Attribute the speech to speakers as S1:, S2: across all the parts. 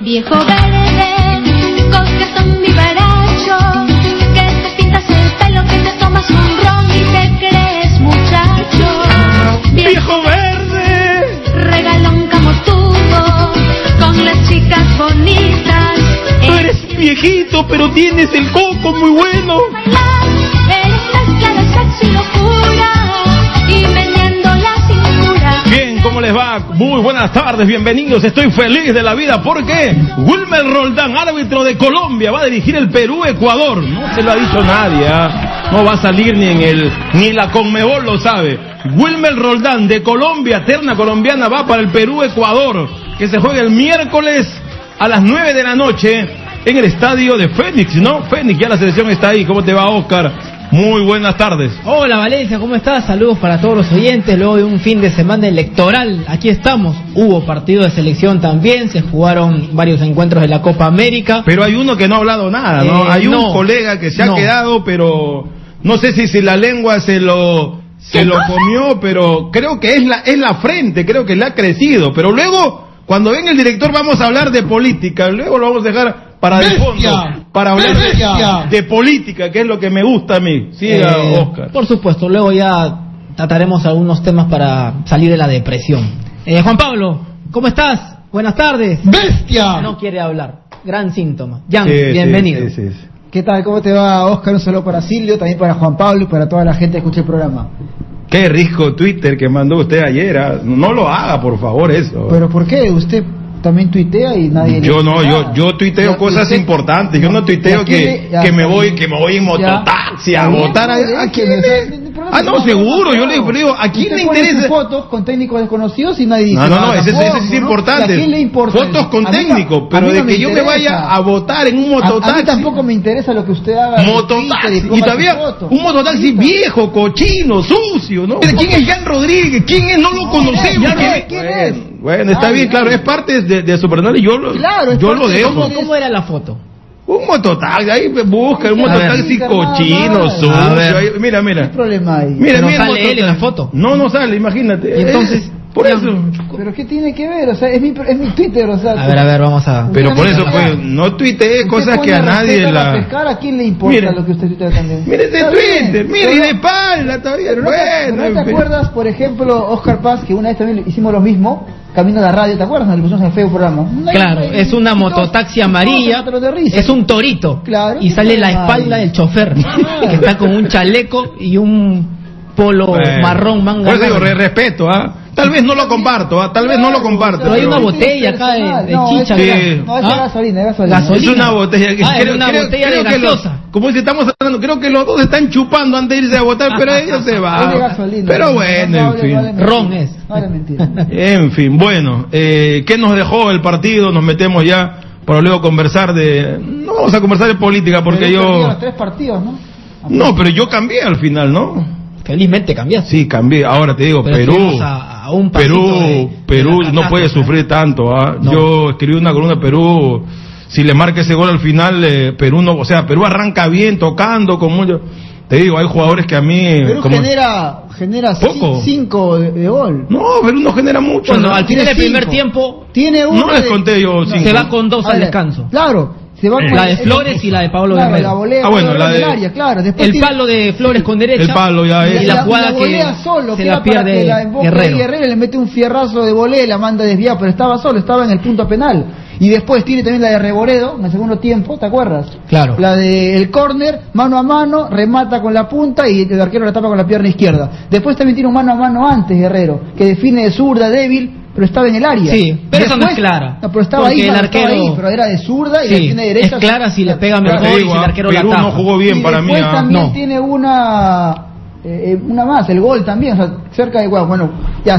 S1: viejo verde, coges un vivaracho, que te pintas el pelo, que te tomas un ron y te crees muchacho.
S2: ¡Viejo verde!
S1: regalón como tú, con las chicas bonitas.
S2: Tú eres viejito, pero tienes el coco muy bueno.
S1: bailar, eres mezcla de sexo y locura, y meneando la cintura.
S2: Bien, ¿cómo les va? Muy buenas tardes, bienvenidos. Estoy feliz de la vida porque Wilmer Roldán, árbitro de Colombia, va a dirigir el Perú-Ecuador. No se lo ha dicho nadie, ¿ah? no va a salir ni en el ni la Conmebol lo sabe. Wilmer Roldán de Colombia, terna colombiana, va para el Perú-Ecuador, que se juega el miércoles a las 9 de la noche en el estadio de Fénix, ¿no? Fénix, ya la selección está ahí. ¿Cómo te va, Oscar? Muy buenas tardes.
S3: Hola Valencia, ¿cómo estás? Saludos para todos los oyentes. Luego de un fin de semana electoral, aquí estamos. Hubo partido de selección también, se jugaron varios encuentros de la Copa América.
S2: Pero hay uno que no ha hablado nada, ¿no?
S3: Eh,
S2: hay un
S3: no,
S2: colega que se ha
S3: no.
S2: quedado, pero no sé si, si la lengua se lo se lo comió, pero creo que es la es la frente, creo que le ha crecido, pero luego cuando venga el director vamos a hablar de política, luego lo vamos a dejar para de
S3: Bestia,
S2: fondo, para hablar de-
S3: bestia.
S2: de, política, que es lo que me gusta a mí. Siga,
S3: Eh,
S2: Oscar.
S3: Por supuesto, luego ya trataremos algunos temas para salir de la depresión. Eh, Juan Pablo, ¿cómo estás? Buenas tardes.
S4: ¡Bestia!
S3: No quiere hablar. Gran síntoma. Jan,
S2: Sí, sí,
S3: bienvenido.
S2: sí, sí, sí.
S4: ¿Qué tal? ¿Cómo te va, Oscar? Un saludo para Silvio, también para Juan Pablo y para toda la gente que escucha el programa.
S2: Qué rico Twitter que mandó usted ayer. ah. No lo haga, por favor, eso.
S4: ¿Pero por qué? Usted también tuitea y nadie... le
S2: Yo
S4: dice
S2: no, yo,
S4: nada.
S2: yo tuiteo
S4: Ya,
S2: cosas
S4: usted-
S2: importantes. Yo no tuiteo
S4: Ya,
S2: que,
S4: ¿quién le-
S2: que
S4: ya,
S2: me
S4: está
S2: voy,
S4: bien.
S2: que me voy en
S4: Ya.
S2: mototaxi a
S4: Está bien,
S2: votar.
S4: está
S2: ¿A,
S4: bien,
S2: a quién
S4: está
S2: le-
S4: bien, no hay problema,
S2: Ah, no,
S4: está
S2: seguro. Yo
S4: bien,
S2: le
S4: claro.
S2: digo, ¿a quién
S4: Usted
S2: le
S4: pone sus
S2: interesa?
S4: fotos con técnicos desconocidos y nadie dice
S2: No, no, no,
S4: nada
S2: ese, ese
S4: tampoco,
S2: sí es
S4: ¿no? ¿Y
S2: importante.
S4: ¿A quién le importa?
S2: Fotos con
S4: A mí ta-
S2: técnico,
S4: a
S2: pero
S4: mí
S2: de
S4: no me
S2: que yo me vaya
S4: interesa.
S2: a votar en un
S4: A, a mí
S2: mototaxi.
S4: tampoco me interesa lo que usted haga.
S2: Mototaxi. Y todavía un mototaxi viejo, cochino, sucio, ¿no? ¿Quién es Jan Rodríguez? ¿Quién es? No lo conocemos.
S4: ya
S2: ¿Quién
S4: no
S2: es?
S4: sé quién es.
S2: Bueno, Bueno, está
S4: Ay,
S2: bien,
S4: ay.
S2: claro, es parte de, de su personal y yo lo,
S4: Claro, es
S2: yo
S4: parte
S2: lo
S4: de-
S2: dejo.
S3: ¿Cómo, cómo era la foto?
S2: Un mototaxi, ahí busca, un
S4: A ver.
S2: mototaxi cochino,
S4: A
S2: sucio.
S3: ver.
S2: ahí- Mira, mira.
S4: ¿Qué problema hay?
S2: Mira,
S3: Pero
S2: mira. el
S3: sale
S2: mototaxi.
S3: él en la foto.
S2: No, no sale, imagínate.
S3: Y entonces,
S2: Eh, por
S3: ya.
S2: eso.
S4: ¿Pero qué tiene que ver? O sea, es mi, es mi Twitter, o sea...
S3: A ver, a ver, vamos a...
S2: Pero por eso,
S4: Usted
S2: pues, no tuitees cosas que a nadie
S4: la...
S2: la.
S4: pescar, ¿a quién le importa
S2: Mira.
S4: lo que usted tuitea también?
S2: Mira ese
S4: Está bien,
S2: Twitter, mira, y
S4: pero-
S2: de espalda todavía.
S4: pero no, te,
S2: bueno,
S4: pero ¿no
S2: en
S4: te
S2: fin.
S4: acuerdas, por ejemplo, Oscar Paz, que una vez también hicimos lo mismo, camino a la radio, ¿te acuerdas? Nos lo pusimos en el feo programa. No hay-
S3: Claro,
S4: no hay-
S3: es una
S4: todos-
S3: mototaxi
S4: todos
S3: amarilla,
S4: mataron de risa.
S3: es un torito,
S4: Claro,
S3: y
S4: qué
S3: sale la
S4: normal.
S3: espalda del chofer, que está con un chaleco y un polo
S2: Bueno.
S3: marrón manga.
S2: Por eso digo,
S3: larga.
S2: re- respeto, ¿ah? Tal vez no lo comparto, ¿ah? Tal vez no lo comparto.
S3: Pero hay
S2: pero-
S3: una botella acá de- de
S4: no,
S3: chicha,
S4: esa era-
S2: Sí.
S4: No, esa era
S3: Ah.
S4: gasolina, era gasolina.
S3: Gasolina.
S2: Es una botella. que-
S3: Ah, es una botella de
S2: que los-
S3: gaseosa.
S2: como si estamos hablando, creo que los dos están chupando antes de irse a votar, pero ellos se
S4: Es de
S2: van.
S4: gasolina.
S2: Pero
S4: No,
S2: bueno,
S4: no
S2: en
S4: hable mal de
S2: fin.
S4: mí.
S3: Ron es.
S4: No, era mentira.
S2: En fin, bueno, eh, ¿qué nos dejó el partido? Nos metemos ya para luego conversar de... No vamos a conversar de política porque
S4: Pero usted perdió
S2: yo...
S4: los tres partidos, ¿no?
S2: No, pero yo cambié al final, ¿no?
S3: Felizmente cambiaste.
S2: Sí, cambié. Ahora te digo,
S3: Pero
S2: Perú.
S3: estuvimos a- a un pasito
S2: Perú,
S3: de- de
S2: Perú
S3: la
S2: no puede
S3: catástrofe.
S2: sufrir tanto. ¿ah?
S3: No.
S2: Yo escribí una columna Perú. Si le marca ese gol al final, eh, Perú no. O sea, Perú arranca bien, tocando con mucho. Te digo, hay jugadores que a mí.
S4: Perú
S2: como-
S4: genera, genera
S2: Poco.
S4: cin- cinco de, de gol.
S2: No, Perú no genera mucho.
S3: Bueno,
S2: ¿no?
S3: al final del
S4: Tiene
S3: primer
S4: cinco.
S3: tiempo
S4: Tiene uno.
S2: No les
S4: de-
S2: conté yo cinco.
S3: se va con dos
S4: A
S3: al
S4: ver,
S3: descanso.
S4: Claro, se va
S2: Eh.
S4: con
S3: La de Flores y la de Pablo
S4: claro,
S3: Guerrero.
S4: La volea,
S2: Ah, bueno,
S4: Pablo
S2: la
S4: Guerrero
S2: de-
S4: en área, claro. Después
S3: El
S4: tiene-
S3: palo de Flores con derecha.
S2: El palo ya eh. es.
S3: Y la jugada
S4: volea
S3: que
S4: solo,
S3: se
S4: que
S3: la
S4: era para
S3: pierde
S4: que la emboque
S3: Guerrero.
S4: y Guerrero le mete un fierrazo de volea, la manda desviada, pero estaba solo, estaba en el punto penal. Y después tiene también la de Reboredo en el segundo tiempo, ¿te acuerdas?
S3: Claro.
S4: La del córner, mano a mano, remata con la punta y el arquero la tapa con la pierna izquierda. Después también tiene un mano a mano antes Guerrero, que define de zurda débil, pero estaba en el área.
S3: Sí, pero esa no es clara,
S4: No, pero estaba
S3: porque
S4: ahí,
S3: el
S4: claro, estaba
S3: arquero-
S4: ahí, pero era de zurda y
S3: Sí,
S4: la tiene derecha.
S3: es clara si le pega
S2: Pero te
S3: mejor y
S2: digo,
S3: si el
S2: ah,
S3: arquero la
S2: Perú no
S3: tapa.
S2: jugó bien
S4: y
S2: para mí.
S4: después
S2: ah.
S4: también
S3: No.
S4: tiene una eh, eh, una más, el gol también, o sea, cerca de Guau, bueno, ya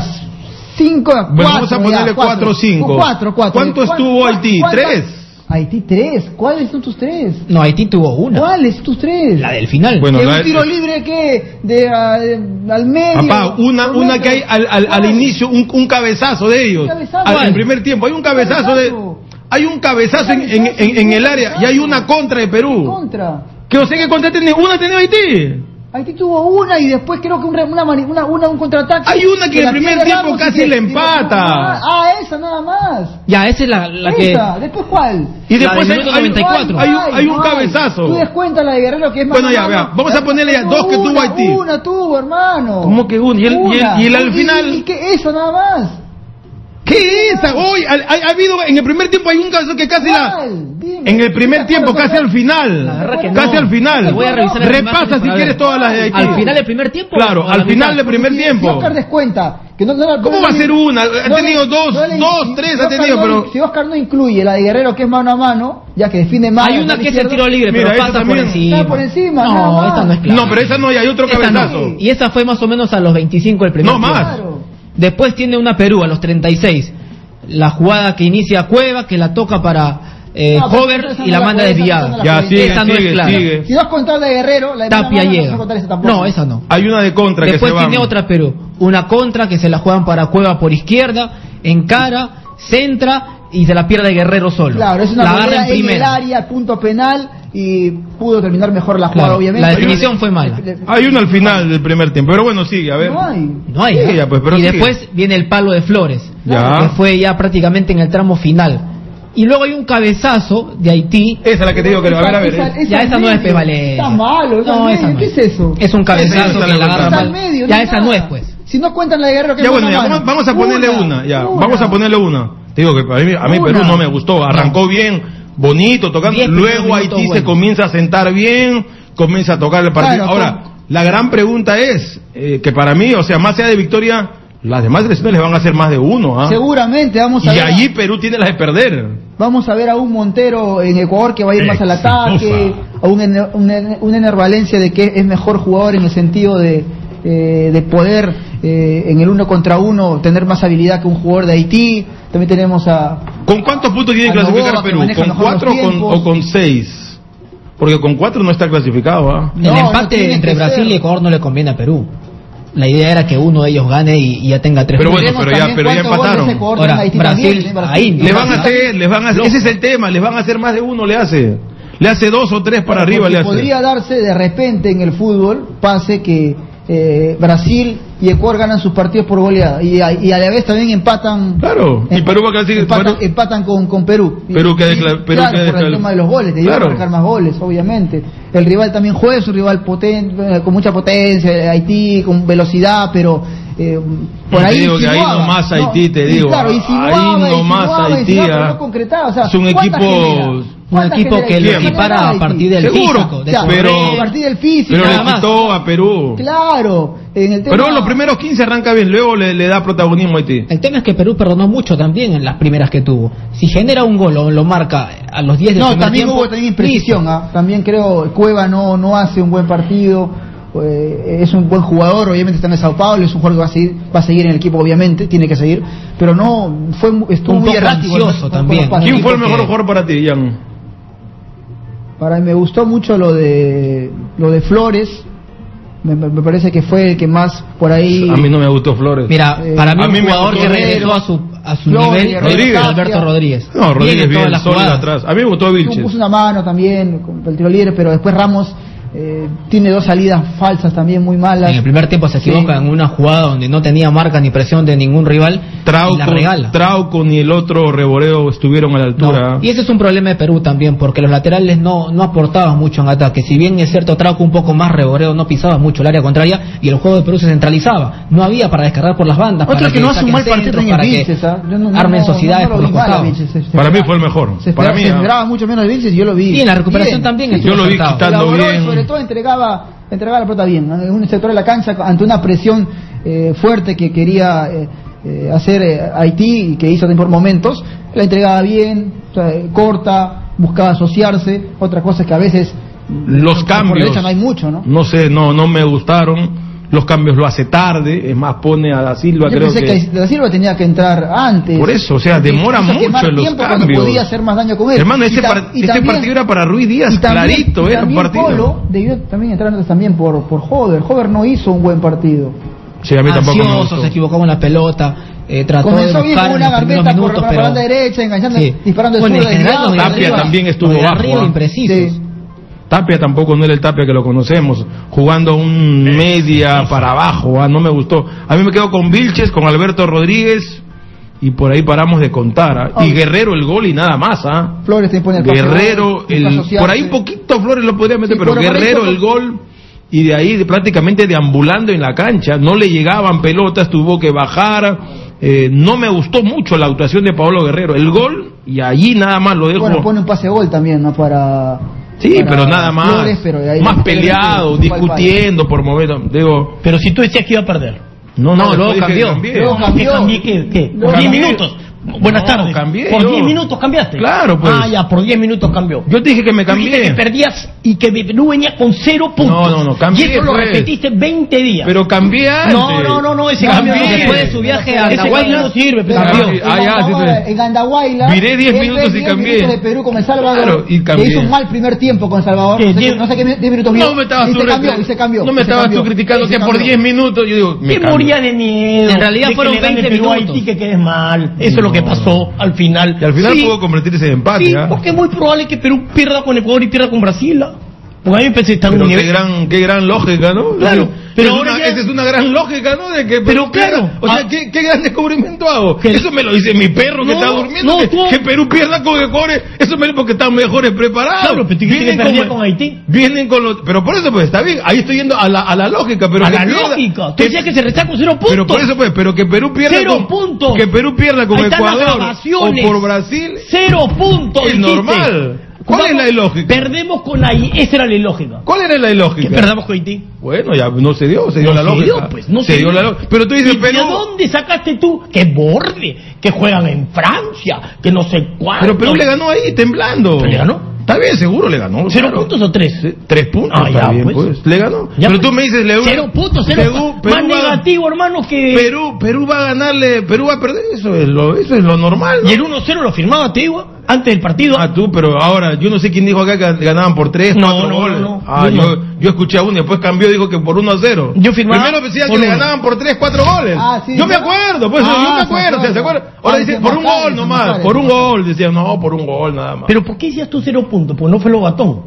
S4: 5 4
S2: Bueno, vamos a ponerle
S4: Oh,
S2: cuatro, cinco.
S4: 4 4
S2: ¿Cuánto estuvo Haití? ¿Tres?
S4: Haití 3. ¿Cuáles son tus tres?
S3: No, Haití tuvo una.
S4: ¿Cuáles son tus tres?
S3: La del final.
S2: Bueno,
S4: Que
S2: la-
S4: un tiro libre que de ah, de- al medio.
S2: Papá, una,
S4: por
S2: una
S4: metro.
S2: que hay al, al, al
S4: ¿Cuál?
S2: inicio, un, un cabezazo de ellos.
S4: Cabezazo.
S2: Al- en
S4: ¿Cuál?
S2: primer tiempo, hay un cabezazo de.
S4: Cabezazo.
S2: Hay un cabezazo en, en, en, en el área y hay una contra de Perú.
S4: Contra.
S2: Que no sé qué contra tiene. Una tiene Haití.
S4: Haití tuvo una y después creo que un, re- una, mani- una, una- un contraataque.
S2: Hay una que en
S4: la
S2: el primer
S4: pierde
S2: tiempo
S4: Ramos y
S2: casi
S4: que-
S2: le
S4: y
S2: empata.
S4: Ah, esa nada más.
S3: Ya, esa es la, la que...
S4: esa. Después cuál.
S2: Y
S3: La
S2: después
S3: del
S2: hay,
S3: minuto
S2: hay-
S3: 94.
S2: hay un, hay un
S4: No
S2: cabezazo.
S4: Tú descuentas la de Guerrero que es más.
S2: Bueno, ya, vea, vamos a ponerle ya dos que tuvo
S4: Una,
S2: Haití.
S4: Una tuvo, hermano.
S2: ¿Cómo que una? Y el- y el- y el al final-
S4: ¿Y, y que eso nada más?
S2: ¿Qué es esa? Hoy ha, ha- ha habido, en el primer tiempo hay un cabezazo que casi la...
S4: ¿Cuál? Dime.
S2: En el primer
S4: ¿Te
S2: tiempo,
S4: acuerdas
S2: casi al
S4: cuál?
S3: La
S2: final.
S3: verdad que no.
S2: Casi al final.
S3: Voy a revisar las
S2: Repasa
S3: imágenes
S2: si
S3: para
S2: quieres
S3: ver.
S2: todas las de Haití.
S3: ¿Al final del primer tiempo?
S2: Claro,
S3: ¿O a la
S2: al final
S3: mitad?
S2: del primer tiempo.
S4: Si Oscar descuenta. Que no, no la-
S2: ¿Cómo
S4: no
S2: va a
S4: la-
S2: ser una? Ha
S4: no
S2: tenido
S4: le-
S2: dos,
S4: le-
S2: dos, tres ha
S4: Oscar
S2: tenido,
S4: no-
S2: pero-
S4: Si Oscar no incluye la de Guerrero que es mano a mano, ya que define mal.
S3: Hay una que es el tiro libre,
S2: Mira,
S3: pero
S2: esa
S3: pasa por
S2: también.
S3: encima.
S4: Está por encima, nada
S3: No,
S4: más.
S3: esta no es clara.
S2: No, pero esa no, y hay otro
S3: Esta no.
S2: cabezazo.
S3: Y esa fue más o menos a los 25 el primer
S2: No
S3: tiempo.
S2: más.
S4: Claro.
S3: Después tiene una Perú a los 36. La jugada que inicia Cueva, que la toca para eh,
S4: No, pero
S3: Hover
S4: esa no
S3: y la
S4: la
S3: manda
S4: juega, esa
S3: desviada.
S4: no la
S2: Ya,
S4: Esa
S2: sigue,
S3: no es
S2: sigue,
S3: clara.
S2: sigue.
S4: Si vas a contar la de Guerrero, la de mano a
S3: Tapia
S4: mano, no vas a
S3: llega.
S4: contar esa tampoco.
S3: No, esa no.
S2: Hay una de contra que se
S3: Después
S2: va.
S3: tiene otra Perú. Una contra que se la juegan para Cueva por izquierda, encara, centra y se la pierde Guerrero solo.
S4: Claro, es una
S3: la agarra
S4: barrera
S3: en
S4: en el
S3: primera.
S4: área, punto penal y pudo terminar mejor la jugada,
S3: Claro,
S4: obviamente.
S3: la definición fue mala.
S4: Le- le-
S2: Hay una al final del primer tiempo. Pero bueno, sigue, a ver.
S4: No hay.
S3: No hay.
S2: Sí,
S3: ¿eh?
S2: ya, pues, pero
S3: y
S2: sigue.
S3: después viene el palo de Flores,
S2: Ya.
S3: que fue ya prácticamente en el tramo final. Y luego hay un cabezazo de Haití.
S2: Esa es la que te digo que... A ver, a ver.
S4: Esa-
S2: eh.
S3: ya esa no es
S4: medio.
S3: Pevale.
S4: Está malo, esa medio.
S3: no
S4: ¿Qué es eso?
S3: Es un
S2: Esa
S3: cabezazo
S2: no
S3: que
S2: la
S3: la agarra
S2: contamos.
S4: Está
S3: mal.
S4: al medio,
S3: ya
S4: no
S3: esa
S4: nada.
S3: no es pues.
S4: Si no cuentan la de Guerrero, que
S2: Ya
S4: es
S2: bueno,
S4: mano
S2: ya,
S4: a mano.
S2: vamos, vamos a ponerle una. Ya,
S4: una.
S2: vamos a ponerle una. Te digo que para mí, a mí
S4: Una.
S2: Perú no me gustó. Arrancó bien, bonito, tocando.
S3: Diez
S2: Luego
S3: primeros
S2: Haití
S3: minutos
S2: se
S3: buenos.
S2: comienza a sentar bien, comienza a tocar el partido.
S4: Claro,
S2: Ahora, la gran pregunta es eh, que para mí, o sea, más allá de victoria, las demás selecciones les van a hacer más de uno. ¿ah?
S4: Seguramente vamos
S2: Y
S4: a ver. a-
S2: allí Perú tiene las de perder.
S4: Vamos a ver a un Montero en Ecuador que va a ir más al
S2: Exitosa.
S4: ataque, a un, Ener- un, Ener- un Ener Valencia de que es mejor jugador en el sentido de, eh, de poder eh, en el uno contra uno tener más habilidad que un jugador de Haití. También tenemos a...
S2: ¿Con cuántos puntos tiene que
S4: Anoboa,
S2: clasificar
S4: que
S2: Perú?
S4: maneja
S2: ¿Con
S4: mejor
S2: cuatro o
S4: los
S2: con,
S4: tiempos.
S2: o con seis? Porque con cuatro no está clasificado. ¿ah?
S4: No,
S3: el
S4: no
S3: empate
S4: tiene
S3: entre
S4: que
S3: Brasil
S4: ser.
S3: y Ecuador no le conviene a Perú. La idea era que uno de ellos gane y, y ya tenga tres
S2: Pero
S3: puntos.
S2: bueno, pero ya-
S4: Veremos
S2: pero ya
S4: cuántos goles
S2: empataron.
S4: Ecuador tiene
S3: Ahora,
S4: en Haití
S3: Brasil,
S4: también, ¿eh?
S3: ahí,
S2: Le van a
S3: Brasil.
S2: hacer, les van a hacer, ese es el tema, les van a hacer más de uno, le hace. Le hace dos o tres
S4: Porque
S2: para arriba, le hace.
S4: Podría darse de repente en el fútbol, pase que eh, Brasil y Ecuador ganan sus partidos por goleada y a, y a la vez también empatan.
S2: Claro, y
S4: emp-
S2: Perú va a clasificar-
S4: Empatan,
S2: Perú-
S4: empatan con, con Perú. Y-
S2: Perú queda
S4: y-
S2: cla- Perú
S4: claro,
S2: queda
S4: por el
S2: cla-
S4: tema de los goles, te iba
S2: Claro.
S4: a marcar más goles, obviamente. El rival también juega, es un rival potente, con mucha potencia, eh, Haití, con velocidad, pero. eh, por
S2: Te
S4: ahí
S2: digo que ahí
S4: insinuaba,
S2: nomás Haití, te
S4: y
S2: digo, ah,
S4: Claro,
S2: ahí
S4: insinuaba,
S2: nomás
S4: insinuaba,
S2: Haití,
S4: insinuaba, pero
S2: ah.
S4: no concretaba, o sea,
S2: Es un
S4: ¿cuántas
S2: equipo-
S4: genera?
S2: un
S3: Un
S4: ¿Cuántas
S3: equipo
S4: genera
S3: que lo
S2: ¿Quién?
S4: Haití?
S3: equipara a
S4: Haití.
S3: partir del
S2: Seguro.
S3: físico. de
S4: Ya,
S3: su
S2: pero-
S3: red.
S4: a partir del físico.
S2: Pero
S3: nada
S2: le
S3: más.
S2: quitó a Perú.
S4: Claro. En el tema,
S2: Pero en los primeros 15 arranca bien, luego le, le da protagonismo a Haití.
S3: ah, El tema es que Perú perdonó mucho también en las primeras que tuvo. Si genera un gol o lo marca a los 10 de
S4: No,
S3: primer
S4: también
S3: tiempo,
S4: hubo también imprecisión.
S3: listo.
S4: ¿ah? También creo Cueva no no hace un buen partido. eh, es un buen jugador, obviamente está en el Sao Paulo, es un jugador que va a seguir, va a seguir en el equipo, obviamente, tiene que seguir, pero no fue mu- estuvo
S3: Un
S4: muy
S3: poco
S4: errático.
S3: ansioso
S4: ¿no?
S3: también.
S4: Con los pases.
S2: ¿Quién fue el
S3: que-
S2: mejor jugador para ti, Jan?
S4: Para mí me gustó mucho lo de lo de Flores. Me, me- me parece que fue el que más por ahí
S2: A mí no me gustó Flores.
S3: Mira, para mí,
S2: A mí
S3: un
S2: me
S3: jugador que
S2: gustó
S3: regresó
S4: Guerrero,
S3: a su, a su
S4: Flores,
S3: nivel
S2: Rodríguez.
S3: es Alberto Rodríguez.
S2: no,
S3: Bien
S2: Rodríguez
S3: en todas
S2: bien,
S3: las
S2: sólido
S3: jugadas.
S2: atrás. A mí me gustó Vilches.
S4: Puso una mano también con el tiro libre, pero después Ramos eh, tiene dos salidas falsas también muy malas.
S3: En el primer tiempo se equivoca en una jugada donde no tenía marca ni presión de ningún rival y la
S2: Trauco,
S3: regala.
S2: Trauco ni el otro Reboreo estuvieron a la
S3: No,
S2: altura.
S4: Ah.
S3: Y ese es un problema de Perú también, porque los laterales no, no aportaban mucho en ataque. Si bien es cierto, Trauco un poco más reboreo, no pisaba mucho el área contraria y el juego de Perú se centralizaba. No había para descargar por las bandas.
S4: Otro
S3: para
S4: que no hace un
S3: saquen
S4: mal partido
S3: centros,
S4: ni
S3: para que
S4: Vinces, ¿ah? Yo no- no-
S3: armen
S4: no-
S3: sociedades
S4: no lo
S3: por los
S4: vi mal a
S3: costados.
S4: Vinces, este se- se
S2: Para mí
S4: esperaba-
S2: fue el mejor.
S4: Se
S2: Para
S4: esperaba,
S2: mí.
S4: se
S2: ah.
S4: esperaba mucho menos de Vinces, yo lo vi.
S3: Y en la recuperación
S4: Bien.
S3: también
S4: Sí,
S3: estuvo
S2: yo lo vi
S3: sentado.
S2: quitando. Estando
S4: Elaboró y
S2: bien.
S4: sobre todo entregaba, entregaba la pelota bien, ¿no? en un sector de la cancha ante una presión eh, fuerte que quería eh, eh, hacer eh, Haití y que hizo por momentos, la entregaba bien, o sea, eh, corta, buscaba asociarse, otra cosa es que a veces
S2: Los
S4: por
S2: cambios.
S4: derecha no hay mucho, ¿no?
S2: No sé, no, no me gustaron. Los cambios lo hace tarde, es más, pone a la Silva,
S4: Yo
S2: creo
S4: pensé que, De La Silva tenía que entrar antes.
S2: Por eso, o sea, demora
S4: Hizo
S2: mucho
S4: quemar
S2: en los
S4: tiempo cuando
S2: cambios.
S4: podía hacer más daño con él.
S2: Hermano, ese,
S4: Y ta-
S2: par-
S4: y
S2: ese
S4: también-
S2: partido era para Ruiz
S4: y
S2: Díaz,
S4: también-
S2: clarito, eh,
S4: y
S2: era un
S4: también
S2: partido.
S4: Polo debió también entrar antes también por, por Hover. Hover no hizo un buen partido.
S2: Sí, a mí tampoco me
S3: Ansioso,
S2: gustó.
S3: se equivocó con la pelota, eh, trató de
S4: Comenzó bien
S3: buscar
S4: con
S3: en
S4: una
S3: los primeros
S4: garbeta por,
S3: minutos,
S4: por la
S3: pero...
S4: banda derecha, enganchando,
S3: Sí.
S4: disparando de
S3: Bueno, en
S4: zurda,
S3: general
S4: desviado,
S3: los de
S2: Tapia
S4: arriba.
S2: también estuvo
S3: los de
S2: bajo,
S3: arriba
S2: ¿ah?
S3: imprecisos.
S4: Sí.
S2: Tapia tampoco no era el Tapia que lo conocemos, jugando un media para abajo, ah, no me gustó. A mí me quedo con Vilches, con Alberto Rodríguez y por ahí paramos de contar. ah. Y
S4: Ah.
S2: Guerrero el gol y nada más, ¿ah?
S4: Flores te pone el pase.
S2: Guerrero,
S4: Está
S2: el,
S4: asociado,
S2: por ahí
S4: sí.
S2: poquito Flores lo podría meter,
S4: Sí,
S2: pero
S4: por ahí
S2: Guerrero
S4: poco.
S2: el gol y de ahí de- prácticamente deambulando en la cancha, no le llegaban pelotas, tuvo que bajar. eh, no me gustó mucho la actuación de Pablo Guerrero, el gol y allí nada más lo dejo.
S4: Bueno, pone un pase de gol también, ¿no? Para.
S2: sí,
S4: para
S2: pero nada más,
S4: Flores, pero de ahí-
S2: más peleado,
S4: Fue al palo.
S2: discutiendo por momentos. Digo,
S5: Pero si tú decías que iba a perder.
S2: no, no,
S5: Ah, luego
S2: después dije,
S5: cambió.
S2: cambié.
S4: Luego
S5: ¿Qué
S4: cambió.
S5: cambié? ¿Qué? ¿Qué?
S4: Luego
S5: ¿Por 10
S2: cambié.
S5: minutos? Buenas
S2: No,
S5: tardes.
S2: cambié
S5: ¿Por
S2: yo.
S5: 10 minutos cambiaste?
S2: Claro, pues.
S5: Ah, ya, por 10 minutos cambió.
S2: Yo te dije que me
S5: Tú dijiste
S2: cambié.
S5: que perdías y que Perú venía con 0 puntos.
S2: No, no, no, cambié,
S5: Y eso lo
S2: pues.
S5: repetiste 20 días.
S2: Pero cambié antes.
S5: no, no, no, no, ese
S4: No,
S5: cambio
S4: no,
S5: no,
S4: no,
S5: después de su
S4: no,
S5: viaje
S4: no,
S5: a
S4: no,
S5: Atahualpa
S4: no,
S5: no sirve, pero
S4: Pero
S2: cambió.
S5: cambió.
S2: Ah, ya, sí, sí.
S4: En Gandahuayla.
S2: Miré 10
S4: él
S2: minutos
S4: ve
S2: y
S4: 10
S2: cambié.
S4: minutos de Perú con El Salvador.
S2: Claro, y
S4: que
S2: cambié.
S4: hizo un mal primer tiempo con El Salvador.
S5: ¿Qué?
S4: No sé,
S5: Diez-
S4: no sé qué mi- 10 minutos
S2: No
S4: vio,
S2: me estabas
S4: y
S2: tú
S4: se cambió,
S2: recri-
S4: y se cambió,
S2: No me
S4: y se
S2: estabas tú
S4: cambió,
S2: criticando
S4: y se
S2: que por
S4: cambió.
S2: 10 minutos yo digo, me
S5: Te
S2: cambio.
S5: moría de miedo.
S3: En realidad
S5: de que
S3: fueron
S5: le gane
S3: 20
S2: este
S5: Perú a
S3: minutos.
S5: Haití que quedes mal. Eso es lo que
S2: No.
S5: pasó al final.
S2: Y al final
S5: Sí,
S2: pudo convertirse en empate,
S5: Sí,
S2: ¿ah?
S5: porque es muy probable que Perú pierda con Ecuador y pierda con Brasil. ¿ah? Porque a mí me pensé que están en
S2: Pero
S5: un
S2: qué
S5: nivel.
S2: gran, qué gran lógica, ¿no?
S5: Claro,
S2: Digo,
S5: pero
S2: es
S5: ahora
S2: una-
S5: ya-
S2: esa es una gran lógica, ¿no? De que,
S5: Pero claro,
S2: O sea,
S5: ah-
S2: ¿qué, qué gran descubrimiento hago?
S5: Que-
S2: Eso me lo dice mi perro que
S5: No,
S2: está durmiendo.
S5: no,
S2: que,
S5: tú-
S2: que Perú pierda con Ecuador. Eso me lo porque están mejores preparados.
S5: Claro, pero tú dijiste que perdía con Haití.
S2: Vienen con los. Pero por eso, pues, está bien. Ahí estoy yendo a la, a la lógica. Pero
S5: a
S2: que
S5: la
S2: pierda-
S5: lógica. Tú
S2: que-
S5: decías que se rechaza con cero puntos.
S2: Pero por eso, pues, pero que Perú pierda
S5: Cero
S2: con.
S5: puntos.
S2: Que Perú pierda con
S5: Ahí están las
S2: Ecuador. O
S5: grabaciones.
S2: por Brasil.
S5: Cero puntos.
S2: Es
S5: dijiste.
S2: normal. ¿Cuál es la ilógica?
S5: Perdemos con Haití. Esa era la ilógica.
S2: ¿Cuál era la lógica?
S5: Que perdamos con Haití.
S2: Bueno, ya no se dio, se dio
S5: No
S2: la
S5: se
S2: lógica.
S5: dio, pues, no
S2: se,
S5: se dio.
S2: dio la lógica. Pero tú dices,
S5: ¿Y
S2: Perú.
S5: de dónde sacaste tú? Que borde, que juegan en Francia, que no sé cuánto.
S2: Pero Perú le ganó ahí, temblando.
S5: ¿Le ganó?
S2: Está bien, seguro le ganó.
S5: ¿Cero
S2: claro.
S5: puntos o tres?
S2: Sí, ¿Eh? Tres puntos.
S5: Ah,
S2: está
S5: ya,
S2: bien,
S5: pues.
S2: pues. Le ganó.
S5: Ya,
S2: Pero
S5: pues.
S2: tú me dices, le
S5: Cero puntos, cero
S2: Perú,
S5: pa-
S2: Perú
S5: Más
S2: va-
S5: negativo, hermano, que...
S2: Perú, Perú va a ganarle, Perú va a perder. Eso es lo, eso es lo normal. ¿no?
S5: Y el 1-0 lo firmaba Tegua antes del partido.
S2: Ah, tú, pero ahora, yo no sé quién dijo acá que ganaban por 3,
S5: No,
S2: 4
S5: no,
S2: goles.
S5: no, no.
S2: ah,
S5: Yo
S2: yo,
S5: no.
S2: yo escuché a uno y después cambió, dijo que por 1 a 0.
S5: Yo firmaba
S2: Primero decía que
S5: por
S2: le
S5: uno.
S2: ganaban por 3, 4 goles.
S4: Ah, sí,
S2: yo me
S4: ya.
S2: acuerdo, pues yo
S4: Ah,
S2: me
S4: se
S2: acuerdo,
S4: acuerda.
S2: ¿se acuerdan?
S4: Ah,
S2: Ahora dicen
S4: decían
S2: por un
S4: Maccabi,
S2: gol
S4: dicen
S2: nomás,
S4: Maccabi.
S2: por un gol. Decían, no, por un gol nada más.
S5: Pero ¿por qué decías tú cero puntos? Pues no fue lo gatón.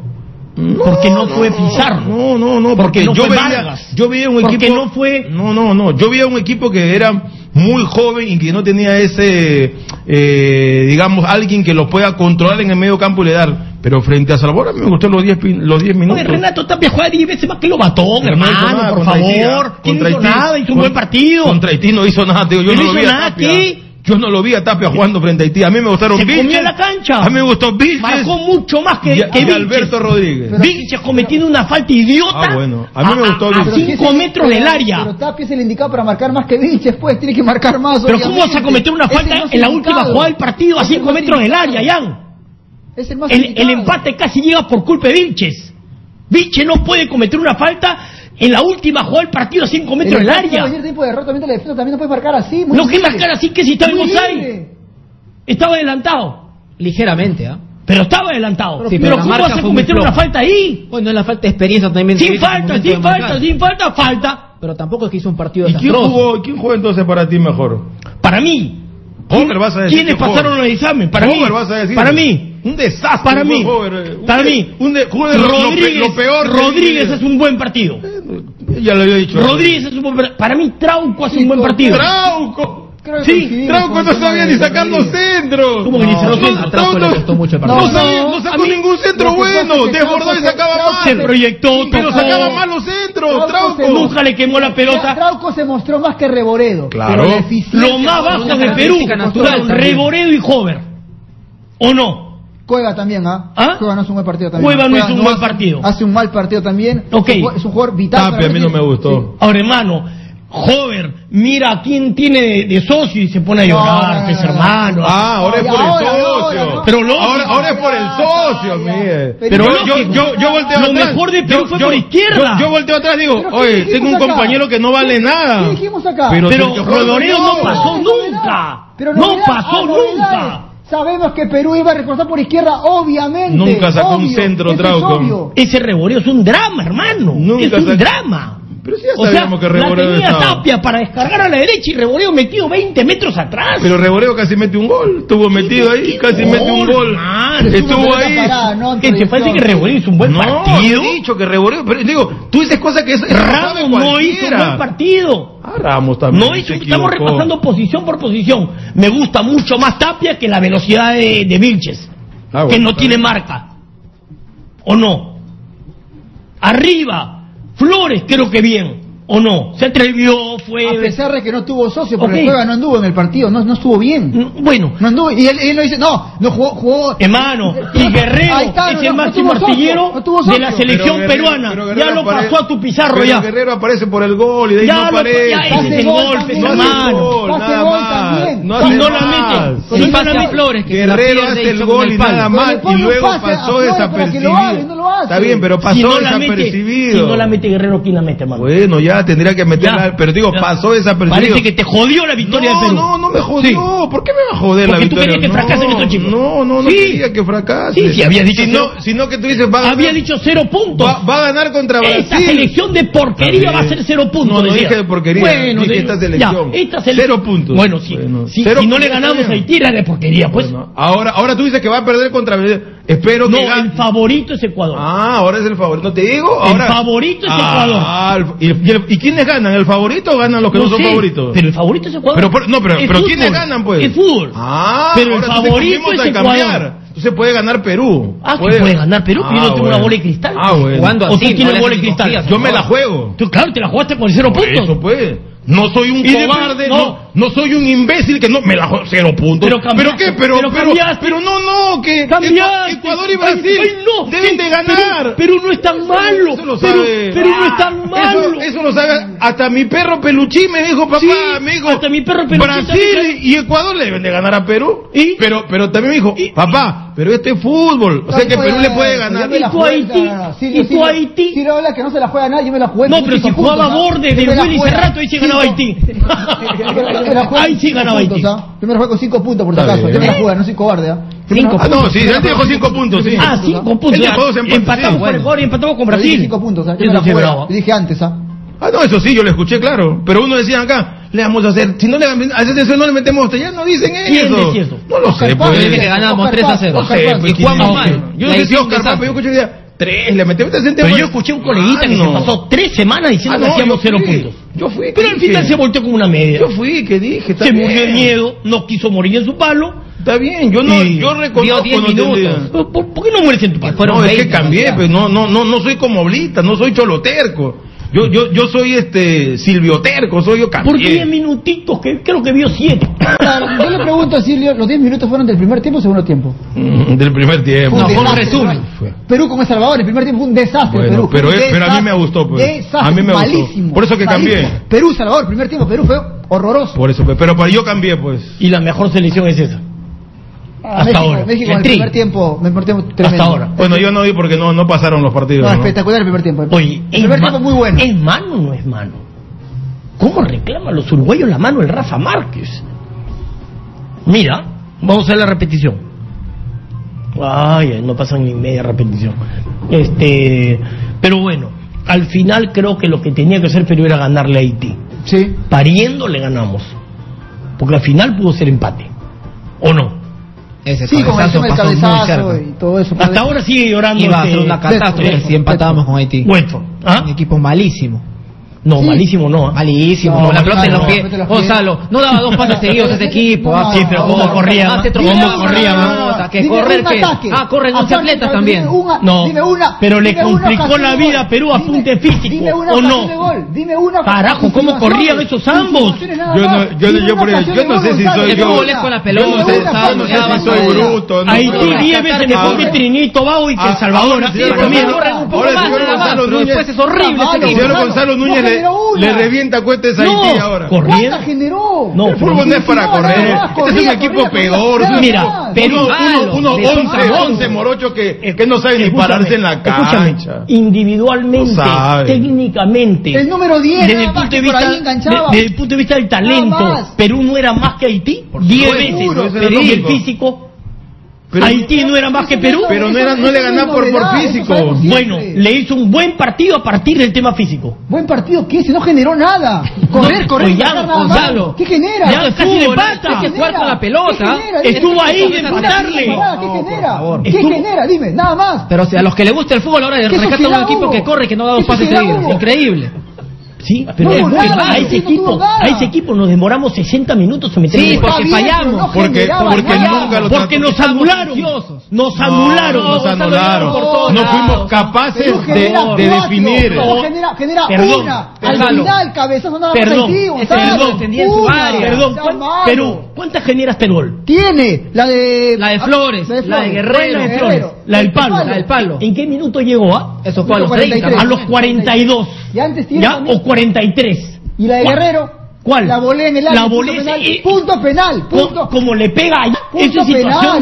S2: No,
S5: porque no fue Pizarro.
S2: No, no, no,
S5: Porque
S2: porque,
S5: no
S2: yo
S5: fue
S2: veía,
S5: Vargas.
S2: yo veía un equipo
S5: Porque no fue-
S2: No, no, no, yo veía un equipo que era muy joven y que no tenía ese eh, digamos alguien que lo pueda controlar en el medio campo y le dar, pero frente a Salvador a mí me gustó los 10 pin- los 10 minutos.
S5: Oye, Renato Tapia juega 10 veces más que lo batón,
S2: No hizo
S5: hermano,
S2: nada
S5: por
S2: contra Haití, ¿ah?
S5: favor. ¿Quién
S2: Contra
S5: hizo
S2: Haití.
S5: nada? Hizo
S2: Con-
S5: un buen partido.
S2: Contra Haití no hizo nada, te digo, yo
S5: ¿Él
S2: no, lo
S5: hizo
S2: vi a
S5: nada
S2: Tapia.
S5: aquí?
S2: Yo no lo vi a Tapia jugando frente a Haití. A mí me gustaron
S5: Se comió
S2: Vilches,
S5: la cancha.
S2: A mí me gustó Vilches.
S5: Marcó mucho más que,
S2: y, a-
S5: que
S2: y
S5: Vilches.
S2: Alberto Rodríguez.
S5: Vilches cometiendo una falta idiota.
S2: Ah, bueno. A mí me gustó
S5: A,
S2: Vilches.
S5: 5
S4: Pero-
S5: metros del
S4: pero-
S5: área.
S4: Pero Tapia es el indicado para marcar más que Vilches, pues tiene que marcar más.
S5: Pero ¿cómo vas a
S4: obviamente.
S5: cometer una
S4: Es el
S5: falta
S4: más
S5: en la
S4: indicado.
S5: última jugada del partido a
S4: Es el
S5: 5
S4: más
S5: metros del
S4: indicado.
S5: área, Jan?
S4: Es el más
S5: El, el
S4: indicado.
S5: empate casi llega por culpa de Vilches. Vilches no puede cometer una falta en la última jugada del partido a 5 metros del
S4: empate,
S5: área.
S4: cualquier tipo de error, también la defensa también no puede marcar así. muy
S5: No, que
S4: libre.
S5: marcar así que si estaba en
S4: Muy
S5: offside.
S4: libre.
S5: Estaba adelantado.
S3: Ligeramente, ¿ah.
S5: Pero estaba adelantado.
S3: Sí,
S5: pero
S3: pero la
S5: ¿cómo
S3: marca
S5: vas a
S3: fue muy
S5: cometer una
S3: floja.
S5: falta ahí?
S3: Bueno, es la falta de experiencia también.
S5: Sin falta, sin falta, sin falta, falta.
S3: Pero tampoco es que hizo un partido
S2: ¿Y quién
S3: desastroso.
S2: jugó, quién jugó entonces para ti mejor?
S5: Para mí.
S2: Homer vas a decir.
S5: ¿Quiénes
S2: que Homer.
S5: pasaron los exámenes? Para mí.
S2: Homer vas a decir.
S5: Para mí.
S2: Un desastre.
S5: Para mí.
S2: fue Homer, eh. Un
S5: Para
S2: de-
S5: mí.
S2: Un de, jugó de lo- lo pe-
S5: Rodríguez,
S2: lo peor. que- Eh,
S5: Rodríguez es un buen partido.
S2: Ya lo había dicho.
S5: Rodríguez es un buen partido. Para mí, Trauco hace un buen
S4: Nico,
S5: partido.
S2: Trauco.
S4: Creo que
S5: Sí,
S4: coincidimos con
S2: Trauco no
S4: el tema
S2: sabía
S4: de
S2: ni sacar los
S4: Rodríguez.
S2: centros.
S5: ¿Cómo que ni cerró centro?
S3: A Trauco le costó mucho el
S2: No,
S3: partido.
S4: No,
S2: sabía,
S4: no,
S2: no
S5: a
S2: sacó
S5: mí-
S2: ningún centro
S4: lo que pasa
S2: bueno.
S4: es que
S2: Desbordó y
S4: Trauco se-
S2: sacaba
S4: Trauco
S2: mal.
S5: se proyectó,
S2: Pero
S5: tocó.
S2: sacaba mal los centros.
S4: Trauco
S2: Trauco.
S4: se-
S5: Nunca le quemó la pelota.
S4: Trauco se mostró más que Reboredo.
S2: Claro.
S4: Pero la eficiencia-
S5: Lo más bajo de Perú fueron Reboredo y Hover. ¿O no?
S4: Cueva también, ¿ah?
S5: ¿Ah?
S4: Cueva no es un buen partido también. ¿ah?
S5: Cueva no hizo un buen
S4: hace-
S5: partido.
S4: Hace un mal partido también.
S5: Ok.
S4: Es un ju- Es un jugador vital.
S2: Tapia,
S4: para
S2: a mí no me gustó.
S5: Ahora, hermano, Hover, mira a quién tiene de, de socio y se pone a llorar,
S4: no,
S5: pues,
S4: no, no.
S5: hermano.
S2: Ah, ahora es por el
S4: Ahora, ahora,
S2: socio.
S4: ahora.
S5: Pero lógico.
S2: ahora, ahora es por el socio,
S4: Ya, ya.
S2: mire.
S4: Pero
S2: yo, yo,
S5: lógico.
S2: yo, yo volteo
S5: Lo
S2: atrás.
S5: mejor de Perú
S2: Yo-
S5: fue
S2: yo-
S5: por izquierda.
S2: Yo, yo volteo atrás y digo,
S4: ¿Pero qué
S2: oye,
S4: dijimos
S2: tengo un
S4: acá?
S2: compañero que no vale nada.
S4: ¿Qué dijimos acá?
S5: Pero
S2: Sergio
S5: Rodríguez no
S2: Rodríguez-
S5: pasó
S4: novedades,
S5: nunca.
S4: Pero
S5: No
S4: novedades,
S5: pasó
S4: ah, novedades.
S5: nunca.
S4: Sabemos que Perú iba a recortar por izquierda, obviamente.
S2: Nunca sacó un
S4: obvio,
S2: centro,
S4: eso es
S2: Trauco.
S4: obvio.
S5: Ese reboreo es un drama, hermano.
S2: Nunca
S5: es un
S2: sac-
S5: drama.
S2: Pero sí ya
S5: o sea,
S2: sabíamos que
S5: la
S2: Reboredo
S5: tenía
S2: estaba.
S5: Tapia para descargar a la derecha y Reboredo metido 20 metros atrás.
S2: Pero Reboreo casi mete un gol. Estuvo metido ahí, casi mete un gol.
S5: man.
S2: Estuvo
S4: Estuvo
S2: ahí.
S4: parada, ¿no?
S5: ¿Qué te parece que Reboredo hizo un buen
S2: no,
S5: partido?
S2: he dicho que Reboreo. Pero digo, tú dices cosas que es. eso lo sabe
S5: Ramos no hizo un
S2: cualquiera.
S5: buen partido.
S2: Ah, Ramos también.
S5: No hizo,
S2: se
S5: estamos
S2: equivocó.
S5: repasando posición por posición. Me gusta mucho más Tapia que la velocidad de, de Vilches,
S2: Ah, bueno,
S5: que no
S2: está
S5: tiene
S2: bien.
S5: marca. ¿O no? Arriba, Flores creo que bien, ¿o no? Se atrevió, fue...
S4: A pesar de que no tuvo socio, porque
S5: Ok. Mm,
S4: juega no anduvo en el partido, no, no estuvo bien.
S5: Bueno,
S4: No anduvo, y él, él no dice, no, no jugó, jugó.
S5: hermano, y Guerrero
S4: Ahí está,
S5: es
S4: no,
S5: el
S4: no
S5: máximo
S4: tuvo socio,
S5: artillero
S4: no tuvo
S5: de
S4: socio.
S5: la
S2: Pero
S5: selección
S2: Guerrero-
S5: peruana.
S2: pero Guerrero
S5: ya lo
S2: apare-
S5: pasó a tu pizarro
S2: pero
S5: ya.
S2: Guerrero aparece por el gol y de ahí
S5: Ya
S2: no
S5: lo-
S2: aparece.
S5: ya ese
S4: Pase
S5: es el
S4: gol
S5: golpe,
S4: también.
S5: hermano.
S2: gol,
S4: Pase
S2: nada
S4: gol
S2: más.
S4: también.
S2: No
S5: Si
S2: hace
S5: no la
S2: más.
S5: mete,
S2: Con
S5: si
S6: Con un
S5: Sí,
S2: un
S5: no la
S6: pase a
S5: mete.
S6: Flores que se la
S2: Guerrero
S6: pierde
S2: hace
S6: y
S2: el
S6: choca
S2: gol
S6: en
S2: y
S6: palo.
S2: nada
S4: Pero
S2: más
S4: le pone
S2: y
S4: un
S2: luego
S4: pase a Flores
S2: pasó
S4: para que lo
S2: desapercibido.
S4: haga y no lo hace.
S2: Está bien, pero pasó
S5: si no la mete,
S2: desapercibido.
S5: si no la mete Guerrero, ¿quién la mete, hermano?
S2: Bueno, ya tendría que meterla,
S5: Ya.
S2: pero digo,
S5: Ya.
S2: pasó desapercibido.
S5: Parece que te jodió la victoria
S2: no,
S5: del Perú.
S2: No, no me jodió.
S5: Sí.
S2: ¿Por qué me va a joder la
S5: Porque tú
S2: victoria?
S5: querías que
S2: No,
S5: fracasen estos chicos.
S2: No, no, no
S5: Sí.
S2: quería que fracase.
S5: Sí, sí, había dicho
S2: Si
S5: cero.
S2: no, si no que tú dices, va a ganar,
S5: Había dicho cero puntos.
S2: va, va a ganar contra Brasil.
S5: Esta selección de porquería va a ser cero puntos.
S2: No, no
S5: decía.
S2: dije de porquería, dije
S5: de-
S2: esta selección.
S5: ya, esta sele-
S2: Cero puntos.
S5: Bueno, si,
S2: Bueno,
S5: si,
S2: cero
S5: si no
S2: puntos
S5: le ganamos
S2: está
S5: a
S2: bien.
S5: Haití era de porquería, pues.
S2: Bueno, ahora, ahora tú dices que va a perder contra Brasil. Espero
S5: no,
S2: que gane.
S5: el favorito es Ecuador.
S2: Ah, ahora es el favorito. No te digo,
S5: El
S2: ahora.
S5: favorito es
S2: Ah, el- y, el- y el- ¿y quiénes ganan? ¿El favorito o ganan los que no, son
S5: sé,
S2: favoritos?
S5: Pero el favorito es Ecuador.
S2: Pero por- no, pero,
S5: Es
S2: pero
S5: fútbol.
S2: ¿quiénes ganan, pues?
S5: Es fútbol.
S2: Ah,
S5: pero el
S2: ahora entonces
S5: favorito
S2: convivimos
S5: es
S2: a
S5: Ecuador.
S2: Entonces puede ganar Perú.
S5: Ah, que puede ganar Perú, pero yo no tengo una bola de cristal.
S2: Ah, bueno.
S6: Jugando
S5: ¿O
S6: así,
S5: tú tienes
S6: no le
S5: bola de
S6: hacen
S5: cristal?
S6: cosquillas,
S2: Yo me la juego.
S5: Tú, claro, te la jugaste con cero
S2: Por
S5: puntos.
S2: Eso pues. No soy un
S5: Y de-
S2: cobarde,
S5: no.
S2: no. no soy un imbécil que no me la juego cero puntos.
S5: Pero cambiaste,
S2: qué, pero
S5: pero
S2: pero,
S5: cambiaste.
S2: pero no no que
S5: Cambiaste.
S2: Ecuador y
S5: Ay,
S2: Brasil
S5: ay, no,
S2: deben
S5: sí,
S2: de
S5: Pero,
S2: ganar.
S5: pero no es tan malo.
S2: Eso lo
S5: pero,
S2: sabe.
S5: pero no es tan malo.
S2: Eso, eso lo sabe hasta mi perro peluchín me dijo papá,
S5: Sí,
S2: me dijo
S5: hasta mi perro Peluchín
S2: Brasil
S5: también-
S2: y Ecuador le deben de ganar a Perú.
S5: ¿Y?
S2: Pero pero también me dijo, papá, pero este es fútbol, o sea que
S4: Ay,
S2: Perú
S4: juega,
S2: le puede ganar.
S4: yo me la
S5: ¿Y tú,
S4: juego,
S5: Haití?
S4: ah, Silvio,
S5: ¿Y tú,
S4: Silvio.
S5: Haití?
S4: Silvio habla que no se la juega a nadie, yo me la jugué.
S5: No,
S4: 15
S5: pero si
S4: puntos,
S5: jugaba
S4: ¿ah?
S5: borde
S4: Yo
S5: de
S4: me la
S5: Willy
S4: jugué.
S5: Cerrato, ahí sí ganaba Haití.
S4: Yo me la jugué
S5: Ahí sí
S4: con
S5: ganaba
S4: cinco
S5: Haití.
S4: puntos, ¿ah? Yo me la jugué con 5 puntos, por si
S2: Está
S4: acaso. Yo
S2: bien.
S4: me la jugué, no soy cobarde. ¿ah? Yo me la-
S2: Ah, no, sí, él dijo cinco puntos, sí.
S5: Ah, cinco puntos.
S2: Él dejó dos empates,
S5: empatamos
S2: sí,
S5: con
S2: bueno.
S5: Ecuador y empatamos con
S4: Yo dije
S5: Brasil.
S4: cinco puntos, ¿ah? Yo
S5: Yo
S4: me la
S5: soy
S4: jugué.
S5: bravo.
S4: Yo Dije antes, ¿ah?
S2: Ah, no, eso sí, yo lo escuché, claro. Pero uno decía acá, le vamos a hacer, si no le, a veces no le metemos, ya no dicen
S5: ¿Quién
S2: eso.
S5: decía eso?
S2: No lo sé,
S4: Oscar Paz,
S6: Yo dije
S2: pues.
S6: que ganábamos
S4: Oscar
S6: 3 a
S4: Paz,
S6: 0.
S2: No sé,
S4: Oscar
S2: pues,
S6: Y jugamos
S2: no.
S6: mal.
S2: Yo
S6: La
S2: no decía
S6: hicimos
S2: Oscar Paz,
S6: desastre.
S2: pero yo escuché que decía, tres, Ah, le metemos. Te
S5: Pero yo escuché a un coleguita que se pasó tres semanas diciendo que hacíamos cero puntos.
S2: Ah, Yo fui.
S5: Pero al final se volteó con una media.
S2: Yo fui, que dije. está
S5: Se
S2: bien.
S5: murió de miedo, no quiso morir en su palo.
S2: Está bien, yo no,
S5: Y
S2: yo reconozco.
S6: dio diez
S2: no
S6: minutos.
S2: tendría-
S5: ¿Por, por- por qué no mueres en tu palo?
S6: Fueron
S2: no, es que
S6: 20,
S2: cambié,
S6: ¿no?
S2: pues no, no, no, no soy como Oblita, no soy choloterco. Yo, yo, yo soy este silvioterco, soy yo cambié.
S5: "Ah, Por 10 minutitos, que creo que vio 7.
S4: Claro, Yo le pregunto a Silvio, ¿los 10 minutos fueron del primer tiempo o segundo tiempo?
S2: Mm, Del primer tiempo.
S6: No, fue un
S4: desastre,
S6: resumen.
S4: ¿no? Perú con El Salvador, el primer tiempo fue un desastre.
S2: Bueno,
S4: Perú.
S2: pero
S4: Un
S2: es- pero a mí
S4: desastre,
S2: me gustó, pues.
S4: desastre,
S2: A mí me gustó.
S4: malísimo,
S2: Por eso que
S4: malísimo.
S2: cambié.
S4: Perú, Salvador, primer tiempo, Perú fue horroroso.
S2: Por eso, pe- pero para yo cambié, pues.
S5: Y la mejor selección es esa.
S4: Ah,
S5: hasta
S4: México,
S5: ahora.
S4: México
S5: El
S4: en el
S5: tri.
S4: primer tiempo, en el primer tiempo tremendo.
S5: ahora.
S2: Bueno, yo no vi porque no, no pasaron los partidos.
S4: No,
S2: ¿no?
S4: espectacular el primer tiempo.
S5: Oye,
S4: el primer
S5: ma-
S4: tiempo muy bueno.
S5: ¿Es mano o no es mano? ¿Cómo reclama los uruguayos la mano el Rafa Márquez? Mira, vamos a ver la repetición. Ay, ay, no pasan ni media repetición. Este, pero bueno, al final creo que lo que tenía que hacer Perú era ganarle a Haití.
S4: Sí.
S5: Pariendo le ganamos. Porque al final pudo ser empate. ¿O no?
S6: Ese
S4: Sí, con el
S6: cabezazo
S4: tema del
S6: pasó muy
S4: cabezazo
S6: cerca.
S4: y todo eso.
S5: Hasta ahora sigue llorando.
S6: Iba a
S5: este,
S6: ser una catástrofe
S4: Beto,
S6: si empatábamos con Haití.
S5: Wentworth, ¿ah?
S6: Un equipo malísimo.
S5: No,
S4: Sí.
S5: malísimo no. ¿ah?
S6: Malísimo.
S4: No,
S6: con la pelota en
S4: no,
S6: los
S4: no,
S6: pies.
S4: mete los pies.
S6: Gonzalo, no daba dos pases seguidos ese equipo. ah.
S4: Sí,
S5: pero
S6: Ah,
S5: cómo
S6: no,
S5: corría,
S6: ah,
S5: ¿no?
S6: se tropezó,
S5: Cómo
S6: ah,
S5: corría,
S6: no,
S5: ¿no?
S6: no, Que correr que. Ah, corren los atletas también.
S5: No,
S4: no, dime una,
S5: pero le
S4: dime una
S5: complicó
S4: ocasión
S5: la
S4: de
S5: vida a
S4: gol.
S5: Perú a
S4: Dime-
S5: punte físico,
S4: Dime una
S5: ¿o
S4: ocasión
S5: no?
S4: de gol, dime una
S5: Carajo, ¿cómo
S4: insinuaciones,
S5: corrían esos ambos?
S4: insinuaciones nada
S2: Yo no-
S4: más.
S2: yo no-
S4: Dime
S2: yo
S4: una
S2: por el-
S4: ocasión
S2: yo
S4: de
S2: no
S4: gol,
S2: sé si
S4: Gonzalo.
S2: soy
S4: Dime
S2: yo.
S4: una.
S6: con la
S2: Yo
S6: pelota,
S2: no sé, yo no sé
S6: ya
S2: si soy
S6: avanzó.
S2: bruto. No,
S5: Haití
S2: pero-
S6: Ahora,
S5: 10 veces le
S6: ahora,
S5: pone Trinidad y Tobago y que El
S2: Ah,
S5: Salvador
S2: ahora,
S5: así
S2: sí,
S5: le
S2: ahora,
S5: comieron.
S4: ahora, un poco
S2: Ahora el
S4: más,
S2: señor
S4: nada más,
S2: Gonzalo
S6: pero
S2: Núñez.
S6: después es horrible ese
S2: El señor
S6: equipo.
S2: Gonzalo
S4: No
S2: Núñez le,
S4: generó una.
S2: le revienta cuetes a Haití
S5: No,
S2: ahora.
S5: corre-
S4: ¿Cuántas
S5: corriendo.
S4: generó?
S5: No,
S2: El fútbol no es para correr. Este es un equipo peor. es un
S5: Mira,
S2: equipo-
S5: Perú
S2: uno-
S6: malo,
S2: uno- uno-
S6: de
S2: once,
S6: Salvador.
S2: once morochos que, que no saben ni
S5: Escúchame,
S2: pararse en la
S5: escúchame,
S2: cancha.
S5: Individualmente,
S2: No sabe.
S5: técnicamente.
S4: El número 10,
S5: desde
S4: nada
S5: el,
S4: más,
S5: punto de
S4: que por
S5: vista,
S4: ahí enganchaba.
S5: de- desde el punto de vista del talento,
S4: Nada más.
S5: Perú no era más que Haití 10 veces,
S2: seguro, ese era
S5: pero
S2: el
S5: y el
S2: único.
S5: físico
S2: Pero-
S5: Haití no era más que Perú.
S2: Pero no era- no le ganaba por- por físico.
S5: Bueno, le hizo un buen partido a partir del tema físico.
S4: Buen partido, ¿qué? Si no generó nada. Correr,
S5: No,
S4: correr,
S5: pues ya,
S4: sacar nada más.
S5: Gonzalo.
S4: ¿Qué genera?
S5: Ya,
S4: ¿Qué
S5: casi
S4: genera?
S5: le empata.
S4: ¿Qué
S5: Hay que
S4: genera?
S5: jugar con la
S6: pelota.
S4: ¿Qué genera?
S5: Estuvo
S4: Esa-
S5: ahí de
S4: esa-
S5: empatarle.
S4: ¿Qué
S3: No, por
S4: genera?
S3: favor.
S4: ¿Qué
S5: Estuvo-
S4: genera? Dime, nada más.
S3: Pero si a los que les gusta el fútbol ahora
S4: ¿Qué
S3: rescatan un
S4: sociedad
S3: equipo
S4: hubo?
S3: que corre que no da dos
S4: ¿Qué
S3: pases
S4: sociedad
S3: seguidos.
S4: hubo?
S3: Increíble.
S5: Sí, pero
S4: No,
S5: es muy
S4: nada,
S5: mal. a ese
S4: no tuvo
S5: equipo,
S4: nada.
S5: a ese equipo nos demoramos 60 minutos en meter
S3: Sí,
S5: un gol.
S3: porque
S4: Está bien, pero
S3: fallamos.
S4: no
S2: Porque-
S4: generaba
S2: porque
S4: nada.
S2: nunca lo-
S5: porque nos
S2: Estamos
S5: anularon.
S3: ansiosos.
S5: Nos
S2: No,
S5: anularon.
S2: nos anularon.
S5: por
S2: No,
S5: todos lados.
S2: fuimos
S4: Perú
S2: capaces de,
S4: genera
S2: de
S4: cuatro,
S2: definir.
S4: Perú genera, genera
S5: Perdón,
S4: una. Al
S5: Gonzalo.
S4: final, cabezazo nada más
S5: Perdón,
S4: ahí, Gonzalo.
S5: perdón,
S3: defendía en su
S4: Una.
S3: área.
S5: Perdón,
S4: Está
S5: ¿cuán-
S4: malo.
S5: Perú, ¿cuántas genera este gol?
S4: Tiene la de
S3: La de Flores, la de Guerrero,
S5: La de Flores, la del palo,
S3: La del palo.
S5: ¿En qué minuto llegó
S4: ah?
S5: a?
S3: Eso fue a los
S4: 43.
S3: 30.
S5: A los 42.
S4: Y antes tiene
S5: ¿Ya?
S4: también.
S5: O 43.
S4: Y la de
S5: ¿Cuál?
S4: Guerrero.
S5: ¿Cuál?
S4: La volé en el área.
S5: La
S4: punto
S5: volé,
S4: penal,
S5: sí.
S4: punto penal.
S5: Co-
S4: Punto,
S5: Como le pega ahí,
S4: punto
S5: esa situación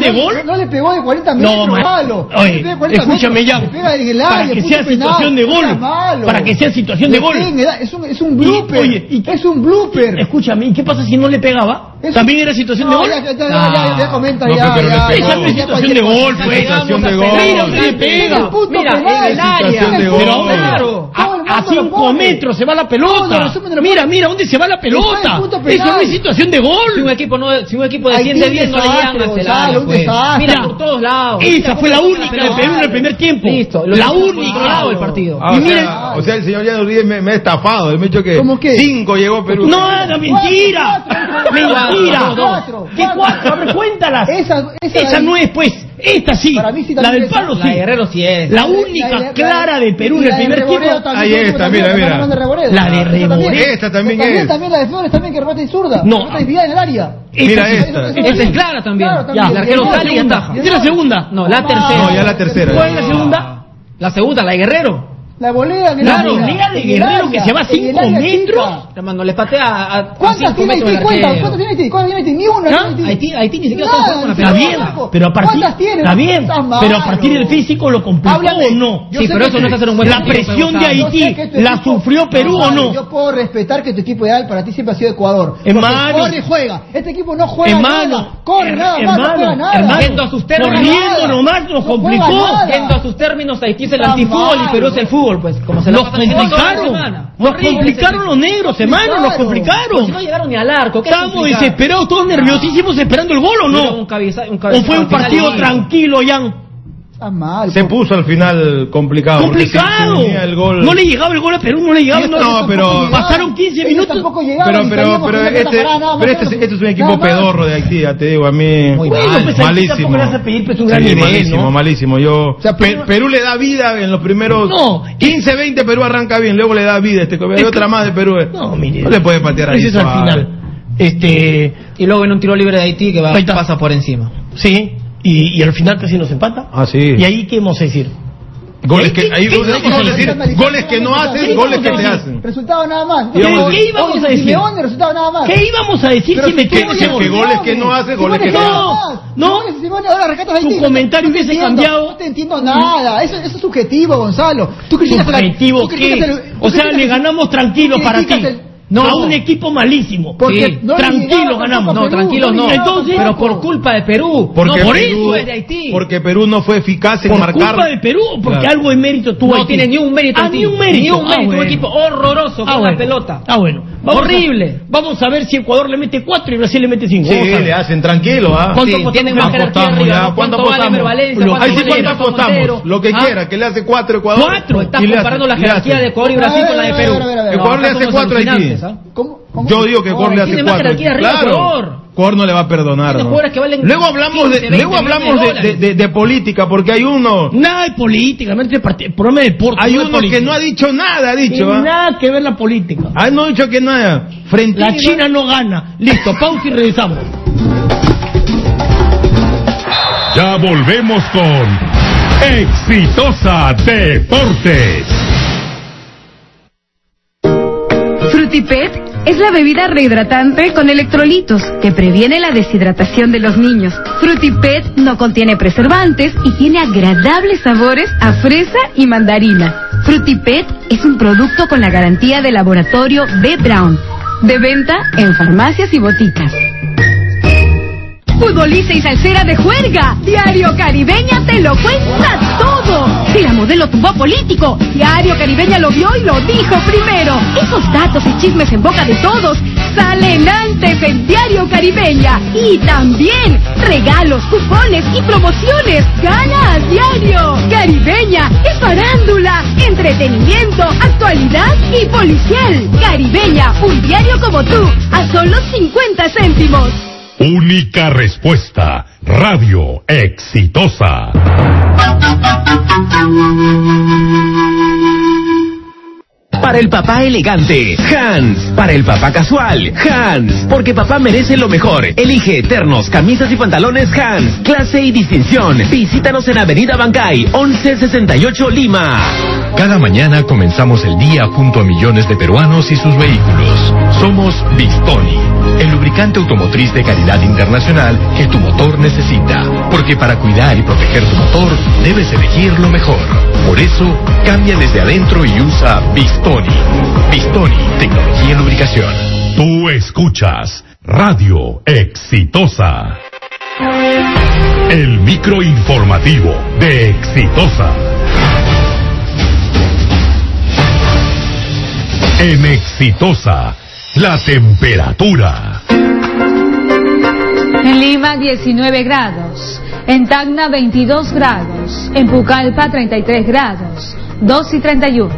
S4: penal.
S5: de
S4: No,
S5: gol.
S4: No, le pegó de 40 metros.
S5: No, ma-
S4: malo.
S5: Oye,
S4: Le pegó de 40
S5: escúchame
S4: metros,
S5: ya.
S4: le pega en el
S5: Para
S4: área,
S5: que
S4: punto
S5: sea
S4: penal,
S5: situación de gol.
S4: está malo.
S5: Para que sea situación de
S4: Le
S5: gol.
S4: pega en el área, Es un, es un blooper.
S5: oye, y-
S4: es un blooper.
S5: Escúchame, ¿y qué pasa si no le pegaba?
S4: Eso-
S5: ¿También era situación de
S4: No,
S5: gol?
S4: Ya, ya, ya, ya, ya comenta,
S2: No,
S4: ya, ya,
S2: pero le
S4: ya,
S5: Esa
S2: pegó.
S5: no
S4: ya,
S5: es
S4: ya,
S5: situación de gol,
S2: Fue
S5: pues.
S2: situación de gol.
S5: Mira, le
S4: El
S5: pega.
S4: punto
S3: Mira,
S4: penal.
S3: en el área.
S2: Situación de
S5: Pero
S2: gol.
S5: claro,
S4: Todo el mundo
S5: a, a
S4: lo
S5: cinco
S4: pone.
S5: metros se va la
S4: Todo el
S5: pelota.
S4: resumen de lo
S5: Mira,
S4: pone.
S5: mira, ¿dónde se va la
S4: Está
S5: pelota?
S4: en punto penal.
S5: Eso no es situación de
S3: Si un
S5: gol.
S3: equipo, no, si un equipo
S4: Haití
S3: defiende
S4: un
S3: bien, no le
S4: desastre,
S3: llegan hasta el
S4: Gonzalo,
S3: área,
S4: un
S3: pues.
S4: desastre.
S3: Mira, por todos lados.
S5: Esa fue la única
S3: Pero-
S5: de Perú en el primer tiempo.
S3: Listo, lo
S5: La
S3: hizo por
S5: única.
S3: controlado el partido.
S2: Ah,
S5: Y
S2: o,
S5: miren-
S2: sea, o sea, el señor Yanurides me, me ha estafado. Él me ha dicho que
S4: ¿Cómo qué?
S2: cinco llegó a Perú.
S5: No, no, mentira.
S4: Cuatro,
S5: Mentira.
S4: cuatro,
S5: ¿Qué
S4: cuatro.
S5: cuatro? A ver, cuéntala.
S4: Esa- esa de ahí.
S5: no es, pues. Esta sí.
S4: Para mí sí
S5: La
S4: también
S5: del
S4: es-
S5: palo
S3: La de
S5: sí.
S3: Guerrero sí es.
S5: La
S4: de-
S5: única
S4: la de-
S5: clara de Perú en
S4: y
S5: el
S4: la de
S5: primer
S4: Reboreo
S5: tiempo.
S4: también,
S2: Ahí
S4: creo que
S2: está,
S4: también,
S2: mira,
S4: también
S2: mira.
S4: Hernán de Reboreo.
S5: La de
S4: Esta también.
S5: Reboreo.
S2: Esta también es.
S4: También la de Flores también que remate zurda.
S5: No.
S4: Remata desviada en el área.
S2: Mira
S5: sí.
S2: esta.
S4: Esa
S3: Esa es clara también.
S4: Claro,
S5: Ya,
S4: también.
S3: el arquero
S4: Y el
S3: sale y
S5: segunda.
S3: ataja.
S5: ¿Esa es la segunda?
S3: No, la
S4: No,
S3: tercera.
S2: No, ya la tercera. Ah.
S5: ¿Cuál es la segunda?
S3: La segunda, la de Guerrero.
S4: La volea en el
S5: Claro,
S4: área.
S5: volea de
S4: En el
S5: Guerrero que
S4: área,
S5: se va a
S4: en
S5: cinco
S4: el área
S5: metros.
S4: chica.
S3: Hermano, les patea a, a
S4: ¿Cuántas
S3: cinco
S4: tiene
S3: metros del
S4: Haití? Cuenta,
S3: arquero.
S4: ¿Cuántas tiene Haití? ¿Cuántas tiene Haití? Ni una.
S5: ¿Ah?
S4: tiene
S3: Haití- Haití ni siquiera
S4: Nada,
S3: está jugando con la
S4: ni
S5: Está
S3: pelota.
S5: bien,
S4: siquiera juega.
S5: pero a partir,
S4: ¿Cuántas tiene?
S5: está bien,
S4: Está malo.
S5: pero a partir del físico lo complicó
S4: Háblame.
S5: o no.
S4: Yo
S3: Sí,
S4: sé
S3: pero
S4: que
S3: eso
S4: te-
S3: no es hacer un buen
S5: La
S3: equipo,
S5: presión
S3: Gonzalo.
S5: de Haití.
S4: Yo sé que tu
S5: ¿la
S4: equipo-
S5: sufrió Perú
S4: Gonzalo,
S5: o no?
S4: Yo puedo respetar que tu equipo ideal para ti siempre ha sido Ecuador. Porque
S5: Hermano.
S4: Corre y juega. Este equipo no juega
S5: Hermano.
S4: nada. Corre
S5: Her-
S4: nada más, no
S5: hermano,
S4: juega nada.
S5: hermano.
S3: Yendo a sus términos.
S5: Corriendo nomás
S4: No
S5: nos
S4: juega
S5: complicó.
S4: nada.
S3: Yendo a sus términos, Haití es el
S4: Está
S3: antifútbol
S4: mal.
S3: y Perú es el fútbol, pues. Como se la
S5: Nos
S3: pasan diciendo toda la
S5: complicaron.
S3: semana.
S5: Nos
S3: Horrible
S5: complicaron
S3: ese
S5: los negros, hermano. Nos
S3: equipo. Si no
S5: complicaron.
S3: llegaron ni al arco, ¿qué es
S5: Estamos
S3: complicar?
S5: desesperados, todos nerviosísimos esperando el gol o
S3: Era
S5: no.
S3: un cabeza- un
S5: O
S3: cabezazo
S5: fue un
S3: al final
S5: partido
S3: y-
S5: tranquilo, Jan.
S4: Está mal.
S2: Se puso al final complicado. porque se-
S5: Complicado.
S2: se venía el gol.
S5: No le llegaba el gol a Perú, no le llegaba.
S2: No,
S5: no-
S2: pero-
S5: Pasaron 15 minutos.
S2: Pero, pero, pero, este, pero este, es- este es un equipo pedorro de Haití, ya te digo, a mí.
S3: Muy
S5: Bueno,
S3: mal.
S5: pues, Haití
S2: malísimo.
S5: tampoco le vas a pedir, pues, un gran
S2: Sí,
S5: nivel,
S2: malísimo,
S5: ¿no?
S2: malísimo. Yo,
S4: sea,
S2: Pe-
S4: Perú-
S2: Perú le da vida en los primeros
S5: No.
S2: 15, 20. Perú arranca bien, luego le da vida. Este, hay
S5: Es que-
S2: otra más de Perú. eh.
S5: No, mire.
S2: No le puede patear ahí.
S5: Ese es al
S2: suave.
S5: final. Este,
S3: Y luego en un tiro libre de Haití que va-
S5: Ahí está.
S3: pasa por encima.
S5: sí. Y, y al final casi nos empata.
S2: Ah, sí.
S5: ¿Y ahí qué hemos de decir?
S2: Goles que,
S5: ¿Qué-
S2: ahí
S5: qué-
S2: goles,
S5: qué-
S2: goles-
S5: qué-
S2: decir, goles que no haces,
S5: qué-
S2: goles que
S5: qué-
S2: te hacen.
S4: Resultado nada más.
S5: ¿Qué- qué íbamos
S4: Oye,
S5: a decir?
S4: Simeone, resultado nada más.
S5: ¿Qué íbamos a decir
S4: Pero
S5: si me
S4: si
S5: quedo
S4: tú
S5: ese
S4: ya-
S5: gol?
S2: Que goles que no haces, goles que
S4: Simeone,
S2: te
S5: no,
S4: nada
S2: hacen.
S4: más.
S5: no.
S4: Simeone, Simeone, ahora rescatas a
S5: Tu
S4: Haití.
S5: comentario
S4: No te
S5: hubiese
S4: entiendo,
S5: cambiado.
S4: No te entiendo nada. Eso, eso es subjetivo, Gonzalo. Tú criticas a la-
S5: Subjetivo,
S4: tú criticas
S5: ¿qué?
S4: al- tú
S5: O sea,
S4: criticas
S5: le
S4: al-
S5: ganamos tranquilo
S4: tú
S5: para ti.
S4: criticas el-
S5: No, a
S3: No.
S5: un equipo malísimo.
S4: Porque
S3: Sí.
S4: no le
S5: tranquilo
S4: llegaba tampoco
S5: ganamos.
S3: No,
S4: Perú,
S3: tranquilo no.
S4: le llegaba
S5: Entonces-
S3: pero
S4: tampoco.
S3: por culpa de Perú.
S2: Porque,
S3: no, por
S2: Perú,
S3: eso es de Haití.
S2: porque Perú no fue eficaz en
S5: por
S2: marcar.
S5: culpa de Perú, porque
S2: Claro.
S5: algo de mérito tuvo
S3: no
S5: Haití.
S3: tiene ni un mérito.
S5: Ah,
S3: Haití.
S5: ni un mérito.
S3: Ni un
S5: Ah,
S3: mérito.
S5: bueno.
S3: Un equipo horroroso con
S5: Ah,
S3: la
S5: bueno.
S3: pelota.
S5: Ah, bueno.
S3: Horrible.
S5: A, vamos a ver si Ecuador le mete 4 y Brasil le mete 5.
S2: Sí, le hacen tranquilo, ¿ah?
S5: ¿Cuánto
S3: Sí,
S5: apostamos?
S3: tienen más jerarquía
S2: Apostamos,
S3: arriba,
S2: ya.
S3: ¿no?
S2: ¿Cuánto
S3: ¿Cuánto vale
S2: apostamos?
S3: Mer Valencia?
S5: Lo-
S3: ¿Cuánto
S2: Ahí sí
S3: vale
S2: cuánto
S3: Nelson
S2: apostamos.
S3: Montero?
S2: Lo que
S3: Ah,
S2: quiera, que le hace 4 Ecuador.
S5: Cuatro,
S2: Y
S3: Estás
S2: le hace-
S3: comparando la
S2: y le hace.
S3: jerarquía de Ecuador y
S4: A ver,
S3: Brasil con la de
S4: a ver,
S3: Perú.
S4: a ver, a ver.
S2: Ecuador le hace
S3: Somos
S2: cuatro a Haití.
S3: alucinantes, ¿ah?
S4: ¿Cómo? ¿Cómo?
S2: Yo digo que Ecuador le
S4: Ahora,
S2: hace
S3: tiene más
S2: 4.
S3: jerarquía arriba, Ecuador.
S2: Ecuador no le va a perdonar.
S3: Tiene
S2: ¿no?
S3: jugadores que valen
S2: Luego hablamos,
S3: 15,
S2: de,
S3: 20
S2: luego hablamos de,
S3: millones de
S2: de- de- de política, porque hay uno,
S5: Nada de política, no es de parte- problema de deporte.
S2: hay
S5: no de
S2: uno que
S5: política.
S2: no ha dicho nada, ha dicho.
S5: Tiene
S2: ¿ah?
S5: nada que ver la política.
S2: Ah, no ha dicho que nada. Frente
S5: La China no gana. Listo, pausa y regresamos.
S7: Ya volvemos con Exitosa Deportes.
S8: Frutipet es la bebida rehidratante con electrolitos que previene la deshidratación de los niños. Frutipet no contiene preservantes y tiene agradables sabores a fresa y mandarina. Frutipet es un producto con la garantía de laboratorio B. Brown. De venta en farmacias y boticas. Futbolista y salsera de juerga. Diario Caribeña te lo cuenta todo. Si la modelo tuvo a político, Diario Caribeña lo vio y lo dijo primero. Esos datos y chismes en boca de todos salen antes en Diario Caribeña. Y también regalos, cupones y promociones. Gana a diario. Caribeña es farándula, entretenimiento, actualidad y policial. Caribeña, un diario como tú, a solo 50 céntimos.
S7: Única respuesta. Radio exitosa.
S9: Para el papá elegante, Hans. Para el papá casual, Hans. Porque papá merece lo mejor. Elige eternos, camisas y pantalones Hans. Clase y distinción. Visítanos en Avenida Bancay, 1168 Lima.
S10: Cada mañana comenzamos el día junto a millones de peruanos y sus vehículos. Somos Bistoni, el lubricante automotriz de calidad internacional que tu motor necesita. Porque para cuidar y proteger tu motor, debes elegir lo mejor. Por eso, cambia desde adentro y usa Bistoni. Bistoni, tecnología en lubricación.
S7: Tú escuchas Radio Exitosa. El microinformativo de Exitosa. En Exitosa, la temperatura.
S11: En Lima 19 grados, en Tacna 22 grados, en Pucallpa 33 grados, 2 y 31.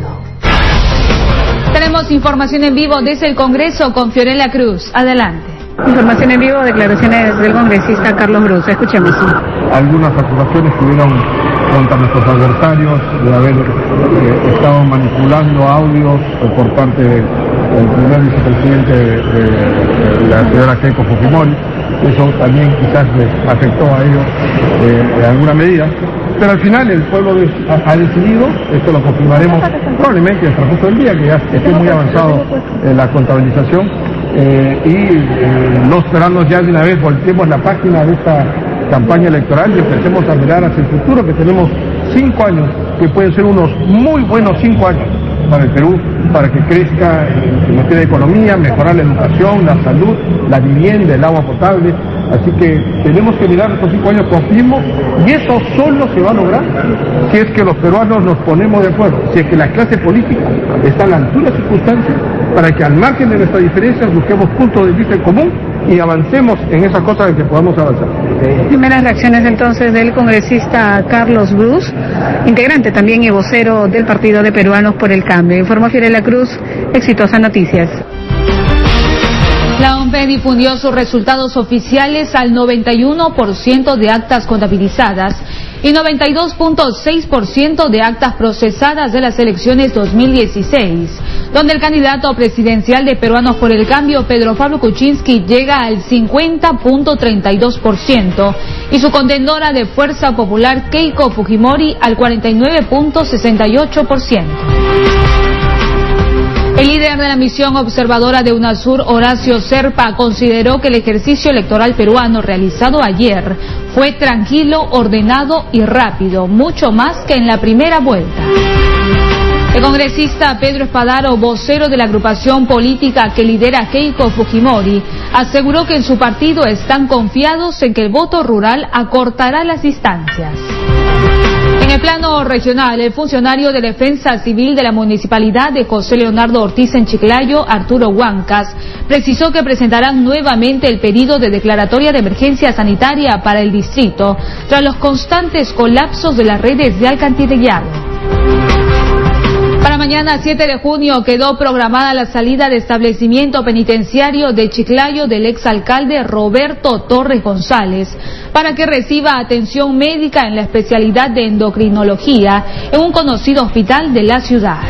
S11: Tenemos información en vivo desde el Congreso con Fiorella Cruz. Adelante.
S12: Información en vivo, declaraciones del congresista Carlos Cruz. Escuchemos.
S13: algunas acusaciones que hubieron contra nuestros adversarios de haber eh, estado manipulando audios eh, por parte del primer vicepresidente de, de- de la señora Keiko Fujimori. Eso también quizás les afectó a ellos eh, en alguna medida. Pero al final el pueblo de- ha, ha decidido, esto lo confirmaremos probablemente en el transcurso del día, que ya esté muy avanzado eh, la contabilización, eh, y eh, no esperarnos ya de una vez, volteemos la página de esta campaña electoral y empecemos a mirar hacia el futuro, que tenemos cinco años, que pueden ser unos muy buenos cinco años para el Perú, para que crezca en, en materia de economía, mejorar la educación, la salud, la vivienda, el agua potable. Así que tenemos que mirar estos cinco años con optimismo y eso solo se va a lograr si es que los peruanos nos ponemos de acuerdo, si es que la clase política está a la altura de las circunstancias para que al margen de nuestras diferencias busquemos puntos de vista en común y avancemos en esas cosas en que podamos avanzar.
S12: Primeras reacciones entonces del congresista Carlos Cruz, integrante también y vocero del Partido de Peruanos por el Cambio. Informó Fiorella Cruz, exitosa noticias.
S11: La OMP difundió sus resultados oficiales al 91% de actas contabilizadas y 92.6% de actas procesadas de las elecciones 2016, donde el candidato presidencial de Peruanos por el Cambio, Pedro Pablo Kuczynski, llega al 50.32% y su contendora de Fuerza Popular, Keiko Fujimori, al 49.68%. El líder de la misión observadora de UNASUR, Horacio Serpa, consideró que el ejercicio electoral peruano realizado ayer fue tranquilo, ordenado y rápido, mucho más que en la primera vuelta. El congresista Pedro Espadaro, vocero de la agrupación política que lidera Keiko Fujimori, aseguró que en su partido están confiados en que el voto rural acortará las distancias. En el plano regional, el funcionario de Defensa Civil de la Municipalidad de José Leonardo Ortiz en Chiclayo, Arturo Huancas, precisó que presentarán nuevamente el pedido de declaratoria de emergencia sanitaria para el distrito tras los constantes colapsos de las redes de alcantarillado. Para mañana 7 de junio quedó programada la salida de establecimiento penitenciario de Chiclayo del exalcalde Roberto Torres González para que reciba atención médica en la especialidad de endocrinología en un conocido hospital de la ciudad.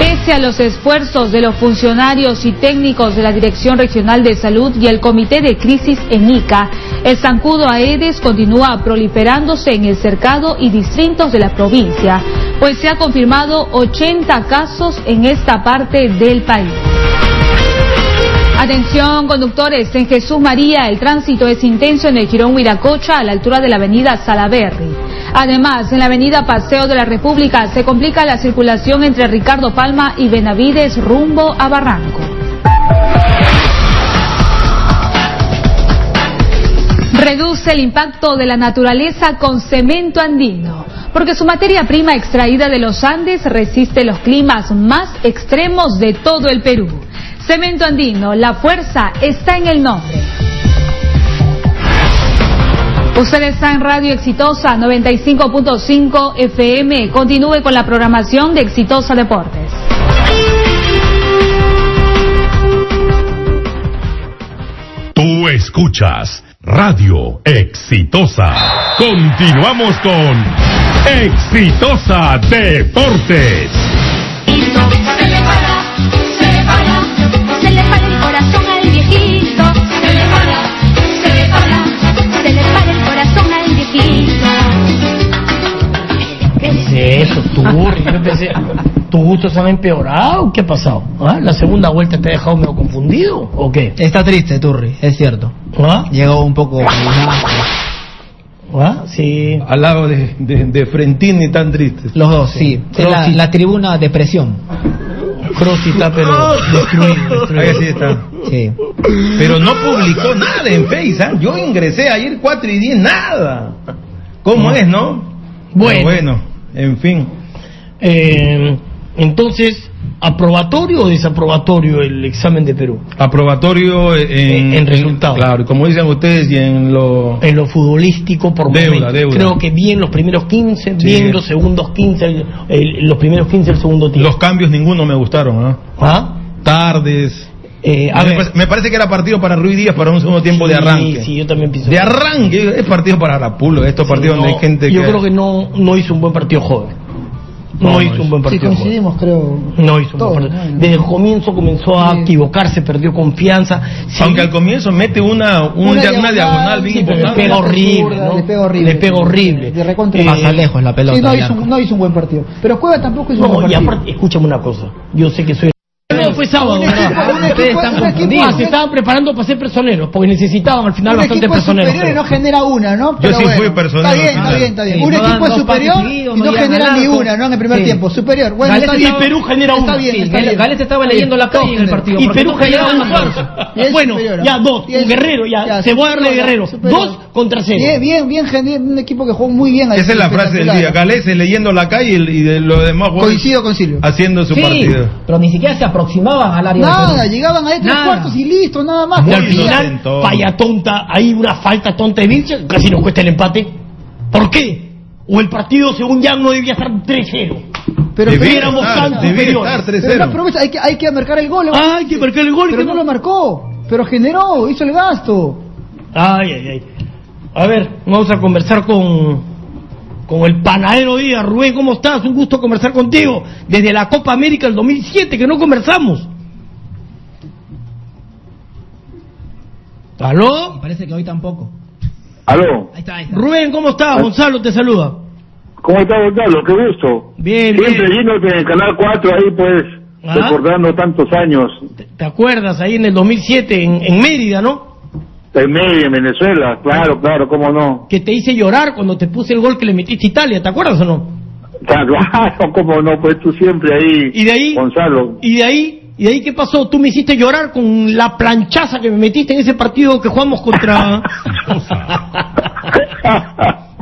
S11: Pese a los esfuerzos de los funcionarios y técnicos de la Dirección Regional de Salud y el Comité de Crisis en ICA, el zancudo Aedes continúa proliferándose en el cercado y distritos de la provincia, pues se ha confirmado 80 casos en esta parte del país. Atención conductores, en Jesús María el tránsito es intenso en el Girón Huiracocha a la altura de la avenida Salaberry. Además, en la avenida Paseo de la República se complica la circulación entre Ricardo Palma y Benavides rumbo a Barranco. Reduce el impacto de la naturaleza con cemento andino, porque su materia prima extraída de los Andes resiste los climas más extremos de todo el Perú. Cemento andino, la fuerza está en el nombre. Usted está en Radio Exitosa 95.5 FM. Continúe con la programación de Exitosa Deportes.
S7: Tú escuchas Radio Exitosa. Continuamos con Exitosa Deportes.
S1: Se le para, se le para, se le para el corazón al viejito. Se le para, se le para, se le para el corazón al viejito.
S5: ¿Qué es eso, tú? Yo pensé, tus gustos han empeorado. ¿Qué ha pasado? ¿Ah? ¿La segunda vuelta te ha dejado medio confundido o qué? ¿Ah?
S3: Está triste, Turri, es cierto. Llegó un poco...
S5: Sí.
S2: ¿Ah? Al lado de, de, de Frentini tan triste.
S3: Los dos, sí. Es la, la tribuna depresión.
S5: Crossi está pero destruido,
S2: sí está.
S3: Sí.
S2: Pero no publicó nada en Face, ¿ah? Yo ingresé ayer 4 y 10, nada. ¿Cómo es, no?
S5: Bueno.
S2: Pero bueno, en fin.
S5: Eh, entonces, ¿aprobatorio o desaprobatorio el examen de Perú?
S2: Aprobatorio en,
S5: en resultado.
S2: Claro, como dicen ustedes, y en lo.
S5: En lo futbolístico por
S2: Deuda,
S5: momentos.
S2: deuda.
S5: Creo que bien los primeros 15,
S2: Sí.
S5: bien los segundos 15, el- el- los primeros 15 el segundo tiempo.
S2: Los cambios ninguno me gustaron, ¿ah?
S5: ¿Ah? Eh,
S2: Tardes.
S5: a
S2: me,
S5: ver.
S2: parece, me parece que era partido para Ruiz Díaz para un segundo tiempo de
S5: Sí,
S2: arranque.
S5: sí, yo también pienso.
S2: De arranque, es partido para Arapulo, estos partidos donde
S5: No,
S2: hay gente
S5: yo
S2: que.
S5: creo que no, no hizo un buen partido joven. No,
S2: No, no
S5: hizo
S2: hizo.
S5: un buen
S4: Sí,
S5: partido joven.
S4: coincidimos, creo.
S5: No hizo un
S4: Todo,
S5: buen partido.
S4: ¿no?
S5: Desde el comienzo comenzó a equivocarse, perdió confianza.
S2: Aunque al comienzo mete una, un- una, diagonal bien
S5: sí, pero
S2: importante.
S5: Le pega horrible,
S4: zurda,
S5: ¿no?
S4: le pega horrible.
S5: Le pega horrible.
S4: De recontra.
S5: Eh,
S3: Pasa lejos la pelota.
S4: Sí, no
S3: al
S4: hizo,
S3: arco.
S4: un- no hizo un buen partido. Pero Cueva tampoco hizo un
S5: No,
S4: buen
S5: y
S4: partido.
S5: aparte, escúchame una cosa. Yo sé que soy. No, fue sábado,
S4: Un
S5: ¿verdad?
S4: equipo- un
S5: Ustedes
S4: equipo-
S5: están
S4: un equipo-
S5: confundidos. Ah, se estaban preparando para ser personeros, porque necesitaban al final
S4: un
S5: bastante
S4: equipo
S5: personeros.
S4: superior y no genera una, ¿no? Pero
S2: sí
S4: bueno,
S2: fui personero,
S4: Está bien,
S2: sí,
S4: está
S2: claro.
S4: bien, está bien.
S2: Sí,
S4: un
S2: no dan
S4: equipo
S2: dos pases
S4: superior
S2: seguidos,
S4: y
S2: no
S4: no
S2: llegan
S4: genera
S2: al
S4: ni
S2: arco.
S4: una, ¿no? En el primer
S2: Sí.
S4: tiempo. Superior. Bueno,
S5: Galeta-
S4: está-
S5: y Perú genera
S4: Está
S5: una.
S4: bien,
S5: Sí,
S4: está
S5: Gale-
S4: bien.
S5: Galeta estaba leyendo la
S4: Está
S5: costa en
S4: bien.
S5: el partido.
S4: Y
S5: Y Perú genera una
S4: Y es
S5: Bueno,
S4: superior, ¿no?
S5: ya dos.
S4: Y es-
S5: Un guerrero, ya. Se va a darle
S4: superior,
S5: guerrero.
S4: superior.
S5: Dos contra cero.
S4: Bien, bien, bien, Gené- un equipo que jugó muy bien. al
S2: Esa es la frase del día.
S4: espectacular.
S2: Galese leyendo la calle y, y de los demás jugadores
S4: Coincido con Silvio.
S2: haciendo su
S3: Sí,
S2: partido.
S3: pero ni siquiera se aproximaban al área de
S4: Nada,
S3: Perú.
S4: llegaban a estos
S3: Nada.
S4: cuartos y listo, nada más.
S5: Y al
S2: Muy
S5: final,
S2: inocentón.
S5: falla tonta, hay una falta tonta de Vilches, casi nos cuesta el empate. ¿Por qué? O el partido, según Jan, no debía estar 3-0.
S4: Pero
S5: Debiera
S4: pero-
S5: éramos
S2: estar,
S5: tan
S2: debiera
S5: superiores.
S4: pero
S2: estar 3-0.
S4: no aprovecha, hay que, hay que marcar el gol.
S5: Ah, hay que marcar el gol,
S4: Pero
S5: que
S4: no
S5: no.
S4: lo marcó. Pero generó, hizo el gasto.
S5: Ay, ay, ay. A ver, vamos a conversar con, con el panadero Díaz. Rubén, ¿cómo estás? Un gusto conversar contigo. Desde la Copa América del 2007, que no conversamos. ¿Aló?
S3: Y parece que hoy tampoco.
S14: Aló,
S3: Ahí está, ahí está.
S5: Rubén, ¿cómo estás? Gonzalo te saluda.
S14: ¿cómo está Gonzalo? Qué gusto.
S5: Bien,
S14: Siempre
S5: bien.
S14: llenos en el Canal 4 ahí pues,
S5: Ah.
S14: recordando tantos años.
S5: ¿Te acuerdas? Ahí en el 2007, en, en Mérida, ¿no?
S14: En medio, en Venezuela, claro, claro, cómo no.
S5: Que te hice llorar cuando te puse el gol que le metiste a Italia, ¿te acuerdas o no?
S14: Claro, cómo no, pues tú siempre ahí,
S5: Y de ahí,
S14: Gonzalo.
S5: y de ahí, y de ahí qué pasó? Tú me hiciste llorar con la planchaza que me metiste en ese partido que jugamos contra.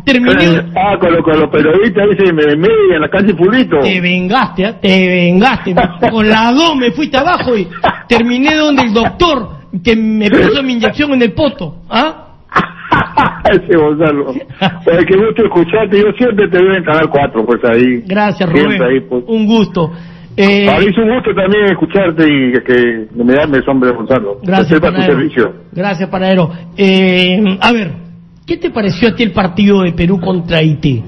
S5: Terminé.
S14: ah, con, lo- con los periodistas, dice, me medio en la calle Fulito.
S5: Te vengaste, ¿ah? te vengaste. Con la dos me fuiste abajo y terminé donde el doctor que me puso mi inyección en el poto, ¿ah?
S14: Ah, Ese Gonzalo. Oye, qué gusto escucharte, yo siempre te veo en Canal 4, pues ahí.
S5: Gracias,
S14: Siempre ahí,
S5: Rubén.
S14: pues.
S5: Un gusto. Eh,
S14: Para mí es un gusto también escucharte y que me llames, hombre, Gonzalo.
S5: Gracias,
S14: Estoy para tu
S5: panadero.
S14: servicio.
S5: Gracias, panadero. Eh, a ver, ¿qué te pareció a ti el partido de Perú contra Haití?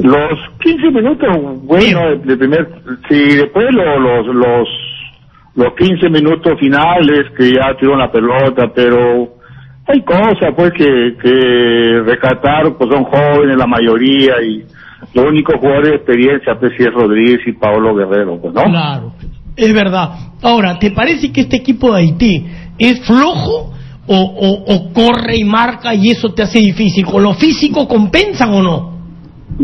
S14: Los 15 minutos, bueno, de, de primer, sí, después lo- los, los, los 15 minutos finales que ya tuvieron la pelota, pero hay cosas pues que, que rescatar, pues son jóvenes la mayoría y los únicos jugadores de experiencia pues sí es Rodríguez y Pablo Guerrero, pues, ¿no?
S5: Claro, es verdad. Ahora, ¿te parece que este equipo de Haití es flojo o, o- o corre y marca y eso te hace difícil? ¿Con lo físico compensan o no?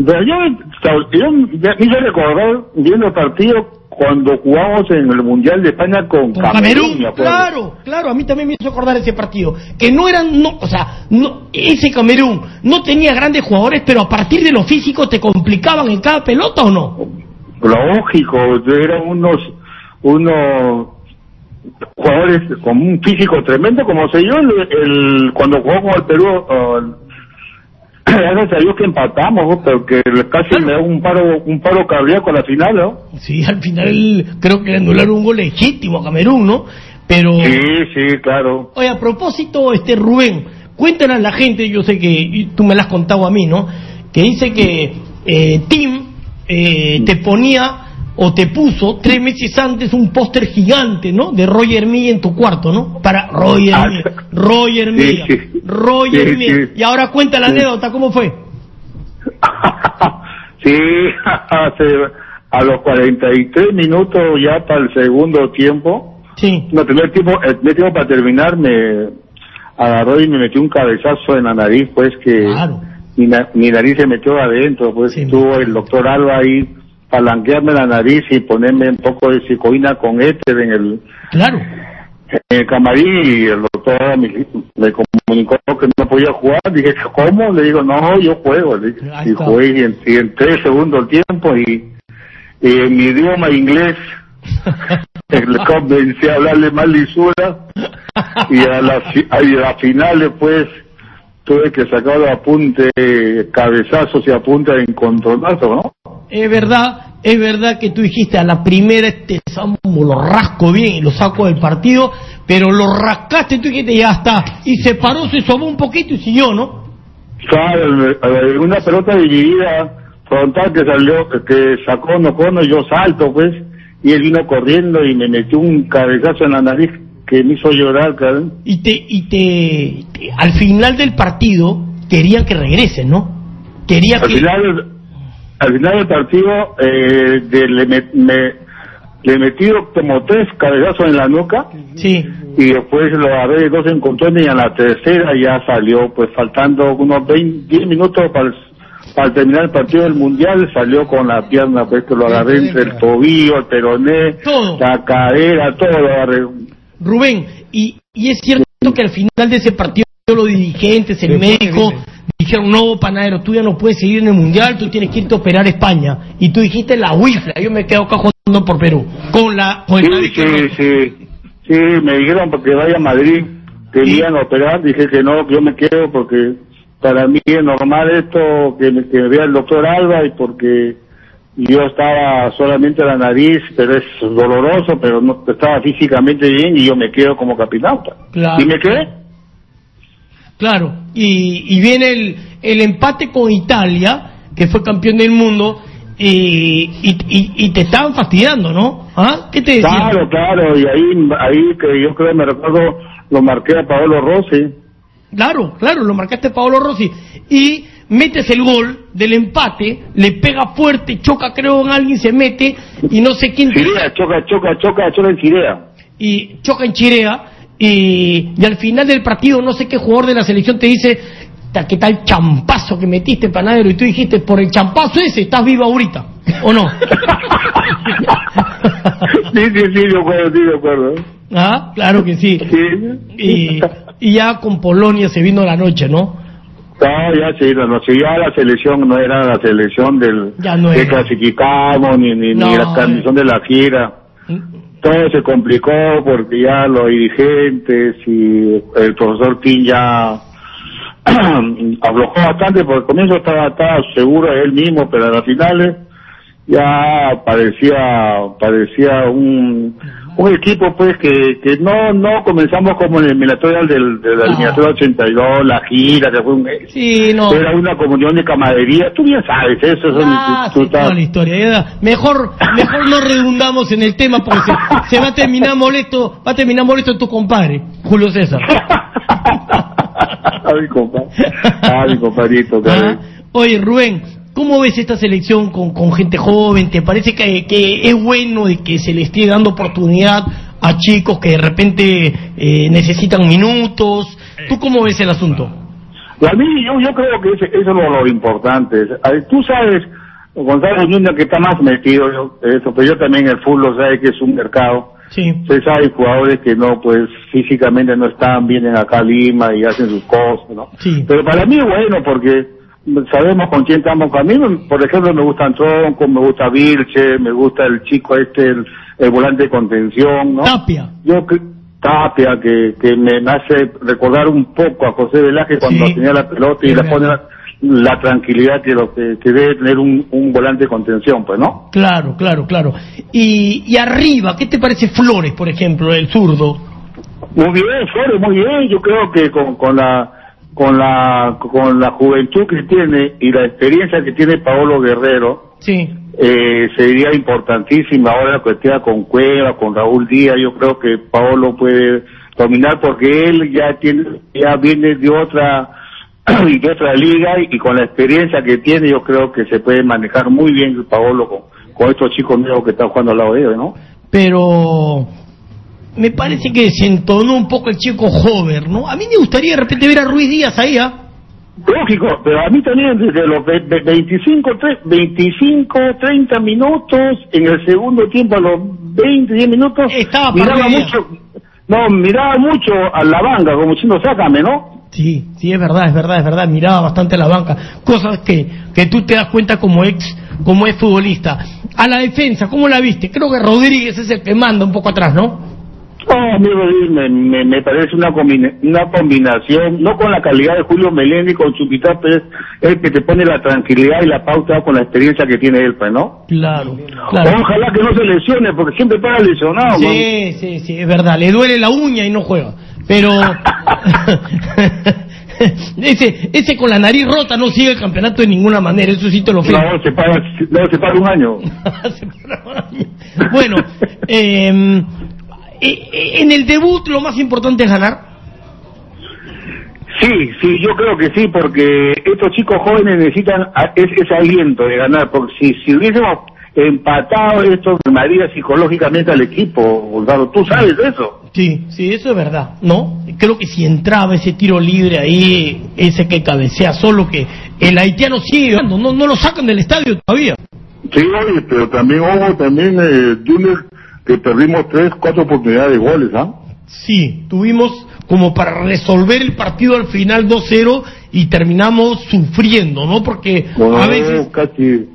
S14: Pero yo, yo me hice recordar viendo el partido cuando jugamos en el Mundial de España con,
S5: Con Camerún,
S14: me acuerdo.
S5: claro, claro, a mí también me hizo acordar ese partido, que no eran, no, o sea, no, ese Camerún no tenía grandes jugadores, pero a partir de lo físico te complicaban en cada pelota o no.
S14: Lógico, eran unos, unos jugadores con un físico tremendo, como se dio el, el- cuando jugó con el Perú. ah, gracias a Dios que empatamos, ¿no? pero que casi me da un paro, un paro cardíaco a la final, ¿no?
S5: Sí, al final creo que le anularon un gol legítimo a Camerún, ¿no? Pero
S14: Sí, sí, claro.
S5: Oye, a propósito, este Rubén, cuéntale a la gente, yo sé que y tú me la has contado a mí, ¿no? Que dice que eh, Tim eh, te ponía o te puso tres meses antes un póster gigante, ¿no? De Roger Milla en tu cuarto, ¿no? Para Roger
S14: Ah,
S5: Milla, Roger
S14: sí,
S5: Milla,
S14: sí.
S5: Roger
S14: Sí,
S5: Milla.
S14: sí.
S5: Y ahora cuenta la
S14: Sí.
S5: anécdota, ¿cómo fue?
S14: Sí, hace- a los 43 minutos ya para el segundo tiempo.
S5: Sí.
S14: No, primer tiempo, el primer tiempo para terminar me agarró y me metió un cabezazo en la nariz, pues que mi, na- mi nariz se metió adentro, pues estuvo el doctor Alba ahí palanquearme la nariz y ponerme un poco de psicoína con éter en el,
S5: Claro.
S14: en el camarín y el doctor me, me comunicó que no podía jugar. Dije, ¿cómo? Le digo, no, yo juego. Le dije,
S5: Ahí
S14: y
S5: está.
S14: jugué y en, y en tres segundos tiempo y, y en mi idioma inglés le convencí a hablarle más lisura y a la, fi- y a la final después tuve que sacar los apuntes, cabezazos y apuntes en controlazo, ¿no?
S5: Es verdad, es verdad que tú dijiste a la primera este Sambo lo rasco bien y lo saco del partido, pero lo rascaste tú dijiste ya está. Y se paró, se sobó un poquito y siguió, ¿no?
S14: Claro, eh, una pelota dividida frontal que salió, que sacó no cono, yo salto pues, y él vino corriendo y me metió un cabezazo en la nariz que me hizo llorar, cabrón.
S5: Y te, y te, te- al final del partido querían que regrese, ¿no? Quería
S14: Al
S5: que
S14: final, al final del partido eh, de- le, met- me- le metí como tres cabezazos en la nuca
S5: sí.
S14: y después lo agarré de dos encontrones y a la tercera ya salió, pues faltando unos 20, 10 minutos para, el- para terminar el partido del Mundial, salió con la pierna, pues que lo agarré entre el tobillo, el peroné, la cadera, todo lo agarré.
S5: Rubén, y, y es cierto que al final de ese partido los dirigentes, el médico, dijeron, no, Panadero, tú ya no puedes seguir en el Mundial, tú tienes que irte a operar a España. Y tú dijiste la huifla, yo me quedo acá jugando por Perú. Con la... Con el
S14: Sí, sí, sí, sí, me dijeron porque vaya a Madrid, que me iban a operar, dije que no, que yo me quedo porque para mí es normal esto, que me, que me vea el doctor Alba y porque yo estaba solamente la nariz, pero es doloroso, pero no estaba físicamente bien y yo me quedo como capitauta.
S5: Claro.
S14: ¿Y me quedé?
S5: Claro, y, y viene el, el empate con Italia, que fue campeón del mundo, y, y, y- y te estaban fastidiando, ¿no? ¿Ah? ¿Qué te decían?
S14: Claro, claro, y ahí, ahí que yo creo, me recuerdo, lo marqué a Paolo Rossi.
S5: Claro, claro, lo marcaste Paolo Rossi. Y metes el gol del empate, le pega fuerte, choca creo en alguien, se mete y no sé quién...
S14: Chirea, choca, choca, choca, choca en Chirea.
S5: Y choca en Chirea y, y al final del partido no sé qué jugador de la selección te dice, "Ta, ¿qué tal champazo que metiste, panadero? Y tú dijiste, por el champazo ese estás viva ahorita, ¿o no?
S14: Sí, sí, sí, yo acuerdo, sí, yo acuerdo.
S5: Ah, claro que sí. Y, y ya con Polonia se vino la noche, ¿no?
S14: No, Ah, ya sí, no, no, si ya la selección no era la selección del
S5: Ya no
S14: que
S5: era.
S14: clasificamos ni ni, ni
S5: No. Mm.
S14: la transmisión de la gira. Todo se complicó porque ya los dirigentes y el profesor King ya aflojó bastante porque al comienzo estaba, estaba seguro de él mismo, pero a las finales ya parecía parecía un un equipo pues que, que no no comenzamos como en el eliminatoria del, de la eliminatoria 82, la gira que fue un,
S5: Sí, no.
S14: era una comunión de camaradería, tú bien sabes eso, eso
S5: Ah,
S14: tú
S5: sí,
S14: estás-
S5: toda la historia. ya. Mejor, mejor no redundamos en el tema porque se, se va a terminar molesto, va a terminar molesto tu compadre, Julio César.
S14: Ay, compadre. Ay, compadrito, caray.
S5: Oye, Rubén, ¿cómo ves esta selección con, con gente joven? ¿Te parece que, que es bueno de que se le esté dando oportunidad a chicos que de repente eh, necesitan minutos? ¿Tú cómo ves el asunto?
S14: Y a mí, yo, yo creo que ese- eso es lo, lo importante. A ver, Tú sabes, González Junior que está más metido, yo, eso, pero yo también el fútbol sabe que es un mercado.
S5: Sí.
S14: Ustedes saben Pues jugadores que no, pues físicamente no están, vienen acá a Lima y hacen sus cosas, ¿no?
S5: Sí.
S14: Pero para mí es bueno porque sabemos con quién estamos. A mí, por ejemplo, me gusta Antronco, me gusta Vilche, me gusta el chico este, el, el volante de contención, ¿no? Tapia. Yo cre- Tapia, que, que me me hace recordar un poco a José Velázquez cuando tenía la pelota y le pone la, la tranquilidad que, lo que, que debe tener un, un volante de contención, pues, ¿no?
S5: Claro, claro, claro. Y, y arriba, ¿qué te parece Flores, por ejemplo, el zurdo?
S14: Muy bien, Flores, muy bien. Yo creo que con, con la con la con la juventud que tiene y la experiencia que tiene Paolo Guerrero,
S5: Sí.
S14: eh, sería importantísima ahora la cuestión con Cueva, con Raúl Díaz. Yo creo que Paolo puede dominar porque él ya tiene ya viene de otra de otra liga y, y con la experiencia que tiene, yo creo que se puede manejar muy bien Paolo con, con estos chicos nuevos que están jugando al lado de ellos, ¿no?
S5: Pero me parece que se entonó un poco el chico Hover, ¿no? A mí me gustaría de repente ver a Ruiz Díaz ahí, ¿ah?
S14: Lógico, pero a mí también desde los ve- ve- 25, tre- 25, 30 minutos, en el segundo tiempo a los 20, 10 minutos, miraba
S5: parrilla.
S14: mucho, no, miraba mucho a la banca, como diciendo, sácame, ¿no?
S5: Sí, sí, es verdad, es verdad, es verdad. Miraba bastante a la banca. Cosas que, que tú te das cuenta como ex, como ex futbolista. A la defensa, ¿cómo la viste? Creo que Rodríguez es el que manda un poco atrás, ¿no?
S14: No, a mí Rodríguez Oh, me, me, me parece una, combina- una combinación, no con la calidad de Julio Melén y con Chupita, pero es el que te pone la tranquilidad y la pauta con la experiencia que tiene él, pues, ¿no?
S5: Claro, claro.
S14: Ojalá que no se lesione, porque siempre para lesionado, man.
S5: Sí, sí, sí, es verdad. Le duele la uña y no juega. Pero. ese, ese con la nariz rota no sigue el campeonato de ninguna manera. Eso sí te lo firmo.
S14: No, se para, no, se para un año.
S5: Bueno, eh, eh, en el debut lo más importante es ganar.
S14: Sí, sí, yo creo que sí, porque estos chicos jóvenes necesitan a- es- ese aliento de ganar, porque si, si hubiésemos empatado esto, maría psicológicamente al equipo, Gonzalo, tú sabes de eso.
S5: Sí, sí, eso es verdad, ¿no? Creo que si entraba ese tiro libre ahí, ese que cabecea, solo que el haitiano sigue ganando, no, no lo sacan del estadio todavía.
S15: Sí, oye, pero también, ojo, también, eh, Junior, que perdimos tres, cuatro oportunidades de goles, ¿ah?
S5: Sí, tuvimos como para resolver el partido al final 2-0 y terminamos sufriendo, ¿no? Porque
S14: No,
S5: a veces...
S14: casi,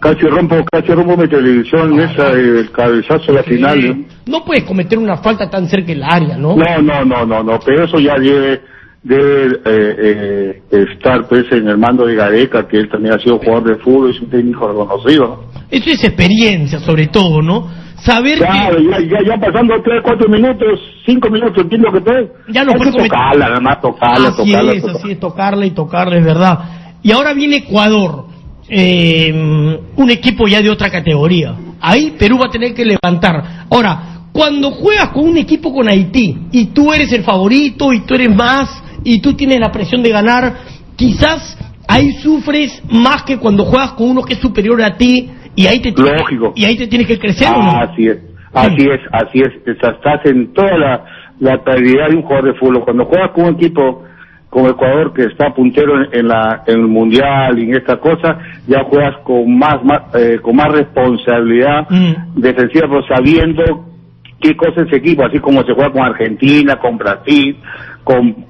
S14: casi rompo, casi rompo mi televisión, esa, eh, el cabezazo de la final. ¿no?
S5: eh, No puedes cometer una falta tan cerca del área, ¿no?
S14: No, no, no, no, no, pero eso ya debe, debe eh, eh, estar pues en el mando de Gareca, que él también ha sido jugador de fútbol, es un técnico reconocido. ¿no?
S5: Eso es experiencia, sobre todo, ¿no? Saber
S14: Claro, ya, ya, ya pasando 3, 4 minutos, 5 minutos, entiendo que todo.
S5: Ya lo
S14: ¿eh? Hay
S5: fue
S14: que
S5: cometido.
S14: tocarla, nada más tocarla,
S5: así
S14: tocarla,
S5: es,
S14: tocarla.
S5: así es, tocarla y tocarla, es verdad. Y ahora viene Ecuador, eh, un equipo ya de otra categoría. Ahí Perú va a tener que levantar. Ahora, cuando juegas con un equipo con Haití y tú eres el favorito y tú eres más y tú tienes la presión de ganar, quizás ahí sufres más que cuando juegas con uno que es superior a ti y ahí te tienes,
S14: Lógico.
S5: y ahí te tienes que crecer. ¿o no?
S14: Así es, así es, así es. Esa- Estás en toda la, la calidad de un jugador de fútbol. Cuando juegas con un equipo como Ecuador, que está puntero en, en la, en el Mundial y en esta cosa, ya juegas con más, más, eh, con más responsabilidad
S16: Mm.
S14: defensiva, pero sabiendo qué cosa es equipo, así como se juega con Argentina, con Brasil, con,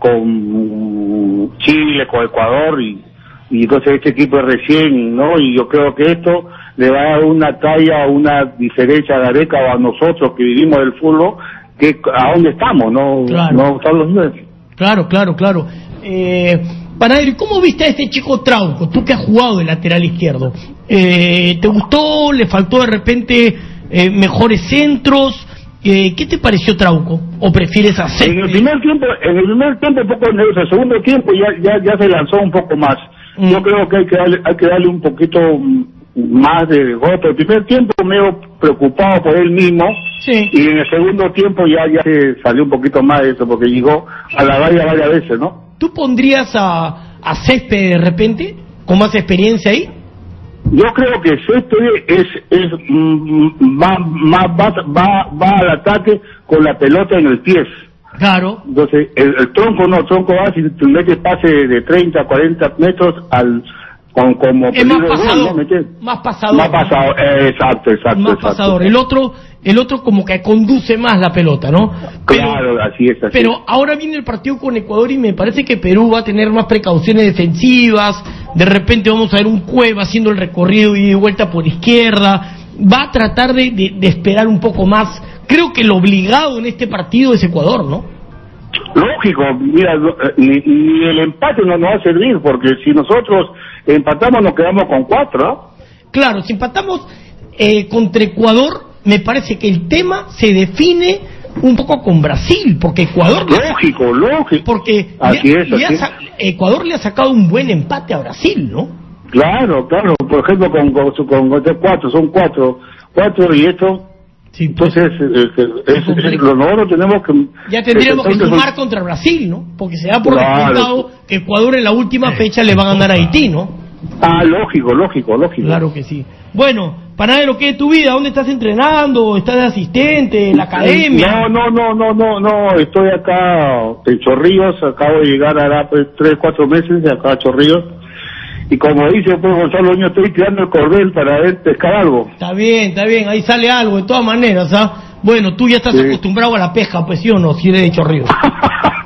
S14: con Chile, con Ecuador y, y entonces este equipo es recién, ¿no? Y yo creo que esto le va a dar una talla, una diferencia a Gareca o a nosotros que vivimos del fútbol, que a dónde estamos, ¿no?
S5: Claro.
S14: No, son los nueve.
S5: Claro, claro, claro. Eh, Panadero, ¿cómo viste a este chico Trauco? Tú que has jugado de lateral izquierdo. Eh, ¿Te gustó? ¿Le faltó de repente eh, mejores centros? Eh, ¿Qué te pareció Trauco? ¿O prefieres hacer?
S14: En el primer tiempo, en el primer tiempo un poco nervioso, el segundo tiempo ya, ya, ya se lanzó un poco más. Yo creo que hay que darle, hay que darle un poquito mm, más de golpe. El primer tiempo medio preocupado por él mismo y en el segundo tiempo ya, ya se salió un poquito más de eso porque llegó a la valla varias veces, ¿no?
S5: ¿Tú pondrías a, a Césped de repente? ¿Con más experiencia ahí?
S14: Yo creo que Céspedes es, es mm, va, va, va, va, va al ataque con la pelota en el pie.
S5: Claro.
S14: Entonces, el, el tronco no, el tronco va si tú metes pase de 30, 40 metros al con como
S5: Es más
S14: peligro de gol,
S5: pasador,
S14: ¿no? ¿Me entiendes?
S5: más pasador.
S14: Más pasador, eh, exacto, exacto.
S5: Más
S14: exacto.
S5: pasador. El otro, el otro como que conduce más la pelota, ¿no?
S14: Claro, así es, así
S5: Pero ahora viene el partido con Ecuador y me parece que Perú va a tener más precauciones defensivas. De repente vamos a ver un cueva haciendo el recorrido y de vuelta por izquierda. Va a tratar de, de- de esperar un poco más. Creo que lo obligado en este partido es Ecuador, ¿no?
S14: Lógico, mira, lo- eh, ni, ni el empate no nos va a servir, porque si nosotros empatamos nos quedamos con cuatro, ¿ah?
S5: Claro, si empatamos eh, contra Ecuador, me parece que el tema se define un poco con Brasil, porque Ecuador...
S14: Lógico, lógico.
S5: Porque
S14: Así
S5: le ha-
S14: es,
S5: le ha
S14: así es.
S5: sa- Ecuador le ha sacado un buen empate a Brasil, ¿no?
S14: Claro, claro. Por ejemplo, con, con, con- con cuatro, son cuatro. Cuatro y esto. Entonces, eh, eh, es, es- lo- nosotros tenemos que... eh,
S5: Ya tendríamos que
S14: entonces,
S5: sumar contra Brasil, ¿no? Porque se da por
S14: Claro.
S5: resultado que Ecuador en la última fecha le va a ganar a Haití, ¿no?
S14: Ah, lógico, lógico, lógico.
S5: Claro que sí. Bueno, Panadero, ¿qué es tu vida? ¿Dónde estás entrenando? ¿Estás de asistente? ¿En la academia?
S14: No, no, no, no, no, no. Estoy acá en Chorrillos. Acabo de llegar hará pues, tres, cuatro meses de acá a Chorrillos. Y como dice pues, Gonzalo Oño, estoy tirando el cordel para ver pescar algo.
S5: Está bien, está bien. Ahí sale algo, de todas maneras, ¿ah? Bueno, tú ya estás
S14: Sí.
S5: acostumbrado a la pesca, pues sí o no, si eres de Chorrillos.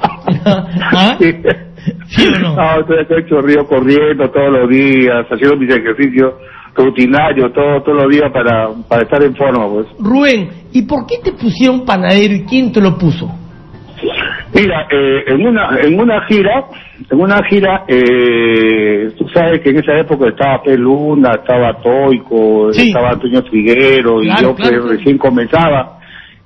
S5: ¿Ah?
S14: ¿Sí o no? estoy acá en Chorrillos corriendo todos los días, haciendo mis ejercicios rutinarios todo, todos los días para, para estar en forma, pues.
S5: Rubén, ¿y por qué te pusieron Panadero y quién te lo puso?
S14: Mira, eh, en una en una gira, en una gira, eh, tú sabes que en esa época estaba P. Luna, estaba Toico, estaba Antonio Triguero, y
S17: Claro,
S14: yo
S17: claro,
S14: pues,
S17: claro.
S14: recién comenzaba,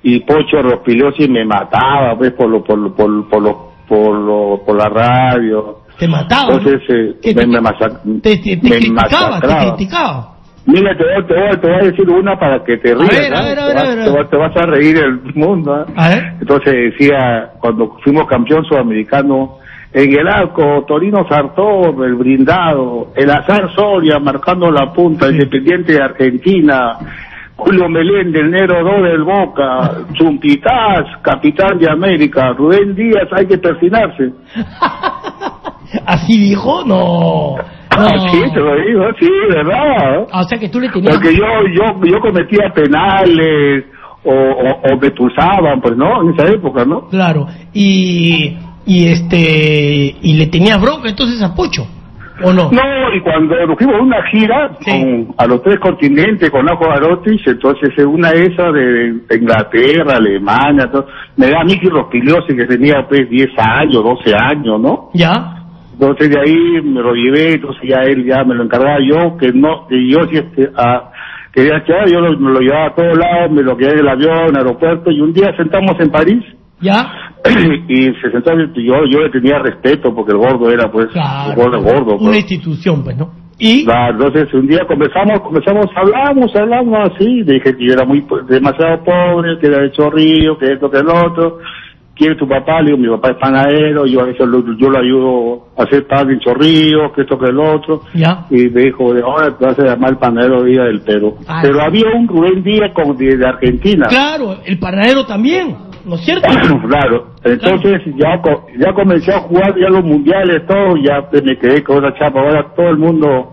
S14: y Pocho Rospilosi me mataba, pues, por lo, por lo, por, lo- por lo, por lo, por la radio.
S5: Te mataba. ¿no?
S14: Entonces, eh,
S5: ¿Qué
S14: me,
S5: te-
S14: me masac-
S5: Te, te- te
S14: me
S5: criticaba, te
S14: masacraba.
S5: criticaba.
S14: Mira, te voy, te, voy, te voy a decir una para que te
S5: A
S14: rías.
S5: ver, a
S14: ¿no?
S5: ver, a
S14: Te
S5: ver, a
S14: vas-
S5: ver.
S14: Te, vas- te vas a reír el mundo. ¿ah?
S5: A ver.
S14: Entonces decía, cuando fuimos campeón sudamericano, en el arco, Torino Sartor, el brindado, el azar Soria marcando la punta, Independiente de Argentina, Julio Meléndez, el Nero Do del Boca, Chumpitaz, capitán de América, Rubén Díaz, hay que persinarse.
S5: ¿Así dijo? No. no.
S14: Así te lo digo, Ah, sí, ¿verdad? ¿eh?
S5: Ah, O sea que tú le tenías...
S14: Porque yo, yo, yo cometía penales o, o, o me tuzaban, pues, ¿no? En esa época, ¿no?
S5: Claro. Y, y este... Y le tenías bronca entonces a Pocho. ¿O no?
S14: No, y cuando nos fuimos a una gira con- a los tres continentes con Ajo Arotis, entonces en una de esas de, de Inglaterra, Alemania, todo, me da Mickey Rospigliosi que tenía pues 10 años, 12 años, ¿no?
S5: ¿Ya?
S14: Entonces de ahí me lo llevé, entonces ya él ya me lo encargaba yo, que no, que yo si este, a, quería echar, yo lo, me lo llevaba a todos lados, me lo quedé en el avión, aeropuerto, y un día sentamos en París,
S5: ¿Ya?
S14: y se sentó, y yo, yo le tenía respeto porque el gordo era pues, el gordo, gordo.
S5: Una
S14: pues.
S5: institución, pues, ¿no? ¿Y?
S14: entonces un día comenzamos, comenzamos, hablamos, hablamos así, le dije que yo era muy po- demasiado pobre, que era de chorrillo, que esto, que el otro, ¿quién es tu papá? Le digo, mi papá es panadero, yo, a veces lo, yo lo ayudo a hacer pan en chorrillo, que esto, que el otro,
S5: ¿Ya?
S14: y me dijo, de ahora te vas a llamar panadero Día del Perú.
S5: Ah,
S14: Pero
S5: sí.
S14: había un Rubén Díaz con, de, de Argentina.
S5: Claro, el Panadero también, ¿no es cierto?
S14: Claro, entonces ya co- ya comencé a jugar ya los mundiales, todo, ya pues, me quedé con esa chapa, ahora todo el mundo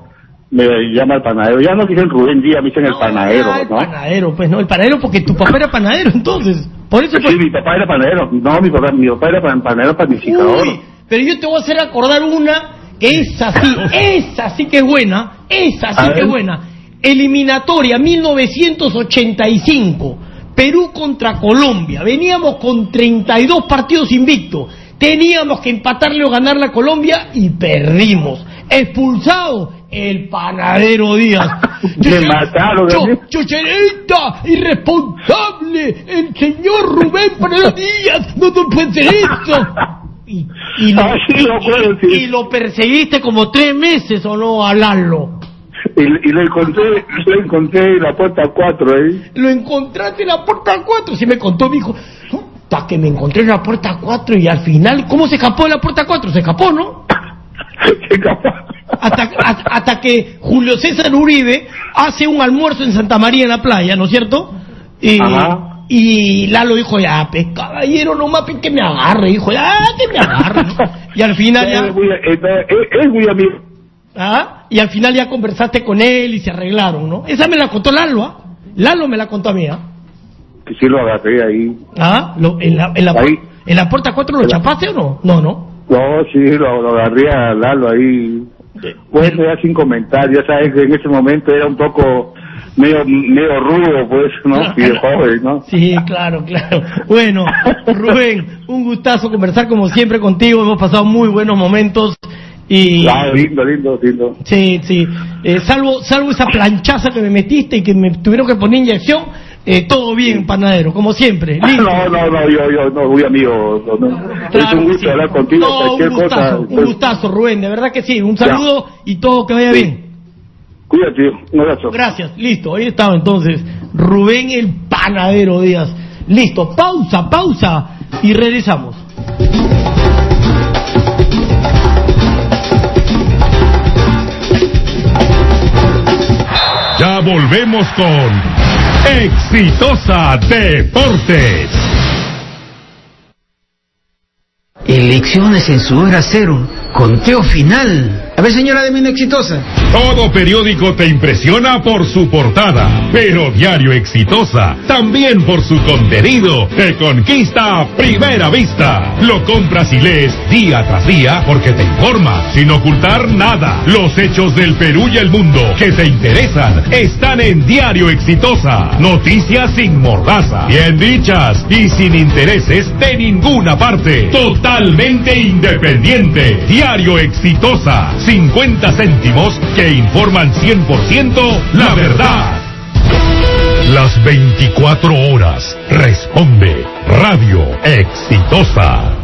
S14: me llama el panadero, ya no dicen Rubén Díaz, me dicen el panadero,
S5: Ah, el
S14: ¿no?
S5: panadero, pues, ¿no? El panadero porque tu papá era panadero, entonces. Por eso, pues...
S14: Sí, mi papá era panadero, no, mi papá, mi papá era pan- panadero panificador.
S5: Uy, pero yo te voy a hacer acordar una que es así, es así que es buena, es
S14: A
S5: así que
S14: ver.
S5: es buena. Eliminatoria 1985, Perú contra Colombia. Veníamos con 32 partidos invictos. Teníamos que empatarle o ganarle a Colombia y perdimos. Expulsado el panadero Díaz.
S14: Me mataron,
S5: Chu-
S14: Daniel.
S5: Chucherita, irresponsable, el señor Rubén Panadero Díaz, no te puede hacer esto. Y lo, y- y lo perseguiste como tres meses o no a Lalo.
S14: Y, y lo encontré, lo encontré en la puerta 4, ¿eh?
S5: Lo encontraste en la puerta 4. Si me contó mi hijo, hasta que me encontré en la puerta 4 y al final, ¿cómo se escapó de la puerta 4? Se escapó, ¿no? Hasta, hasta, hasta que Julio César Uribe hace un almuerzo en Santa María en la playa, ¿no es cierto? Y,
S14: Ajá.
S5: y Lalo dijo, ya, pues caballero, no más pues, que me
S18: eh,
S5: agarre, dijo, ya, que me agarre. ¿no? Y al final ya...
S14: Es muy, es- es muy amigo.
S5: ¿ah? y al final ya conversaste con él y se arreglaron, ¿no? Esa me la contó Lalo, ¿ah? Lalo me la contó a mí, ¿ah?
S15: Que sí lo agarré ahí.
S5: ¿Ah? Lo- en, la, en, la,
S15: Ahí.
S5: ¿En la puerta 4 lo chapaste o no? No, no.
S15: No, sí, lo, lo agarré a Lalo ahí. Bueno, ya sin comentar, ya sabes que en ese momento era un poco medio, medio rudo, pues, ¿no? Y de joven, ¿no?
S5: Ah. Sí, claro, claro. Bueno, Rubén, un gustazo conversar como siempre contigo. Hemos pasado muy buenos momentos y...
S15: Claro, lindo, lindo, lindo.
S5: Sí, sí. Eh, salvo, salvo esa planchaza que me metiste y que me tuvieron que poner inyección, eh, todo bien, panadero, como siempre. Lindo.
S15: No, no, no, yo, yo, no, muy amigo. no, no. es un gusto hablar contigo,
S5: No, un
S15: cualquier cosa. pues.
S5: gustazo, un gustazo, Rubén, de verdad que sí. Un saludo y todo que vaya bien.
S15: Cuídate, un abrazo.
S5: Gracias, listo, ahí estaba entonces Rubén el Panadero Díaz. Listo, pausa, pausa y regresamos.
S7: Ya volvemos con Exitosa Deportes.
S17: Elecciones en su hora cero. Conteo final. A ver, señora, de una exitosa.
S7: Todo periódico te impresiona por su portada, pero Diario Exitosa también por su contenido te conquista a primera vista. Lo compras y lees día tras día porque te informa, sin ocultar nada. Los hechos del Perú y el mundo que te interesan están en Diario Exitosa. Noticias sin mordaza, bien dichas y sin intereses de ninguna parte. Totalmente independiente. Diario Exitosa. 50 céntimos que informan 100% la verdad. Las 24 horas responde Radio Exitosa.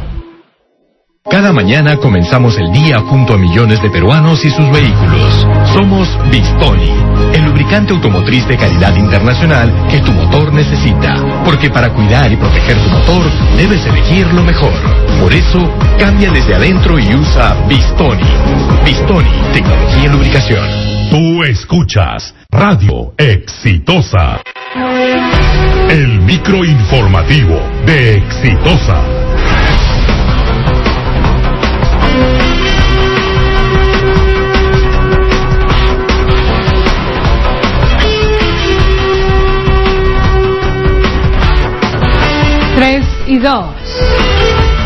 S10: Cada mañana comenzamos el día junto a millones de peruanos y sus vehículos. Somos Bistoni, el lubricante automotriz de calidad internacional que tu motor necesita. Porque para cuidar y proteger tu motor debes elegir lo mejor. Por eso, cambia desde adentro y usa Bistoni. Bistoni, tecnología en lubricación.
S7: Tú escuchas Radio Exitosa. El microinformativo de Exitosa.
S11: Tres y dos.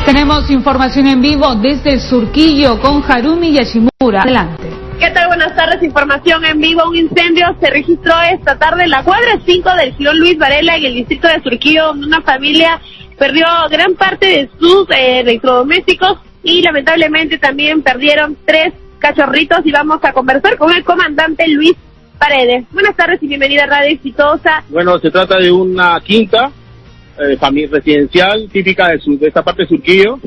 S11: Tenemos información en vivo desde Surquillo con Harumi Yashimura. Adelante.
S19: ¿Qué tal? Buenas tardes. Información en vivo. Un incendio se registró esta tarde en la cuadra 5 del Girón Luis Varela en el distrito de Surquillo. donde Una familia perdió gran parte de sus eh, electrodomésticos y lamentablemente también perdieron tres cachorritos y vamos a conversar con el comandante Luis Paredes. Buenas tardes y bienvenida a Radio Exitosa.
S18: Bueno, se trata de una quinta eh, fami- residencial típica de, su- de esta parte de Surquillo.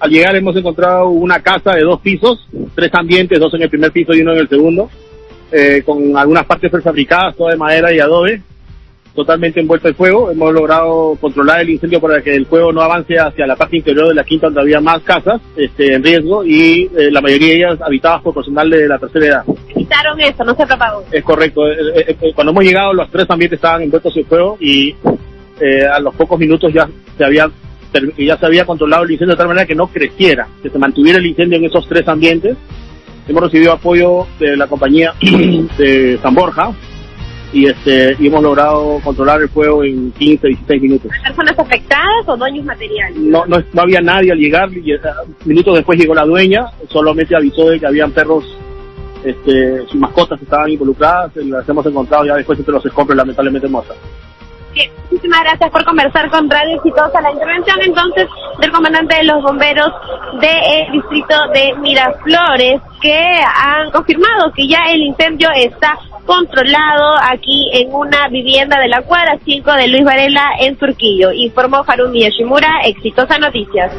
S18: Al llegar hemos encontrado una casa de dos pisos, tres ambientes, dos en el primer piso y uno en el segundo, eh, con algunas partes prefabricadas, toda de madera y adobe, totalmente envuelta en fuego. Hemos logrado controlar el incendio para que el fuego no avance hacia la parte interior de la quinta donde había más casas este, en riesgo y eh, la mayoría de ellas habitadas por personal de la tercera edad.
S19: Quitaron eso, no se propagó.
S18: Es correcto. Eh, eh, eh, cuando hemos llegado, los tres ambientes estaban envueltos en fuego y eh, a los pocos minutos ya se había ter- ya se había controlado el incendio de tal manera que no creciera, que se mantuviera el incendio en esos tres ambientes. Hemos recibido apoyo de la compañía de San Borja y este y hemos logrado controlar el fuego en 15, 16 minutos.
S19: ¿Personas afectadas o daños materiales?
S18: No, no, no había nadie al llegar, y, eh, minutos después llegó la dueña, solamente avisó de que habían perros, este, sus mascotas estaban involucradas, las hemos encontrado ya después entre los escombros lamentablemente muertas.
S19: Bien, muchísimas gracias por conversar con Radio Exitosa. La intervención entonces del comandante de los bomberos del distrito de Miraflores, que han confirmado que ya el incendio está controlado aquí en una vivienda de la cuadra 5 de Luis Varela en Surquillo. Informó Harumi Yoshimura, Exitosa Noticias.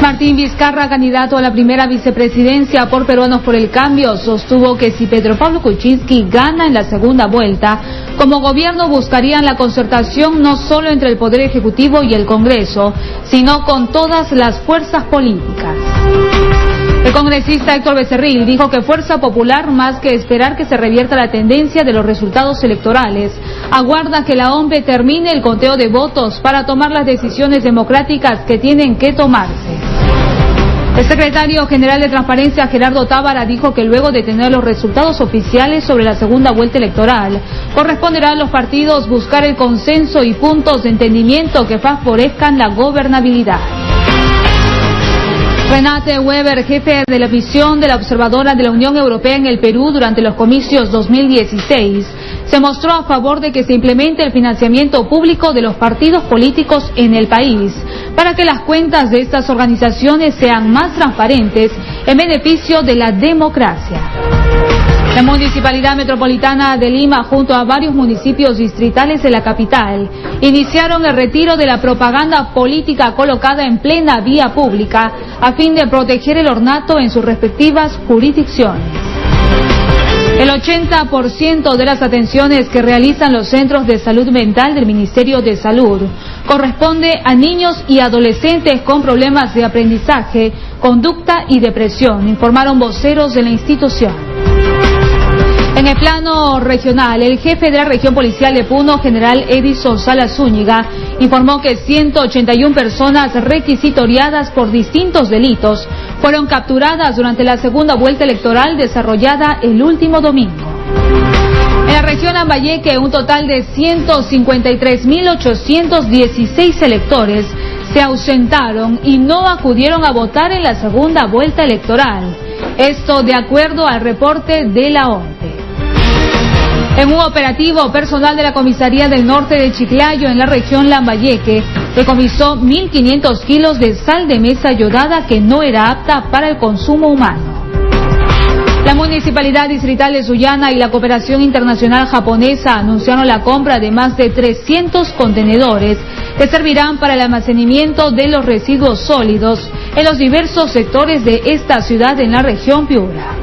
S11: Martín Vizcarra, candidato a la primera vicepresidencia por Peruanos por el Cambio, sostuvo que si Pedro Pablo Kuczynski gana en la segunda vuelta, como gobierno buscarían la concertación no solo entre el Poder Ejecutivo y el Congreso, sino con todas las fuerzas políticas. El congresista Héctor Becerril dijo que Fuerza Popular, más que esperar que se revierta la tendencia de los resultados electorales, aguarda que la OMB termine el conteo de votos para tomar las decisiones democráticas que tienen que tomarse. El secretario general de Transparencia, Gerardo Tábara, dijo que luego de tener los resultados oficiales sobre la segunda vuelta electoral, corresponderá a los partidos buscar el consenso y puntos de entendimiento que favorezcan la gobernabilidad. Renate Weber, jefe de la misión de la observadora de la Unión Europea en el Perú durante los comicios 2016, se mostró a favor de que se implemente el financiamiento público de los partidos políticos en el país, para que las cuentas de estas organizaciones sean más transparentes en beneficio de la democracia. La Municipalidad Metropolitana de Lima, junto a varios municipios distritales de la capital, iniciaron el retiro de la propaganda política colocada en plena vía pública a fin de proteger el ornato en sus respectivas jurisdicciones. El 80% de las atenciones que realizan los centros de salud mental del Ministerio de Salud corresponde a niños y adolescentes con problemas de aprendizaje, conducta y depresión, informaron voceros de la institución. En el plano regional, el jefe de la región policial de Puno, general Edison Sala Zúñiga, informó que 181 personas requisitoriadas por distintos delitos fueron capturadas durante la segunda vuelta electoral desarrollada el último domingo. En la región Ambayeque, un total de 153.816 electores se ausentaron y no acudieron a votar en la segunda vuelta electoral. Esto de acuerdo al reporte de la ONPE. En un operativo, personal de la Comisaría del Norte de Chiclayo, en la región Lambayeque, decomisó 1.500 kilos de sal de mesa yodada que no era apta para el consumo humano. La Municipalidad Distrital de Sullana y la Cooperación Internacional Japonesa anunciaron la compra de más de 300 contenedores que servirán para el almacenamiento de los residuos sólidos en los diversos sectores de esta ciudad en la región Piura.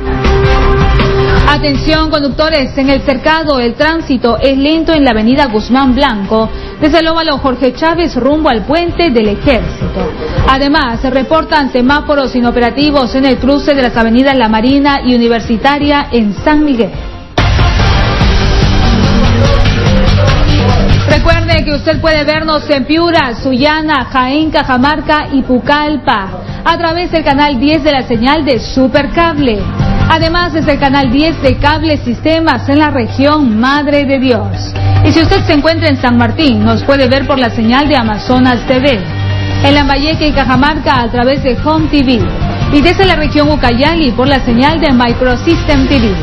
S11: Atención conductores, en el cercado el tránsito es lento en la avenida Guzmán Blanco, desde el óvalo Jorge Chávez rumbo al puente del ejército. Además, se reportan semáforos inoperativos en el cruce de las avenidas La Marina y Universitaria en San Miguel. Recuerde que usted puede vernos en Piura, Sullana, Jaén, Cajamarca y Pucallpa a través del canal 10 de la señal de Supercable. Además, desde el canal 10 de Cable Sistemas en la región Madre de Dios. Y si usted se encuentra en San Martín, nos puede ver por la señal de Amazonas TV. En Lambayeque y Cajamarca a través de Home TV. Y desde la región Ucayali por la señal de Microsystem TV.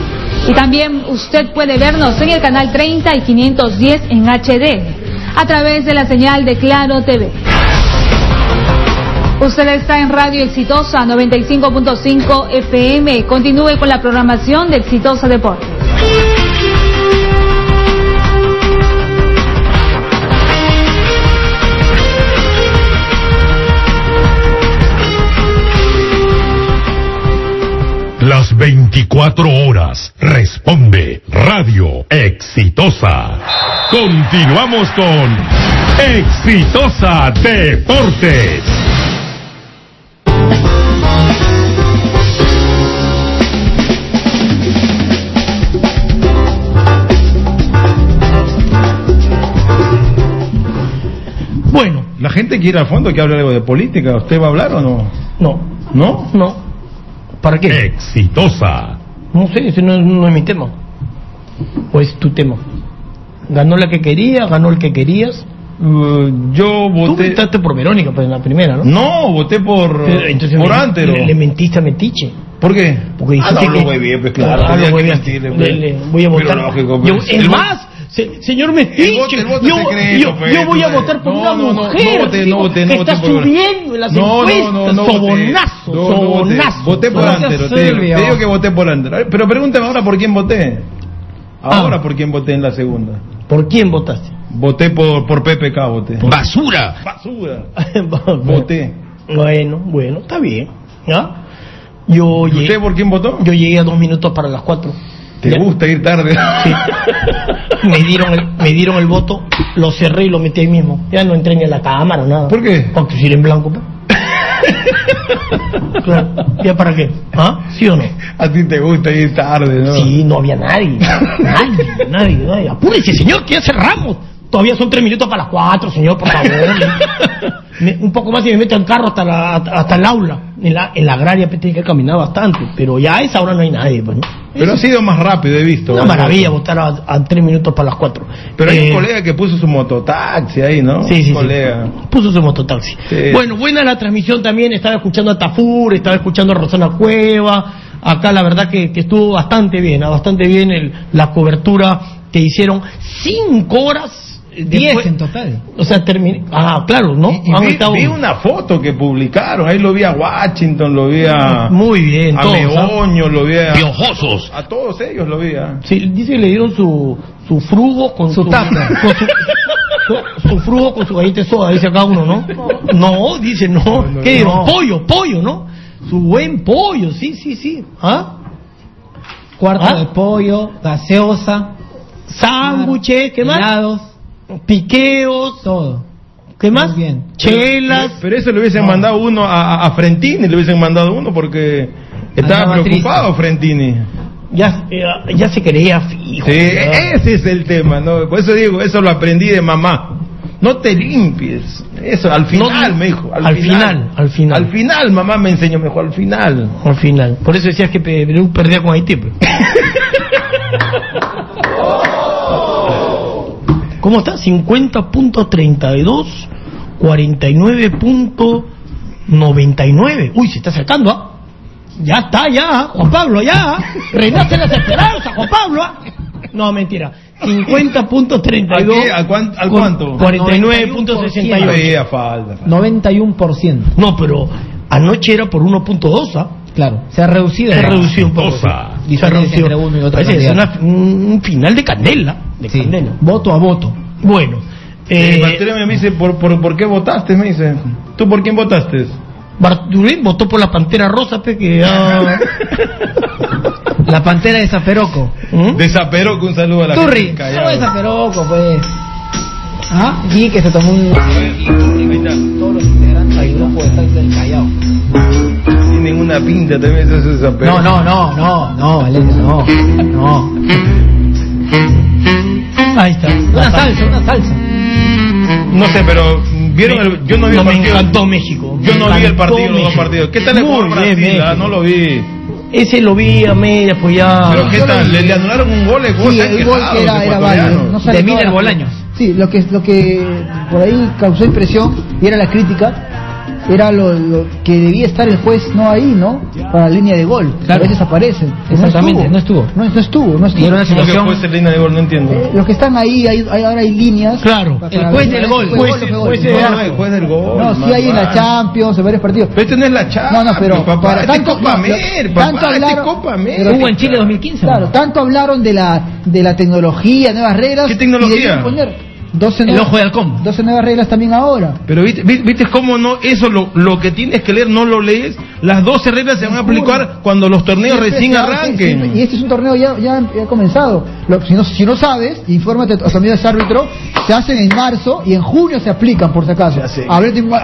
S11: Y también usted puede vernos en el canal 30 y 510 en HD, a través de la señal de Claro TV. Usted está en Radio Exitosa 95.5 FM. Continúe con la programación de Exitosa Deportes.
S7: Las 24 horas responde Radio Exitosa. Continuamos con Exitosa Deportes.
S2: Bueno. La gente quiere al fondo que hable algo de política. ¿Usted va a hablar o no?
S5: No.
S2: ¿No?
S5: No. ¿Para qué?
S7: Exitosa.
S5: No sé, ese no es, no es mi tema. ¿O es tu tema? ¿Ganó la que quería? ¿Ganó el que querías?
S2: Uh, yo
S5: voté. Tú votaste por Verónica, pues en la primera, ¿no?
S2: No, voté por.
S5: Pero, entonces
S2: por
S5: le-
S2: Antero.
S5: Le, le mentiste a Metiche.
S2: ¿por qué?
S5: Porque
S2: Ah, no,
S5: dijiste
S2: lo
S5: que-
S2: huevié, pues claro.
S5: Ah, lo
S2: tenía que
S5: hueviaste.
S2: mentirle, pues.
S5: Le- le voy a
S2: Pero
S5: votar.
S2: lógico,
S5: Yo-
S2: pues.
S5: es
S2: El voto-
S5: más, se- señor Metiche,
S2: el voto
S5: yo,
S2: secreto,
S5: yo-
S2: pues,
S5: yo voy a
S2: tú sabes.
S5: votar por
S2: No,
S5: una
S2: no, no, no
S5: mujer
S2: voté, no
S5: tío,
S2: voté, no
S5: que
S2: voté
S5: está
S2: por-
S5: subiendo en las
S2: No,
S5: encuestas.
S2: no, no, no voté.
S5: sobonazo,
S2: No, no voté.
S5: sobonazo.
S2: Voté por
S5: No seas
S2: Antero. Te digo,
S5: serbia.
S2: te digo que voté por Antero. Ay, Pero pregúntame ahora por quién voté. Ahora por quién voté en la segunda.
S5: Ah. ¿Por quién votaste?
S2: Voté por, por PPK, voté.
S5: Basura.
S2: Basura.
S5: Voté. Bueno, bueno, está bien. ¿Ya? Yo llegué, ¿Usted
S2: por quién votó?
S5: Yo llegué a dos minutos para las cuatro.
S2: ¿Te gusta ir tarde?
S5: Me dieron el, me dieron el voto, lo cerré y lo metí ahí mismo. Ya no entré ni a la cámara, nada. ¿Por
S2: qué?
S5: Porque si era en blanco. pues. Claro, ¿Ya para qué? ¿Ah? ¿Sí o no?
S2: A ti te gusta ir tarde, ¿no?
S5: Sí, no había nadie. Nadie, nadie, nadie. Apúrese, señor, que ya cerramos. Todavía son tres minutos para las cuatro, señor, por favor. Me- un poco más y me meto al carro hasta, la- hasta el aula. En la, en la agraria pues, tiene que caminar bastante, pero ya a esa hora no hay nadie. Pues, ¿no?
S2: Pero ha sido más rápido, he visto. ¿eh?
S5: Una maravilla votar a, a tres minutos para las cuatro.
S2: Pero hay
S5: Eh,
S2: un colega que puso su mototaxi ahí, ¿no?
S5: Sí, sí, sí.
S2: Un colega.
S5: Puso su mototaxi.
S2: Sí.
S5: Bueno, buena la transmisión también. Estaba escuchando a Tafur, estaba escuchando a Rosana Cueva. Acá la verdad que, que estuvo bastante bien, ah, bastante bien el- la cobertura que hicieron. Cinco horas. eh, después-
S2: total.
S5: O sea, terminé. Ah, claro, ¿no?
S2: Y
S5: Han
S2: vi,
S5: estado-
S2: vi una foto que publicaron, ahí lo vi a Washington, lo vi a...
S5: Muy bien,
S2: a
S5: todos, ¿ah?
S2: Meoño, lo vi a...
S5: Piojosos.
S2: A todos ellos lo vi, ah.
S5: Sí, dice que le dieron su, su frugo con su, con su, su- su frugo con su galleta de soda, dice acá uno, ¿no? No, dice no. ¿Qué dieron?
S6: no.
S5: Pollo, pollo, ¿no? Su buen pollo, sí, sí, sí. ¿Ah?
S3: Cuarto de pollo, gaseosa,
S5: sándwiches, ¿qué más?
S3: Helados.
S5: Piqueos.
S3: Todo.
S5: ¿Qué más?
S3: bien.
S5: Chelas.
S2: Pero eso le hubiesen mandado uno a, a- a Frentini, le hubiesen mandado uno porque estaba
S5: Andaba
S2: preocupado Frentini.
S5: Ya, eh, ya se creía fijo.
S2: Sí,
S5: ya.
S2: ese es el tema, ¿no? Por eso digo, eso lo aprendí de mamá. No te limpies. Eso, al final, me dijo.
S5: Al final, al final.
S2: Al final, mamá me enseñó, me dijo, al final.
S5: Al final. Por eso decías que Pe- Perú perdía con Haití. pues. ¿Cómo está? 50.32, 49.99. Uy, se está acercando, ¿ah? Ya está, ya, ¿ah? Juan Pablo, ya. ¿ah? Renace las esperanzas, Juan Pablo. ¿ah? No, mentira. 50.32.
S2: ¿A, cuán- al
S5: con
S2: cuánto?
S5: 49.68.
S2: Todavía falta.
S3: 91%.
S5: No, pero anoche era por 1.2, ¿ah?
S3: Claro, se ha reducido.
S5: Se ha reducido un poco.
S3: Cosa.
S5: sí. Se ha
S3: Diferencia
S5: reducido.
S3: entre uno y otro
S5: Parece que es
S3: candidato.
S5: una- un final de candela. De candela. Voto a voto. Bueno.
S2: Eh,
S5: eh,
S2: Bartolomé me dice, ¿por, por, por qué votaste? Me dice. ¿Tú por quién votaste?
S5: Bartolomé votó por la Pantera Rosa, pe, que ah. ya...
S3: La pantera de Zaperoco.
S5: ¿Mm?
S2: De Zaperoco, un saludo a la
S3: Turri,
S2: gente
S3: solo
S2: callada.
S3: de Zaperoco, pues. Ah, vi que se tomó un. Todos los integrantes del grupo de taxis del Callao.
S2: Tienen una pinta también esos de
S3: No,
S2: Zaperoco.
S3: no, no, no, no, Valeria, no, no.
S5: Ahí está.
S3: Una salsa, una salsa.
S2: No sé, pero vieron el, yo no vi
S5: No,
S2: el
S5: me
S2: partido.
S5: encantó México.
S2: Yo no
S5: Me
S2: vi el
S5: encantó
S2: partido, los dos
S5: México.
S2: partidos. ¿Qué tal el
S5: Muy
S2: juego
S5: bien,
S2: Brasil? ah?
S5: México.
S2: No lo vi.
S5: Ese lo vi a media, pues ya...
S2: Pero ¿qué tal? Le, le anularon un gol, el gol,
S4: Sí,
S2: se han
S4: el gol
S2: quejado
S4: que
S2: los
S4: era, era
S2: ecuatorianos.
S4: válido. No sale toda la- Sí, lo que, lo que por ahí causó impresión y era la crítica, era lo, lo que debía estar el juez no ahí, ¿no? Para la línea de gol.
S3: Claro.
S4: A veces aparece.
S3: Exactamente, no estuvo.
S4: No, no estuvo, no estuvo.
S3: Y era una
S2: ¿Cómo que
S3: situación.
S2: fue esa línea de gol? No entiendo.
S4: Los que están ahí, hay, hay- ahora hay líneas.
S5: Claro,
S4: para-
S3: el
S4: para
S3: juez
S4: la-
S3: del gol.
S4: fue
S3: Juez-
S4: fue
S3: juez
S2: del arco. No, el juez del gol,
S4: No, sí
S2: man,
S4: hay en la
S2: man.
S4: Champions, en varios partidos.
S2: Pero este no es la chapa.
S4: No, no, Ah, pero
S2: papá,
S4: para
S2: este
S4: tanto-
S2: Copa
S4: no, tanto
S2: Mer, papá, este
S4: hablaron-
S2: Copa
S4: pero-
S2: Mer.
S4: Hubo en
S3: Chile 2015.
S4: Claro, tanto hablaron de la, de la tecnología, nuevas reglas.
S2: ¿Qué tecnología?
S4: y debieron poner 12 nuevas,
S2: ojo de
S4: halcón. 12 nuevas reglas también ahora.
S2: Pero viste, vi- viste cómo no, eso lo, lo que tienes que leer no lo lees. Las 12 reglas se van a aplicar cuando los torneos
S4: Siempre
S2: recién
S4: se hace, siempre- Y
S2: arranquen.
S4: este es un torneo ya, ya, ya comenzado. Lo- si, no, si no sabes, infórmate a tu amigo ese árbitro. Se hacen en marzo y en junio se aplican, por si acaso. A ver, tengo-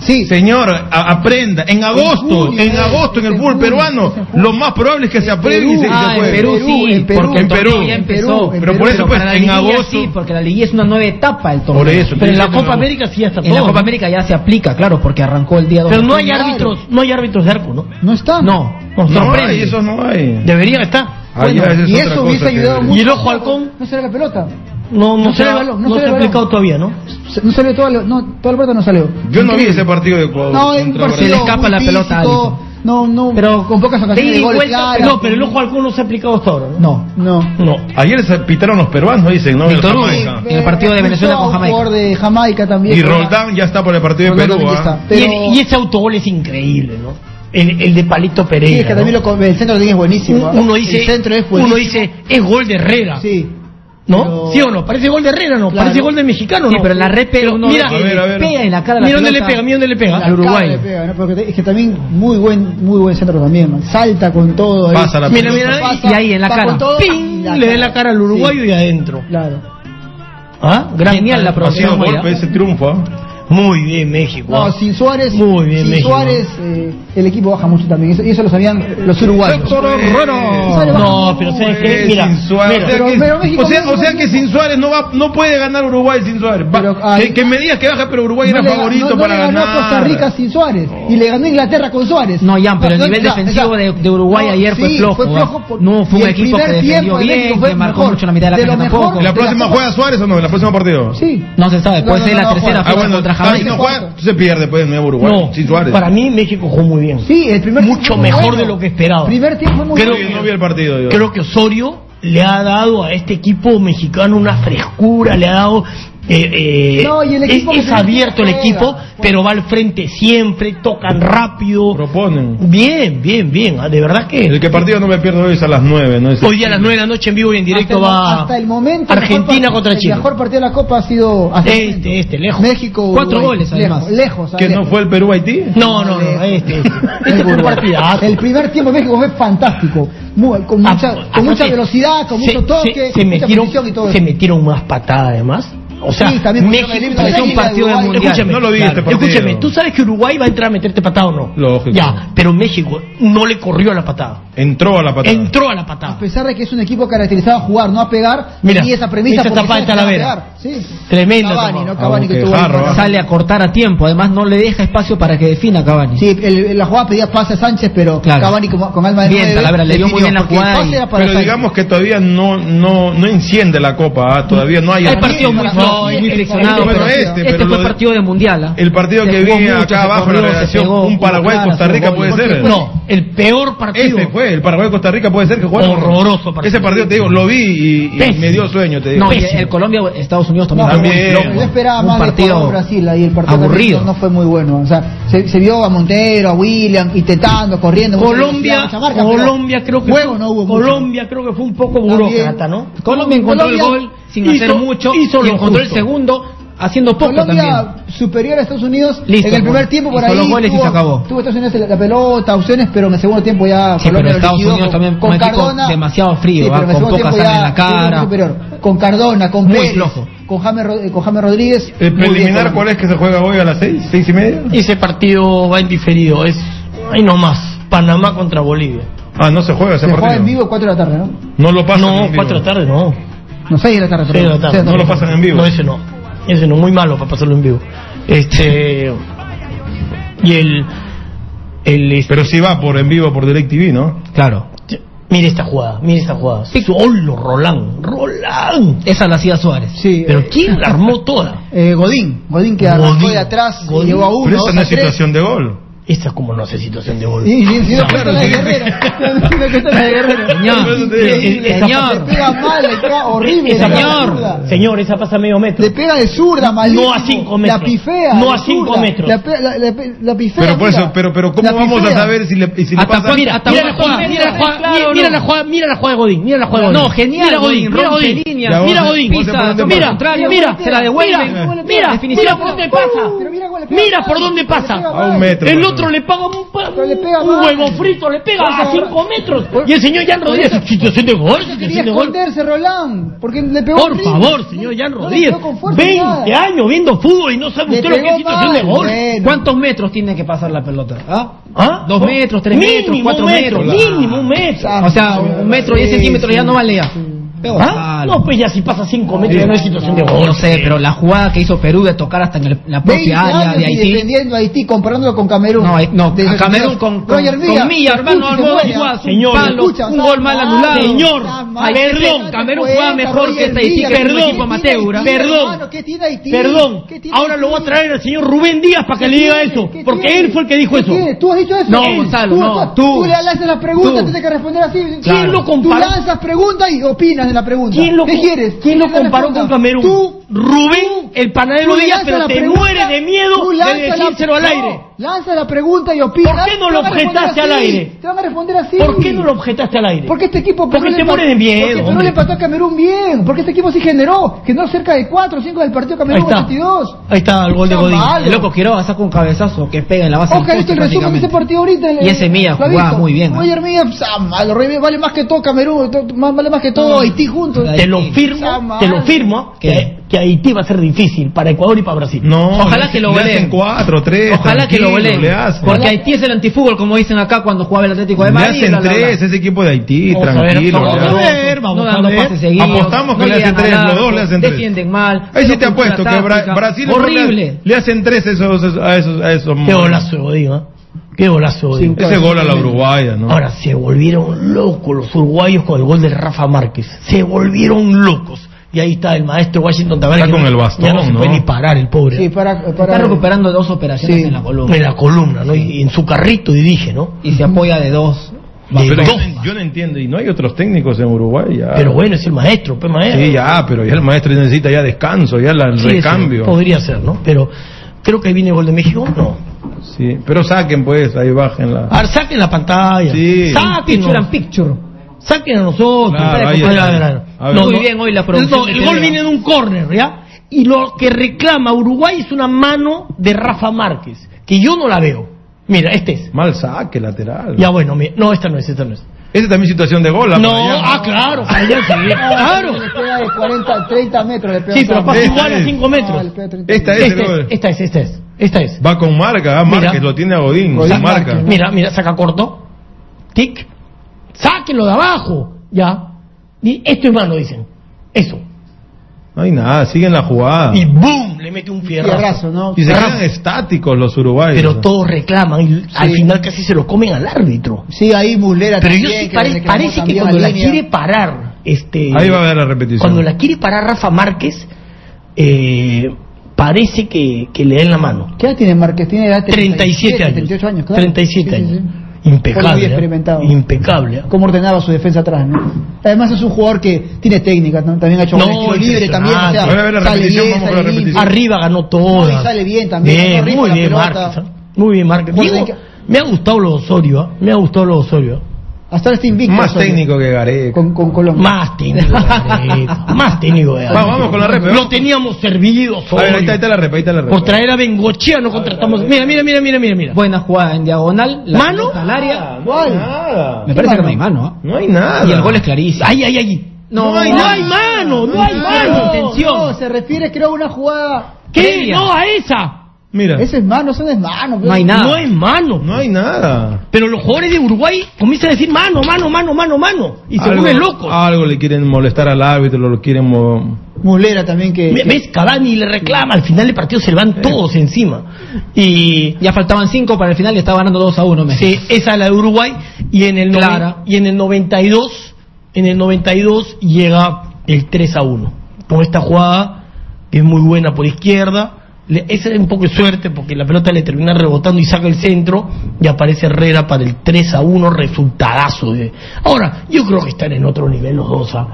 S4: Sí.
S2: Señor, a- aprenda. En agosto,
S4: junio,
S2: en
S4: eh,
S2: agosto en el fútbol peruano, lo más probable es que se apruebe y se, y se
S3: Ah, en
S2: juegue.
S3: Perú sí,
S2: en Perú,
S3: porque el
S2: en Perú.
S3: torneo ya empezó.
S2: Pero por eso, pues,
S3: para la
S2: en
S3: liguilla
S2: agosto.
S3: sí, porque la liguilla es una nueva etapa el torneo.
S2: Por eso,
S5: Pero en la
S2: Sí,
S5: Copa
S2: no.
S5: América sí ya está
S3: en la
S5: todo,
S3: Copa
S5: ¿no?
S3: América ya se aplica, claro, porque arrancó el día
S5: Pero no hay
S3: Claro.
S5: árbitros, no hay árbitros de arco, ¿no?
S4: No está.
S5: No, nos
S2: No
S5: sorprende.
S2: hay, eso no hay.
S5: Deberían estar.
S2: Ah, ya, esa es
S4: y
S2: otra
S4: eso
S2: cosa
S4: hubiese
S2: que-
S4: ayudado mucho.
S5: Y el ojo halcón
S4: No será la pelota.
S5: no, no,
S4: No
S5: se,
S4: sale
S5: ha-
S4: balón, no
S5: no
S4: sale
S5: se ha
S4: balón.
S5: aplicado todavía, ¿no?
S4: Se- No salió toda la, no, toda la pelota, no salió.
S2: Yo no vi
S4: Increíble.
S2: ese partido de Ecuador.
S4: No, es un
S2: contra
S4: partido
S2: Brasil.
S3: escapa
S4: muy
S3: la pelota a
S4: físico,
S3: Allison.
S4: No, no,
S3: Pero-
S4: con pocas
S5: Sí,
S4: ocasiones de goles
S5: vuelta,
S4: claras.
S5: no, pero el ojo halcón no se ha aplicado hasta ahora, ¿no?
S4: No, no.
S5: No.
S2: Ayer se pitaron los peruanos, dicen, ¿no?
S3: Víctor
S2: En
S3: Hugo.
S2: Jamaica.
S3: En el partido de Venezuela con Jamaica.
S4: Por de Jamaica también.
S2: Y Roldán ya está por el partido de
S4: Roldán
S2: Perú.
S4: también
S2: ¿ah?
S4: está.
S5: Y,
S4: Pero-
S5: el- y ese autogol es increíble, ¿no? El, el de Palito Pereira.
S4: Sí, es que
S5: ¿no?
S4: también lo con- el centro también es buenísimo.
S5: Un-
S4: ¿ah?
S5: uno dice,
S4: el centro es buenísimo.
S5: uno dice, es gol de Herrera.
S4: Sí.
S5: ¿No?
S4: Pero-
S5: ¿Sí o no? Parece gol de Herrera, ¿no?
S4: Claro.
S5: Parece gol de mexicano,
S3: Sí,
S5: ¿no?
S3: pero la red pega uno
S5: mira,
S3: que
S2: a ver, a ver.
S3: le pega en la cara la
S5: Mira dónde
S3: pelota
S5: le pega, mira dónde le pega.
S3: Al uruguayo.
S4: Claro, le pega, ¿no? Porque es que también muy buen, muy buen centro también. man. Salta con todo. ahí.
S2: Pasa la
S5: Mira,
S2: pelota.
S5: mira,
S4: Pasa,
S3: y ahí en la
S4: va
S3: cara.
S4: con todo,
S5: ¡ping!
S4: y la
S5: le
S4: cara.
S5: da la cara al uruguayo y adentro.
S4: Claro.
S5: ¿Ah? Gran
S3: Genial la
S2: Ha sido
S3: Pero-
S2: golpe ese triunfo. ¿ah?
S5: Muy bien, México.
S4: No,
S5: ah.
S4: sin Suárez, sin
S5: México.
S4: Suárez eh, el equipo baja mucho también. Eso, eso lo sabían los uruguayos.
S2: Héctor Herrero.
S4: Suárez baja
S5: No, pero
S4: Pues,
S5: ¿sabes qué? Mira,
S2: sin Suárez.
S5: mira.
S2: O sea que-
S5: Pero México
S2: o sea,
S5: no
S2: o sea que sin Suárez no va, no puede ganar Uruguay sin Suárez. Va, que, que me digas que baja, pero Uruguay
S4: No
S2: era
S4: le-
S2: favorito
S4: no- no
S2: para
S4: le ganó
S2: ganar.
S4: a Costa Rica sin Suárez y le ganó a Inglaterra con Suárez.
S3: No, Jan, pero el nivel
S4: ya,
S3: defensivo
S4: ya.
S3: de, de Uruguay
S4: No,
S3: ayer fue
S4: sí,
S3: flojo.
S4: fue
S3: ¿ah?
S4: flojo por-
S3: no fue
S4: y
S3: un
S4: el
S3: equipo que
S4: primer
S3: defendió
S4: tiempo de México
S3: bien,
S4: fue
S3: que marcó
S4: mejor.
S3: mucho en la mitad de la
S4: De
S3: cancha
S4: lo mejor
S3: tampoco.
S4: de
S2: ¿La próxima juega Suárez o no? ¿La próxima partido?
S4: Sí.
S3: No se sabe, puede ser la tercera
S2: Ah,
S3: fecha
S2: bueno,
S3: contra
S2: ah, si
S3: Jamaica.
S2: no juega, se pierde pues de nuevo Uruguay.
S5: No,
S2: sin Suárez.
S5: para mí México jugó muy bien.
S4: Sí, el primer
S5: Mucho mejor de lo que esperaba.
S4: Primer tiempo muy
S5: Creo
S2: Sí,
S5: que-
S2: no vi el partido yo.
S5: Creo que Osorio le ha dado a este equipo mexicano una frescura, le ha dado... eh, eh,
S4: No, y el equipo
S5: es, es
S4: mexicano
S5: abierto el
S4: juega.
S5: equipo, pero va al frente siempre, tocan rápido. Proponen. Bien, bien, bien. ah, De verdad que...
S2: El que partido no me pierdo hoy es a las 9, ¿no? Es- este.
S5: Hoy día a las 9 de la noche en vivo y en directo
S4: hasta, el,
S5: va...
S4: hasta el momento el
S5: Argentina
S4: mejor par-
S5: contra Chile.
S4: El mejor partido de la Copa ha sido hasta el momento.
S5: Este, este, lejos.
S4: México.
S5: Cuatro
S4: Uruguay.
S5: goles,
S4: lejos,
S5: además.
S4: Lejos,
S2: ¿Que no fue el Perú-Haití?
S5: No, no, no, este, este. Este fue un partidazo. Ah,
S4: El primer tiempo de México fue fantástico. Muy- con mucha, con mucha
S5: Aparte,
S4: velocidad, con
S5: se-
S4: mucho toque,
S5: se, se
S4: mucha
S5: metieron,
S4: posición y todo.
S5: se metieron más patadas además. O sea,
S4: Sí, también pusieron el
S5: México
S4: himno de
S5: es un
S4: Águila,
S5: partido del
S4: Uruguay.
S5: mundial.
S4: Escúchame,
S2: No lo vi este partido.
S5: Escúchame, tú sabes que Uruguay va a entrar a meterte patada o no.
S2: Lógico.
S5: Ya, pero México no le corrió a la patada.
S2: Entró a la patada.
S5: Entró a la patada.
S4: A pesar de que es un equipo caracterizado a jugar, no a pegar,
S5: Mira,
S4: y esa premisa
S5: esta
S4: porque
S5: tapada
S4: sabe
S5: de
S4: que va a
S5: Talavera.
S4: pegar. Sí.
S5: Tremenda
S4: Cavani,
S5: tapada.
S4: ¿no? Cavani que
S5: Ah,
S4: tuvo
S5: qué
S4: ahí.
S5: jarro, ah.
S3: Sale a cortar a tiempo, además no le deja espacio para que defina Cavani.
S4: Sí, el- la jugada pedía pase a Sánchez, pero
S3: Claro.
S4: Cavani con, con alma de
S3: Bien,
S4: nueve,
S3: Talavera, le dio muy
S4: pidió,
S3: bien la
S4: porque
S3: jugada
S4: el pase
S3: y-
S4: era para
S2: Pero
S4: Sánchez.
S2: digamos que todavía no, no, no enciende la copa, ¿ah? todavía no hay
S3: Hay partidos muy flojos, muy friccionados.
S2: Bueno,
S3: pero
S2: este, pero
S3: fue
S2: lo de-
S3: partido de mundial. ¿ah?
S2: El partido
S3: Se
S2: que
S3: jugó
S2: vi
S3: mucho,
S2: acá
S3: se
S2: abajo en la
S3: corrió, se
S2: redacción,
S3: pegó,
S2: un Paraguay-Costa
S3: hubo
S2: Rica
S3: goles.
S2: puede ser.
S5: No, el peor partido.
S2: Este fue, el Paraguay-Costa Rica puede ser que juegue.
S5: Horroroso partido.
S2: Ese partido, te digo, lo vi y- y,
S3: Pésimo.
S2: me dio sueño, te digo.
S3: No, y el Colombia-Estados Unidos también.
S4: No,
S3: fue muy
S2: también.
S3: flojo.
S4: Yo esperaba
S3: Un
S4: más de
S3: partido
S4: Ecuador, Brasil ahí el partido
S3: aburrido.
S4: también no fue muy bueno, o sea, se, se vio a Montero, a William intentando, corriendo, mucha velocidad,
S5: Colombia,
S4: mucha marca, pero
S5: Colombia creo que
S4: juego
S5: fue,
S4: no hubo mucho.
S5: Colombia creo que fue un poco
S4: También.
S5: burócrata, ¿no?
S3: Colombia encontró el
S5: Colombia
S3: gol sin
S5: hizo-
S3: hacer mucho
S5: hizo
S3: y
S5: lo
S3: encontró el
S5: justo.
S3: segundo haciendo poco
S4: Colombia
S3: también.
S4: superior a Estados Unidos
S3: Listo,
S4: en el primer
S3: bueno.
S4: tiempo por
S3: Hizo
S4: ahí
S3: los goles y
S4: tuvo,
S3: se acabó.
S4: tuvo Estados Unidos la, la pelota, opciones, pero en el segundo tiempo ya
S3: Sí,
S4: Colombia
S3: pero
S4: lo
S3: Estados
S4: liquidó
S3: Unidos
S4: con-
S3: también
S4: con
S3: un equipo
S4: Cardona
S3: demasiado frío,
S4: Sí,
S3: ¿va?
S4: pero en el
S3: con
S4: segundo
S3: poca
S4: tiempo
S3: sangre
S4: ya
S3: en la cara.
S4: fue superior. con Cardona, con
S3: Muy
S4: Pérez,
S3: flojo.
S4: con James, Ro- con James Rodríguez. muy
S2: ¿El
S4: bien
S2: Eh, preliminar
S4: Colombia.
S2: cuál es que se juega hoy a las 6, 6 y media?
S5: Ese partido va en diferido, es ahí nomás, Panamá contra Bolivia.
S2: Ah, no se juega ese
S4: Se juega en
S2: partido.
S4: vivo 4 de la tarde, ¿no?
S2: No lo pasan en
S5: No,
S2: vivo.
S5: cuatro de la tarde no.
S4: No, 6 de la tarde.
S5: Seis de la
S4: perdón.
S5: tarde.
S4: Seis de la
S2: No lo pasan en vivo.
S5: No, ese no. Ese no, muy malo para pasarlo en vivo. Este. Y el. el este-
S2: Pero sí va por en vivo por DirecTV, ¿no?
S3: Claro.
S5: Mire esta jugada, mire esta jugada. Solo Roland, Roland.
S3: Esa la hacía Suárez.
S4: Sí,
S5: Pero
S4: eh,
S5: ¿quién la armó toda?
S4: eh, Godín, Godín que arrancó
S5: Godín,
S4: de atrás,
S5: Godín.
S4: llegó a uno,
S2: Pero
S4: dos
S2: esa no
S4: a
S2: es
S4: tres.
S2: situación de gol.
S5: Esta como no hace situación de gol.
S4: Y, y, y no
S5: No,
S4: fue la de Guerrera. No fue la de Guerrera.
S5: Señor, eh, esa-
S4: Le pega mal, le pega Ah, horrible.
S5: esa
S4: le pega de
S5: señor,
S4: zurda.
S5: señor, esa pasa medio metro.
S4: Le pega de zurda, malísimo.
S5: No a cinco metros.
S4: La pifea.
S5: No
S4: de
S5: a cinco
S4: zurda.
S5: metros.
S4: La, pe- la- la pe- la pifea.
S2: Pero pues- por
S4: mira.
S2: eso, pero, pero ¿cómo
S4: La
S2: vamos a
S4: pifea.
S2: saber si le, y si le
S3: ¿Hasta
S2: pasa?
S3: cuándo?
S5: Mira,
S3: Hasta
S5: mira
S3: una
S5: la jugada,
S3: jugada,
S5: mira la jugada,
S3: claro,
S5: mira- mira
S3: no.
S5: la jugada, mira la jugada de Godín, mira la jugada de
S3: No,
S5: Godín.
S3: genial,
S5: mira Godín,
S3: Godín,
S5: mira
S3: rompe
S5: Godín,
S3: líneas,
S5: mira
S2: mira
S5: Godín,
S2: Godín,
S3: pisa,
S2: mira,
S3: mira,
S5: mira,
S3: contrario,
S5: mira,
S3: se la devuelven.
S5: mira,
S4: Pero
S5: mira, mira
S3: definición.
S5: por dónde pasa,
S4: Pero mira cómo le pega
S5: mira
S4: mal,
S5: por dónde
S4: le pega
S5: pasa.
S4: mal.
S2: A un metro.
S5: El
S2: más
S5: otro
S2: o
S5: le
S2: menos.
S5: paga un, pa-
S4: Pero le pega
S5: un
S4: mal.
S5: huevo frito, le pega a 5 metros. Y el señor Jan Rodríguez, situación de gol,
S4: Quería
S5: situación de gol.
S4: esconderse, Roland. Porque le pegó
S5: Por
S4: horrible.
S5: favor, señor Jan
S4: No le
S5: Rodríguez,
S4: pegó con fuerza,
S5: 20
S4: nada.
S5: años viendo fútbol y no sabe
S4: Le
S5: usted lo que es
S4: pegó
S5: situación
S4: mal,
S5: de gol.
S4: bueno.
S3: ¿Cuántos metros tiene que pasar la pelota? ¿Ah?
S5: ¿Ah?
S3: Dos metros, tres
S5: Mínimo
S3: metros,
S5: un
S3: cuatro
S5: metro,
S3: metros.
S5: Mínimo un metro.
S3: O sea, un metro, diez
S4: Sí,
S3: centímetros ya
S4: sí.
S3: no vale ya. Pegó
S5: ¿Ah?
S3: mal.
S5: No, pues ya si pasa 5 metros ya no es situación de gol.
S3: No sé, pero la jugada que hizo Perú de tocar hasta en el- la
S4: 20
S3: propia
S5: ah,
S3: área
S4: años
S3: de
S4: y
S3: Haití.
S4: defendiendo a Haití, comparándolo con Camerún.
S3: No, eh, no,
S4: Desde
S3: a Camerún
S4: los-
S3: con, con,
S4: Roger
S3: con
S4: Milla,
S3: Milla, hermano,
S4: escucha,
S3: no,
S4: juega.
S3: jugadas, un
S5: Señor,
S3: palo,
S4: escucha,
S3: un
S4: está
S3: gol mal
S4: mal,
S3: anulado.
S5: señor,
S3: Ay, perdón, Camerún jugaba mejor que esta Haití, que
S5: Milla,
S3: era un equipo
S5: perdón,
S3: amateur. ¿ah?
S5: Perdón.
S4: ¿Qué tiene Haití?
S5: Perdón,
S4: ¿Qué tiene
S5: ahora lo voy a
S4: Haití?
S5: traer al señor Rubén Díaz para que le diga
S4: tiene?
S5: eso,
S4: ¿Qué
S5: porque
S4: tiene?
S5: él fue el que dijo
S4: ¿Qué
S5: eso.
S4: tiene? ¿Tú has dicho eso?
S3: No,
S4: Él.
S3: Gonzalo,
S4: tú,
S3: no,
S4: Tú,
S3: tú.
S4: le lanzas la pregunta,
S3: Tú.
S4: tú tienes que responder así.
S5: Claro. lo comparó?
S4: Tú lanzas preguntas y opinas de la pregunta.
S5: ¿Quién lo,
S4: ¿Qué quieres?
S5: ¿quién lo
S4: ¿Quién le
S5: comparó
S4: responda?
S5: con Camerún?
S4: Tú.
S5: Rubén, el panadero
S4: Tú le
S5: Díaz,
S4: lanzas
S5: pero
S4: la
S5: te
S4: pregunta,
S5: muere de
S4: tú
S5: miedo de
S4: lanzas la-
S5: decírselo al
S4: no,
S5: aire.
S4: Lanza la pregunta y opinas.
S5: ¿Por qué no
S4: te
S5: lo
S4: van a responder
S5: objetaste
S4: así,
S5: al aire?
S4: Te van a responder así.
S5: ¿Por qué no lo objetaste al aire?
S4: Porque este equipo
S5: Porque
S4: Perú
S5: te
S4: le
S5: muere de
S4: empató-
S5: miedo,
S4: Porque Perú
S5: hombre.
S4: le empató a Camerún bien. Porque este equipo sí generó. Generó cerca de 4 o 5 del partido
S5: Ahí
S4: Camerún
S5: está.
S4: 82.
S5: Ahí está el gol de
S4: Está
S5: Godín.
S4: mal.
S3: El loco Quiroga saca un cabezazo que pega en la base del
S4: Ojalá esto
S3: poste
S4: el resumen de ese
S3: prácticamente.
S4: partido ahorita. el-
S3: Y ese Milla
S4: ¿lo ha
S3: jugaba
S4: visto?
S3: muy bien, ¿no?
S4: Oye, ah, Milla, psa, malo, re bien, vale más que todo Camerún, to- más- vale más que todo Haití juntos.
S5: Te lo
S3: Ahí.
S5: firmo,
S4: Está
S5: te lo
S4: mal.
S5: firmo
S3: ¿Qué?
S5: que que Haití va a ser difícil para Ecuador y para Brasil. No,
S2: Ojalá que lo le hacen goleen. cuatro, tres,
S3: Ojalá que lo
S2: tranquilo,
S3: goleen.
S2: le hacen.
S3: Porque Haití es el antifútbol, como dicen acá cuando jugaba el Atlético de
S2: Le
S3: Madrid.
S2: hacen
S3: bla, bla, bla.
S2: tres, ese equipo de Haití,
S3: Vamos a ver,
S2: tranquilo.
S3: vamos
S2: ya.
S3: a ver, vamos
S2: No
S3: a
S2: dando
S3: ver.
S2: pases seguidos,
S3: Apostamos que
S2: no
S3: le hacen
S2: llegan a
S3: tres, los
S2: largo,
S3: dos le hacen tres.
S2: defienden
S3: mal.
S2: Ahí sí te apuesto que Bra- Brasil
S5: Horrible.
S2: Le, le hacen tres esos, esos- a esos, a esos
S5: Qué golazo de Godín, ¿ah? Qué golazo de Godín.
S2: Ese gol a la uruguaya, ¿no?
S5: Ahora, se volvieron locos los uruguayos con el gol de Rafa Márquez. Se volvieron locos. Y ahí está el maestro Washington Tavares.
S2: Está
S5: que
S2: con
S5: no-
S2: el bastón,
S5: ya no se
S2: ¿no?
S5: puede ni parar el pobre.
S4: Sí, para, para-
S3: Está recuperando dos operaciones
S4: Sí.
S3: en la columna.
S5: En la columna, ¿no? Y en su carrito dirige, ¿no?
S3: Y se apoya de dos.
S2: Pero yo, no- yo no entiendo, y no hay otros técnicos en Uruguay. ya.
S5: Pero bueno, es el maestro, pues maestro.
S2: Sí, ya, pero ya el maestro necesita ya descanso, ya la- el
S5: Sí, eso
S2: recambio.
S5: Podría ser, ¿no? Pero creo que ahí viene el gol de México, no.
S2: Sí, pero saquen pues, ahí bajen la...
S5: Ahora saquen la pantalla.
S2: Sí.
S5: Saquen.
S2: Picture and
S5: picture. Saquen a nosotros.
S2: Claro,
S5: Para
S2: ahí
S5: que-
S2: está.
S5: a ver, a ver.
S2: A ver.
S5: No,
S2: Muy
S5: no,
S2: bien hoy la producción
S5: no,
S2: de
S5: el
S2: TV.
S5: gol viene de un córner, ¿ya? Y lo que reclama Uruguay es una mano de Rafa Márquez, que yo no la veo. Mira, este es.
S2: Mal saque lateral.
S5: Ya bueno, mi- no, esta no es, esta no es.
S2: Esa también situación de gol. la
S5: No,
S2: para allá.
S5: ah, claro, para allá sí, claro.
S4: Ah, Le pega de 40, 30 metros. le pega
S5: Sí, pero
S4: San-
S5: pasa
S4: Esta
S5: igual a
S4: es.
S5: 5 metros.
S4: Ah, le pega 30.
S2: Esta es,
S5: Este
S2: el
S5: es,
S2: gol.
S5: esta es, esta es, esta es.
S2: Va con marca, ah, Márquez
S5: Mira.
S2: lo tiene a Godín,
S5: Saca-
S2: sin marca.
S5: Mira, mira, saca corto. Tic. Sáquenlo de abajo. Ya. Y esto es mano, dicen. Eso.
S2: No hay nada, siguen la jugada.
S5: Y ¡boom! Le mete un fierrazo.
S4: Fierrazo, ¿no?
S2: Ah. Y se
S5: Fierrazo.
S2: quedan estáticos los uruguayos.
S5: Pero todos reclaman y al
S4: Sí.
S5: final casi se lo comen al árbitro.
S4: Sí, ahí Muslera
S5: Pero yo
S4: también,
S5: sí
S4: que
S5: pare-
S4: reclamó
S5: parece que
S4: también
S5: cuando la
S4: línea.
S5: quiere parar, este.
S2: Ahí va a ver la repetición.
S5: Cuando la quiere parar Rafa Márquez, eh, parece que, que le den la mano.
S4: ¿Qué edad tiene Márquez? Tiene edad
S5: 37 años.
S4: 38 años, claro.
S5: 37
S4: Sí, sí,
S5: años.
S4: sí. Fue muy
S5: Impecable. ¿eh?
S4: experimentado.
S5: Impecable. ¿eh?
S4: Cómo ordenaba su defensa atrás, ¿no? Además es un jugador que tiene técnica, ¿no? también ha hecho
S5: No,
S4: goles, tiro libre también, o sea,
S5: impresionante. Ahora ve la
S4: sale
S5: repetición,
S4: bien,
S5: vamos
S4: sale
S5: con la
S4: limpio.
S5: repetición. Arriba ganó todas.
S4: No, y sale bien también,
S5: Bien,
S4: no rifa
S5: muy
S4: la
S5: bien,
S4: pelota.
S5: Márquez. ¿eh? Muy bien, Márquez.
S4: Bueno,
S5: Diego,
S4: hay que-
S5: me ha gustado lo de Osorio. ¿eh? Me ha gustado lo de Osorio. ¿eh?
S4: Hasta ahora está invicto.
S2: Más
S4: Osorio,
S2: técnico que Gareca.
S4: Con, con Colombia.
S5: Más técnico. Gareca, más técnico. Gareca.
S2: Va, vamos con la ¿eh? rep,
S5: Lo
S2: vamos.
S5: teníamos servido.
S2: A ver,
S5: Osorio.
S2: ahí está, ahí está la rep, ahí está la rep.
S5: Por traer a Bengochea no contratamos. Mira, mira, mira, mira, mira, mira.
S3: Buena jugada en diagonal. La
S5: ¿Mano?
S3: pelota Al área.
S2: Ah, No hay nada.
S3: Me parece que no hay mano. ¿ah?
S2: No hay nada.
S3: Y el gol es clarísimo.
S5: Ay, ay, ay.
S3: No,
S5: no hay, no hay mano, no hay mano.
S4: Intención. No, se refiere creo a una jugada.
S5: ¿Qué?
S3: Previa.
S5: No, a esa.
S2: Mira,
S4: Ese es mano, eso no es mano.
S3: No hay nada.
S5: No hay mano.
S2: no hay nada.
S5: Pero los jugadores de Uruguay comienzan a decir mano, mano, mano, mano, mano. Y se
S2: Algo-
S5: vuelven locos.
S2: Algo le quieren molestar al árbitro, lo quieren... mo-
S4: Muslera también que...
S5: Me- ¿Ves? Cavani le reclama. Al final del partido se le van todos encima. Y
S3: Ya faltaban cinco para el final y estaba ganando 2 a 1 México.
S5: sí, esa es la de Uruguay. Y en el, noven-
S3: Clara.
S5: y en el 92, en el 92 llega el 3 a 1. Con esta jugada, que es muy buena por izquierda. Le- Esa es un poco de suerte porque la pelota le termina rebotando y saca el centro y aparece Herrera para el 3 a 1 resultadazo. De... Ahora, yo creo que están en otro nivel los dos. ¿ah?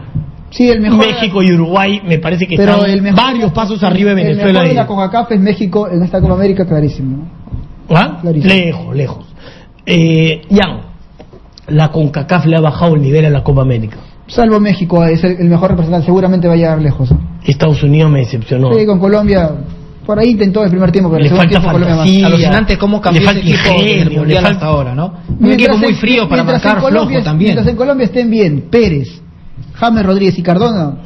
S4: Sí, el mejor...
S5: México y Uruguay me parece que
S4: pero
S5: están
S4: el mejor-
S5: varios pasos arriba de
S4: El
S5: Venezuela.
S4: mejor de
S5: y-
S4: la CONCACAF es México en esta Copa América, clarísimo. ¿no?
S5: ¿Ah?
S4: Clarísimo.
S5: Lejos, lejos. Eh, Yang, la CONCACAF le ha bajado el nivel a la Copa América.
S4: Salvo México, es el, el mejor representante, seguramente va a llegar lejos. ¿eh?
S5: Estados Unidos me decepcionó.
S4: Sí, con Colombia, por ahí intentó el primer tiempo, pero
S5: Le
S4: el segundo
S5: falta
S4: tiempo Colombia más.
S5: fantasía.
S3: Alucinante cómo cambió
S5: Le
S3: ese
S5: falta
S3: equipo
S5: ingenio,
S3: del
S5: le
S3: mundial
S5: falta-
S3: hasta ahora, ¿no? Un
S4: Mientras
S3: equipo muy
S4: en-
S3: frío para
S4: mientras en
S3: marcar,
S4: Colombia-
S3: flojo también.
S4: Mientras en Colombia estén bien Pérez, James Rodríguez y Cardona.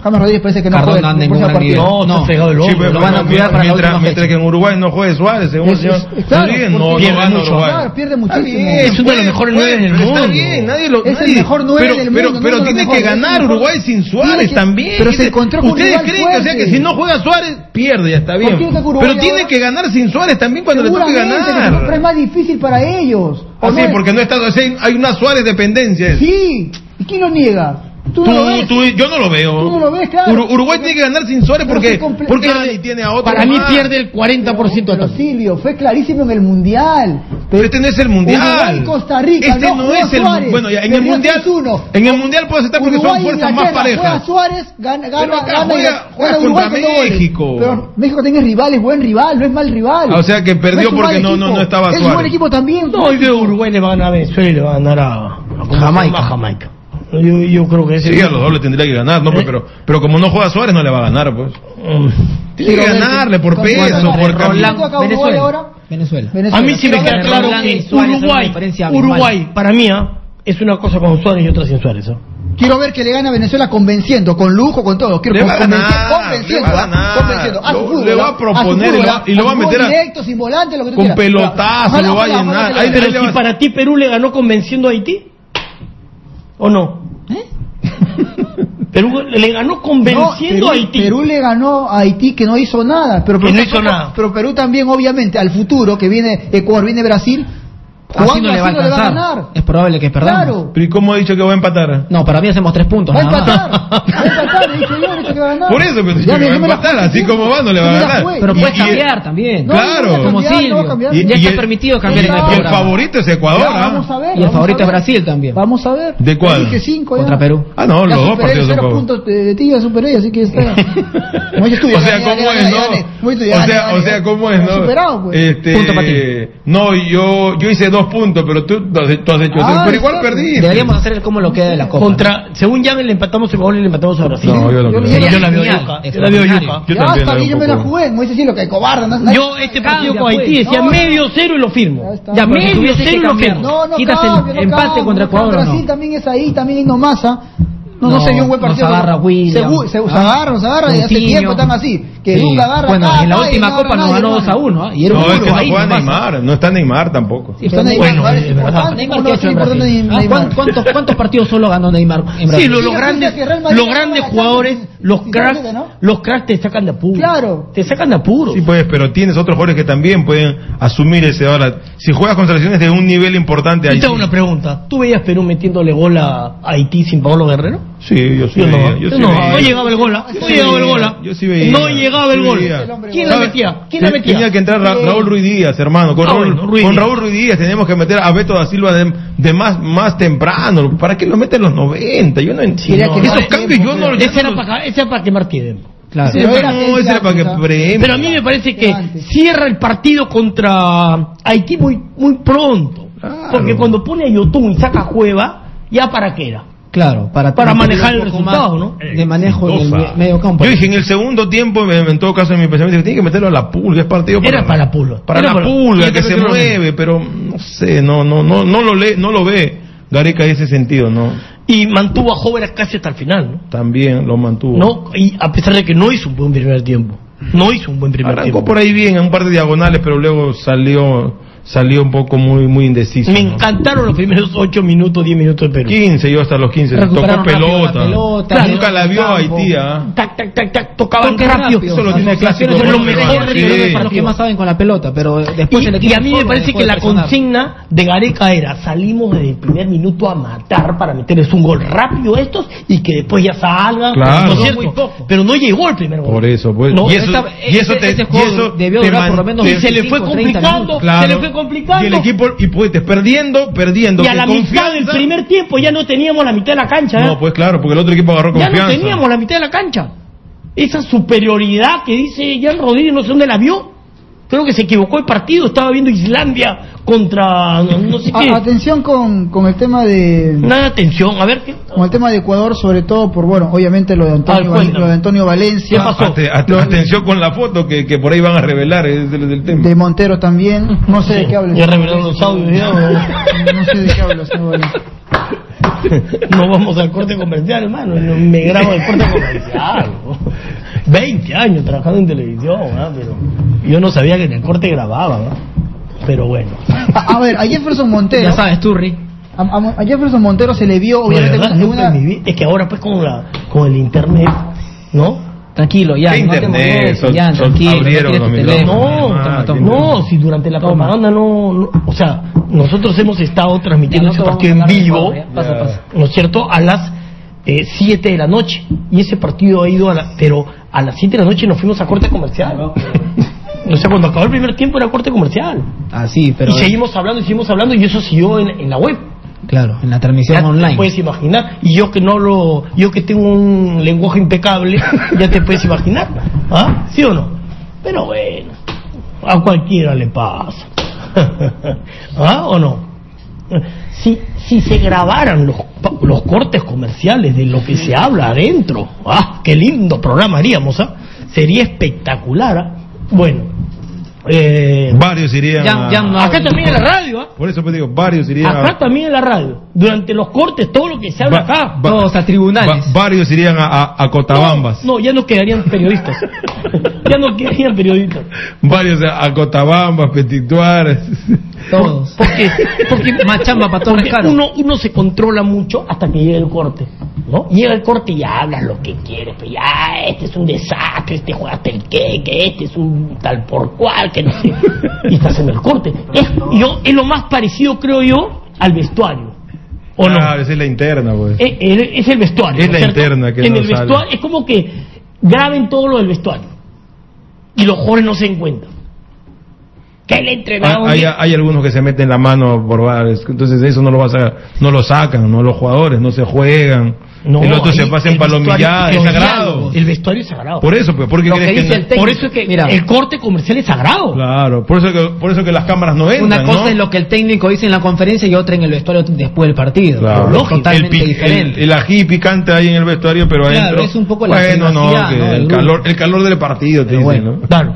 S4: James Rodríguez parece que no
S3: Cardona
S4: juega el-
S3: anda en
S4: el próximo
S3: un gran
S4: partido.
S3: nivel.
S5: No,
S3: No.
S5: está fregado el
S2: Sí,
S5: hombro.
S2: pero
S3: lo van a
S2: no,
S3: cuidar para la
S2: mientras,
S3: última
S2: mientras
S3: fecha.
S2: que en Uruguay no juegue Suárez, según el
S4: Es-
S2: señor.
S4: es- es claro,
S2: Rodríguez, no,
S4: porque-
S2: no
S4: pierde
S2: gana
S4: mucho.
S2: Uruguay.
S4: Claro, pierde
S2: Está
S4: muchísimo.
S5: Es uno
S2: bien,
S5: de los
S2: puede-
S5: mejores
S2: puede-
S5: nueve del
S2: pero Está
S5: mundo.
S2: bien, nadie lo.
S4: Es el
S2: nadie-
S4: mejor nueve
S2: pero,
S4: del
S2: Pero,
S4: mundo,
S2: pero
S4: no es lo
S2: tiene que
S4: mejor, es el
S2: ganar
S4: mejor.
S2: Uruguay sin Suárez
S4: Tiene que-
S2: también.
S4: pero se
S2: Dice,
S4: encontró con
S2: Ustedes
S4: Uruguay
S2: creen que, o sea,
S4: fuerte.
S2: que si no juega Suárez, pierde, ya está bien.
S4: qué saca Uruguay
S2: Pero tiene
S4: ahora?
S2: que ganar sin Suárez también cuando le toque
S4: Seguramente, que
S2: ganar.
S4: siempre es más difícil para ellos. ¿o
S2: Así,
S4: no es?
S2: porque no está. o sea, Hay una Suárez dependencia.
S4: Sí, ¿y quién lo niega? Tú, no lo
S2: Tú,
S4: ves.
S2: tú, yo no lo veo.
S4: Tú no lo ves, claro.
S2: Uru- Uruguay tiene que ganar sin Suárez
S4: Pero
S2: porque,
S4: se comple-
S2: porque
S4: Ay,
S2: ahí tiene a otro.
S5: Para mí
S2: más.
S5: pierde el 40% de
S4: Pero
S5: ataque.
S4: Silvio, fue clarísimo en el Mundial.
S2: Pero este no es el mundial.
S4: Uruguay, Costa Rica,
S2: Este
S4: no
S2: no,
S4: juega
S2: es el
S4: Suárez.
S2: bueno ya en el
S4: Perdió
S2: mundial.
S4: 6-1.
S2: En el mundial puedes estar porque
S4: Uruguay
S2: son
S4: y
S2: fuerzas más
S4: Inglaterra,
S2: parejas.
S4: Juega Suárez, gana,
S2: Pero
S4: gana,
S2: acá
S4: gana,
S2: juega-
S4: gana
S2: juega
S4: Uruguay
S2: contra
S4: con dos goles.
S2: México.
S4: Pero México también es rival, es buen rival, no es mal rival.
S2: Ah, o sea que perdió
S4: es un
S2: porque
S4: mal
S2: no- no-
S4: equipo.
S2: no estaba
S4: Es un buen
S2: Suárez.
S4: equipo también.
S5: No, yo veo Uruguay le va a ganar a Venezuela y le va a ganar a, a- ¿cómo se
S3: Jamaica.
S5: llama? Jamaica. Yo, yo creo que ese.
S2: Sí, a los dos le tendría que ganar, no,
S5: ¿Eh?
S2: pero pero como no juega Suárez no le va a ganar, pues.
S5: Mm.
S2: Tiene que
S4: Pero Messi-
S2: ganarle por
S4: con-
S2: peso,
S4: con-
S2: por
S4: con-
S2: cami-
S4: Roland- acá Uruguay ahora?
S3: Venezuela.
S5: A
S4: Venezuela.
S5: mí sí me
S4: Pero
S5: queda
S4: bueno,
S5: claro
S3: Roland
S5: que
S3: y Suárez es una
S5: Uruguay,
S3: diferencia abismal.
S5: Uruguay, para mí, ah, es una cosa con Suárez y otra sin Suárez. ah.
S4: Quiero ver que le gane a Venezuela convenciendo, con lujo, con todo. Quiero
S2: Le va a
S4: convenci-
S2: ganar,
S4: convenciendo,
S2: le va a
S4: ¿ah?
S2: ganar.
S4: convenciendo. A su
S2: Lo-
S4: fútbol,
S2: le va
S4: ¿ah?
S2: a proponer
S4: su
S2: y lo va-
S4: fútbol,
S2: y lo va a
S4: su fútbol
S2: meter a-
S4: directo, sin volante, lo que tú
S2: con
S4: quieras.
S2: pelotazo,
S4: Ojalá,
S2: lo va a
S4: ojalá,
S2: llenar.
S4: ojalá
S2: Ahí
S4: que le
S2: le-
S4: gane.
S5: Pero si para ti Perú le ganó convenciendo a Haití, ¿o no?
S4: ¿Eh?
S5: Perú le ganó
S4: No,
S5: convenciendo
S4: Perú,
S5: a Haití.
S4: Perú le ganó a Haití que no hizo nada. Pero
S5: Que
S4: Perú
S5: no hizo
S4: tampoco-
S5: nada.
S4: Pero Perú también, obviamente, al futuro, que viene Ecuador, viene Brasil,
S3: Así
S4: jugando
S3: no le va a alcanzar.
S4: ganar.
S3: Es probable que perdamos.
S4: Claro.
S2: ¿Pero y cómo ha dicho que va a empatar?
S3: No, para mí hacemos tres puntos.
S4: Va a
S3: nada más.
S4: empatar. Va a empatar, he dicho yo, he dicho que va a ganar.
S2: Por eso, pero
S4: Ya,
S2: que
S4: yo
S2: va a
S4: me la
S2: empatar,
S4: juego,
S2: así
S4: sí.
S2: como va, no le
S4: Yo
S2: va
S4: me
S2: a
S4: la
S2: ganar.
S4: juego.
S3: Pero
S2: Y-
S3: puedes
S2: y-
S3: cambiar también.
S4: No, no voy a
S2: Claro.
S4: cambiar, no voy a cambiar.
S2: Y-
S3: Ya
S2: y
S3: está
S2: el-
S3: permitido cambiar
S2: y
S3: en el
S2: el
S3: programa.
S2: favorito es Ecuador,
S4: Ya,
S2: ¿ah?
S4: vamos a ver.
S3: Y el
S4: vamos
S3: favorito
S4: a
S3: es
S4: ver.
S3: Brasil también.
S4: Vamos a ver.
S2: ¿De cuál?
S4: Ya Dije cinco ya.
S3: Contra Perú.
S2: Ah, no,
S4: Ya
S2: los dos
S4: superé
S2: partidos
S4: los
S2: son
S4: cero
S2: pocos.
S4: puntos de, de ti, ya superé, así que está. No, ya estuve,
S2: O
S4: ya,
S2: sea,
S4: ya,
S2: ¿cómo
S4: ya, ya,
S2: es,
S4: ya, ya,
S2: no?
S4: muy bien,
S2: O
S4: ya,
S2: sea,
S4: ya,
S2: o
S4: ya.
S2: sea, ¿cómo es, no?
S4: Superado, pues.
S2: Este,
S4: Punto para ti.
S2: No, yo, yo hice dos puntos, pero tú, tú has tú has hecho tres,
S4: Ah,
S2: pero igual
S4: exacto.
S2: perdí.
S3: Deberíamos hacer como lo queda de la copa.
S5: Contra, según Jan, le empatamos a Ecuador y le empatamos a Brasil.
S2: No, yo
S5: yo,
S2: no creo.
S5: yo la veo
S3: Genial,
S5: yuca. Yo la veo
S3: extraordinario.
S5: yuca.
S2: Yo
S4: Ya
S2: también
S4: hasta
S2: le
S4: aquí yo
S2: doy
S4: me
S2: un
S4: la
S2: poco.
S4: jugué, como dice sí, lo que cobarde. No, no-
S5: Yo este partido
S3: Cambia,
S5: con Haití
S3: pues.
S5: decía
S4: No, no.
S5: medio cero y lo firmo.
S4: Ya está.
S5: Ya
S3: Porque
S5: medio
S3: tuviese que
S5: cero y lo
S3: cambiar.
S5: firmo.
S4: No, no,
S3: Quitas el
S4: cambio, no
S3: empate
S4: cambio,
S3: contra
S4: no
S3: Ecuador,
S4: cambio.
S3: ¿o no?
S4: Brasil también es ahí, también Inomasa. No, no,
S3: No,
S4: se vio un buen
S3: nos
S4: partido.
S3: agarra William.
S4: Segu- segu-
S3: Ah.
S4: se agarra, se agarra. Y hace
S3: Coutinho.
S4: tiempo están así. Que
S3: Sí.
S4: Dunga agarra.
S3: Bueno,
S4: acá,
S3: en la
S4: acá, y
S3: última
S4: no
S3: copa
S4: agarra
S3: nos
S4: nadie,
S3: ganó
S4: hermano.
S3: 2 a 1. ¿ah? Y era un
S2: No, es
S3: duro
S2: que no
S3: ahí
S2: juega
S3: nomás.
S2: Neymar, no está Neymar tampoco.
S3: Sí, está Neymar,
S5: Bueno,
S3: parece
S5: es verdad.
S3: importante.
S4: Neymar,
S3: ¿Cuánto
S4: ¿qué ha hecho
S3: ha hecho en
S4: Brasil?
S3: Brasil? Ah,
S4: Neymar.
S3: ¿Cuántos- ¿Cuántos cuántos partidos solo ganó Neymar en Brasil?
S5: Sí, lo- los,
S4: Sí,
S5: grandes,
S4: que Real Madrid
S5: los
S4: ganó
S5: grandes
S4: la
S5: jugadores,
S4: Champions.
S5: los
S4: Sí,
S5: cracks,
S4: ¿no?
S5: los cracks te sacan de apuro.
S4: Claro.
S5: Te sacan de apuro.
S2: Sí, pues, pero tienes otros jugadores que también pueden asumir ese. Ahora, si juegas contra selecciones de un nivel importante ahí.
S5: Yo te hago una pregunta. ¿Tú veías Perú metiéndole gol a Haití sin Paolo Guerrero?
S2: Sí, yo sí.
S5: Yo no,
S2: veía, yo
S5: yo
S2: sí
S5: no,
S2: veía.
S5: no llegaba el gol. ah.
S2: Yo
S5: No
S2: sí
S5: llegaba el
S2: veía,
S5: gol. ah.
S2: Yo sí veía.
S5: No llegaba el
S2: yo
S5: gol.
S2: veía.
S5: ¿Quién la
S2: ¿Sabes?
S5: metía? ¿Quién la
S2: Te-
S5: metía?
S2: Tenía que entrar Ra- Raúl Ruiz Díaz, hermano. Con,
S5: Ah,
S2: Raúl,
S5: bueno, Ruiz
S2: con
S5: Díaz.
S2: Raúl Ruiz Díaz teníamos que meter a Beto da Silva de, de más, más temprano. ¿Para qué lo meten los 90? Yo no
S4: Quería
S2: entiendo.
S4: que
S2: Esos
S4: marque
S2: cambios yo
S4: tiempo,
S2: no
S5: Ese
S2: yo no
S5: era para, ese era para quemar tiempo.
S3: Claro.
S4: Pero era
S2: No,
S4: aquel
S2: ese era para que
S4: África.
S2: premien.
S5: Pero a mí me parece que
S4: Antes.
S5: cierra el partido contra Haití muy, muy pronto.
S2: Claro.
S5: Porque cuando pone a Yotun y saca a Cueva, ¿ya para qué era?
S3: Claro, para,
S5: Para
S3: tener
S5: manejar
S3: un
S5: el
S3: poco más
S5: resultado, ¿no?
S3: De manejo del
S2: Exitosa.
S3: me- medio campo.
S2: Yo dije en el segundo tiempo, en en todo caso en mi pensamiento, dije, tiene que meterlo a la pulga, es partido
S5: Era para la pulga.
S2: Para
S5: Era
S2: la
S5: para-
S2: pulga,
S5: y
S2: que se
S5: creo que lo
S2: mueve,
S5: mismo.
S2: pero no sé, no, no, no, no lo lee, no lo ve Gareca en ese sentido, ¿no?
S5: Y mantuvo a Jover casi hasta el final, ¿no?
S2: También lo mantuvo.
S5: No, y a pesar de que no hizo un buen primer tiempo. No hizo un buen primer
S2: Arrancó
S5: tiempo.
S2: por ahí bien, en un par de diagonales, pero luego salió, salió un poco muy, muy indeciso.
S5: Me
S2: ¿no?
S5: encantaron los primeros 8 minutos, 10 minutos de Perú.
S2: 15, yo hasta los 15. Tocó
S3: Recuperaron rápido la
S2: pelota.
S3: pelota,
S2: Claro,
S3: el
S2: Nunca la vio
S3: campo.
S2: Haití, ¿ah?
S5: Tac, tac, tac, tac, tocaban
S3: Toque
S5: rápido.
S3: rápido.
S2: Eso lo tiene
S3: Las
S2: clásico.
S3: asociaciones
S5: Lo mejor de
S2: peruano, sí.
S5: Perú
S3: Son
S5: para
S3: los que más saben con la pelota, pero después el
S5: Y,
S3: equipo
S5: y a mí me
S3: solo
S5: parece
S3: dejó
S5: que
S3: de
S5: la
S3: presionar.
S5: consigna de Gareca era salimos desde el primer minuto a matar para meterles un gol rápido a estos y que después ya salgan.
S2: Claro.
S5: ¿no es
S2: Duró
S5: cierto?
S3: muy poco.
S5: Pero no llegó el primer gol.
S2: Por eso, pues.
S5: No,
S2: y eso,
S3: esta-
S2: y eso
S3: ese-
S2: te,
S3: ese
S2: y
S3: juego
S2: eso
S3: debió
S2: te
S3: durar por lo
S2: man-
S3: menos
S2: te-
S5: y se le fue
S3: 25, 30
S5: complicando,
S2: Claro.
S5: se le fue complicando.
S2: Y el equipo, y pues, perdiendo, perdiendo.
S5: Y a
S2: con
S5: la mitad
S2: confianza.
S5: del primer tiempo ya no teníamos la mitad de la cancha. ¿eh?
S2: No, pues claro, porque el otro equipo agarró
S5: ya no
S2: confianza.
S5: teníamos la mitad de la cancha. Esa superioridad que dice Jan Rodríguez, no sé dónde la vio. Creo que se equivocó el partido. Estaba viendo Islandia contra no, no sé qué.
S4: A- Atención con, con el tema de.
S5: Nada de atención. A ver qué.
S4: Con el tema de Ecuador, sobre todo por, bueno, obviamente lo de Antonio,
S5: Ah,
S4: Val-
S5: cuéntame.
S4: lo de Antonio
S5: ¿Qué
S4: Valencia,
S5: pasó?
S2: Ah, Ate- ate- atención con la foto que, que por ahí van a revelar es del, del tema.
S4: de Montero también. No sé de qué hablo.
S5: Ya revelaron los audios. ya.
S4: No sé de qué hablo, señor Valencia.
S5: No vamos al corte comercial, hermano. No me grabo el corte comercial. 20 años trabajando en televisión, ¿ah? pero yo no sabía que en el corte grababa. ¿ah? Pero bueno.
S4: A, a ver, a Jefferson Montero.
S3: Ya sabes tú, Rick.
S4: A, a Mon- a Jefferson Montero se le vio,
S5: De
S4: obviamente,
S5: verdad,
S4: en
S5: nunca
S4: una-
S5: en mi vida- Es que ahora pues con, la, con el internet, ¿no?
S3: Tranquilo, ya.
S2: ¿Qué
S3: no te
S2: internet?
S3: molestes,
S2: Son-
S3: ya,
S2: son-
S3: tranquilo. no
S2: abrieron
S3: tires
S2: los
S3: tu
S2: micrófonos.
S3: teléfono.
S5: No,
S3: Toma,
S2: Ah,
S3: toma.
S5: no, si durante la propaganda no, no- o sea, nosotros hemos estado
S3: Ya,
S5: transmitiendo
S3: no te
S5: ese
S3: vamos
S5: partido
S3: a
S5: en
S3: dar
S5: vivo,
S3: informe, ya. Pasa,
S2: Ya.
S3: pasa.
S5: ¿no es cierto? A las 7 de la noche. Y ese partido ha ido a la, pero a las 7 de la noche nos fuimos a corte comercial. O sea, cuando acabó el primer tiempo era corte comercial.
S3: Así, Ah, pero.
S5: y seguimos hablando, y seguimos hablando, y eso siguió en, en la web.
S3: Claro, en la
S5: Ya
S3: transmisión
S5: te
S3: online.
S5: puedes imaginar. Y yo que no lo, yo que tengo un lenguaje impecable, ya te puedes imaginar. ¿Ah? ¿Sí o no? Pero bueno, a cualquiera le pasa. ¿Ah o no? Si, si se grabaran los, pa- los cortes comerciales de lo que se habla adentro, ¡ah! ¡Qué lindo programa haríamos! ¿ah? Sería espectacular. ¿ah? Bueno,
S2: varios irían.
S5: Jan-
S2: a-
S5: Jan no- Acá también en la radio, ¿ah?
S2: Por eso pues digo, varios irían. a-
S5: Acá también en la radio. Durante los cortes, todo lo que se habla
S2: Va-
S5: acá.
S2: va- va- varios irían a, a, a Cotabambas.
S5: No, ya no quedarían periodistas. ya no quedarían periodistas.
S2: Varios a, a Cotabambas, Petituares.
S5: Todos. Porque, porque más chamba para todos Uno, uno se controla mucho hasta que llega el corte. ¿no? Llega el corte y ya hablas lo que quieres. Pues ya, este es un desastre, este jugaste el qué, que este es un tal por cual, que no sé. Y estás en el corte. Es, yo, es lo más parecido, creo yo, al vestuario. ¿O
S2: Claro, esa es la interna, pues.
S5: Eh, eh, Es el vestuario.
S2: Es
S5: ¿no
S2: la
S5: cierto?
S2: interna que
S5: En
S2: no
S5: el
S2: sale.
S5: vestuario es como que graben todo lo del vestuario. Y los jóvenes no se encuentran. Que el
S2: Ah,
S5: entrenador.
S2: Hay, hay algunos que se meten la mano por varios, entonces eso no lo vas a, no lo sacan, no los jugadores no se juegan,
S5: No,
S2: el otro se
S5: ahí
S2: pasen
S5: el
S2: palomilladas,
S5: vestuario-
S2: es
S5: el
S2: sagrado.
S5: diálogo, El vestuario es sagrado.
S2: Por eso, pues, ¿por qué
S5: Lo
S2: crees que
S5: dice
S2: no?
S5: el técnico. Por eso es que el corte comercial es sagrado.
S2: Claro, por eso que, por eso que las cámaras no entran,
S3: Una cosa
S2: ¿no?
S3: es lo que el técnico dice en la conferencia y otra en el vestuario después del partido.
S2: Claro.
S3: Lógico,
S2: el,
S3: totalmente
S2: pi-
S3: diferente.
S2: el- el ají picante ahí en el vestuario, pero
S3: Claro,
S2: adentro.
S3: es un poco la
S2: bueno, no,
S3: privacidad,
S2: que
S3: ¿no?
S2: el,
S3: Del
S2: calor, el calor del partido, te dicen, ¿no?
S5: Claro.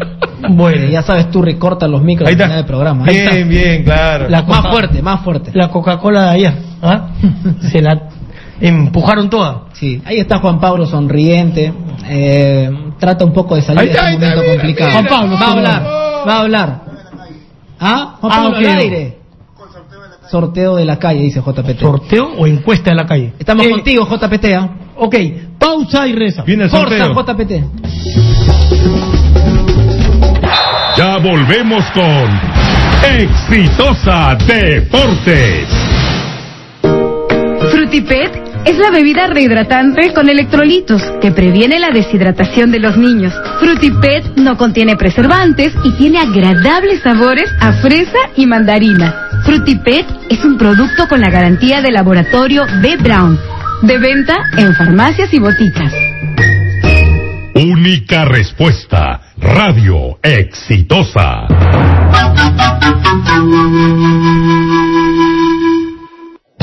S3: Bueno, ya sabes, tú recortas los micros al final del programa.
S2: Bien, bien, claro.
S3: La más fuerte, más fuerte.
S5: La Coca-Cola de ayer, ¿ah? Se la empujaron toda.
S3: Sí, ahí está Juan Pablo sonriente. eh, trata un poco de salir
S5: Ahí
S3: de
S5: está,
S3: este
S5: ahí está,
S3: momento
S5: mira,
S3: complicado.
S5: mira, Juan Pablo,
S3: va a
S5: señor.
S3: hablar, va a hablar. ¿Ah? Juan
S5: Ah,
S3: Pablo al
S5: ok.
S3: aire. Sorteo de la calle, dice JPT.
S5: ¿Sorteo o encuesta de la calle? Eh,
S3: Estamos contigo, JPT. ¿ah?
S5: Ok, pausa y reza.
S3: Viene
S5: el sorteo.
S3: JPT.
S7: Ya volvemos con Exitosa Deportes.
S8: Frutipet es la bebida rehidratante con electrolitos que previene la deshidratación de los niños. Frutipet no contiene preservantes y tiene agradables sabores a fresa y mandarina. Frutipet es un producto con la garantía de laboratorio B. Brown. De venta en farmacias y boticas.
S7: Única respuesta. Radio Exitosa.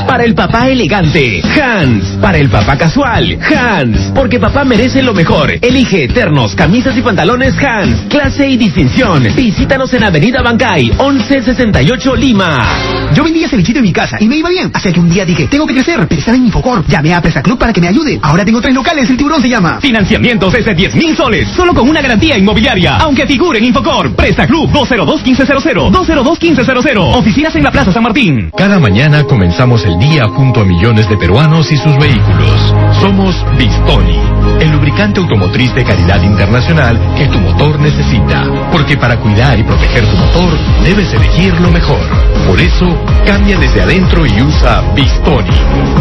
S9: Para el papá elegante, Hans. Para el papá casual, Hans. Porque papá merece lo mejor. Elige eternos, camisas y pantalones Hans. Clase y distinción. Visítanos en Avenida Bancay, 1168 Lima.
S20: Yo vendía cevichito en mi casa y me iba bien, hasta que un día dije, tengo que crecer, pensaba en Infocor, llamé a Presa Club para que me ayude. Ahora tengo tres locales, el tiburón se llama.
S9: Financiamientos desde 10 mil soles, solo con una garantía inmobiliaria. Aunque figure en Infocor, Presta Club 202-1500, 202-1500. Oficinas en la Plaza San Martín.
S10: Cada mañana comenzamos el día junto a millones de peruanos y sus vehículos. Somos Bistoni, el lubricante automotriz de calidad internacional que tu motor necesita. Porque para cuidar y proteger tu motor, debes elegir lo mejor. Por eso, cambia desde adentro y usa Bistoni.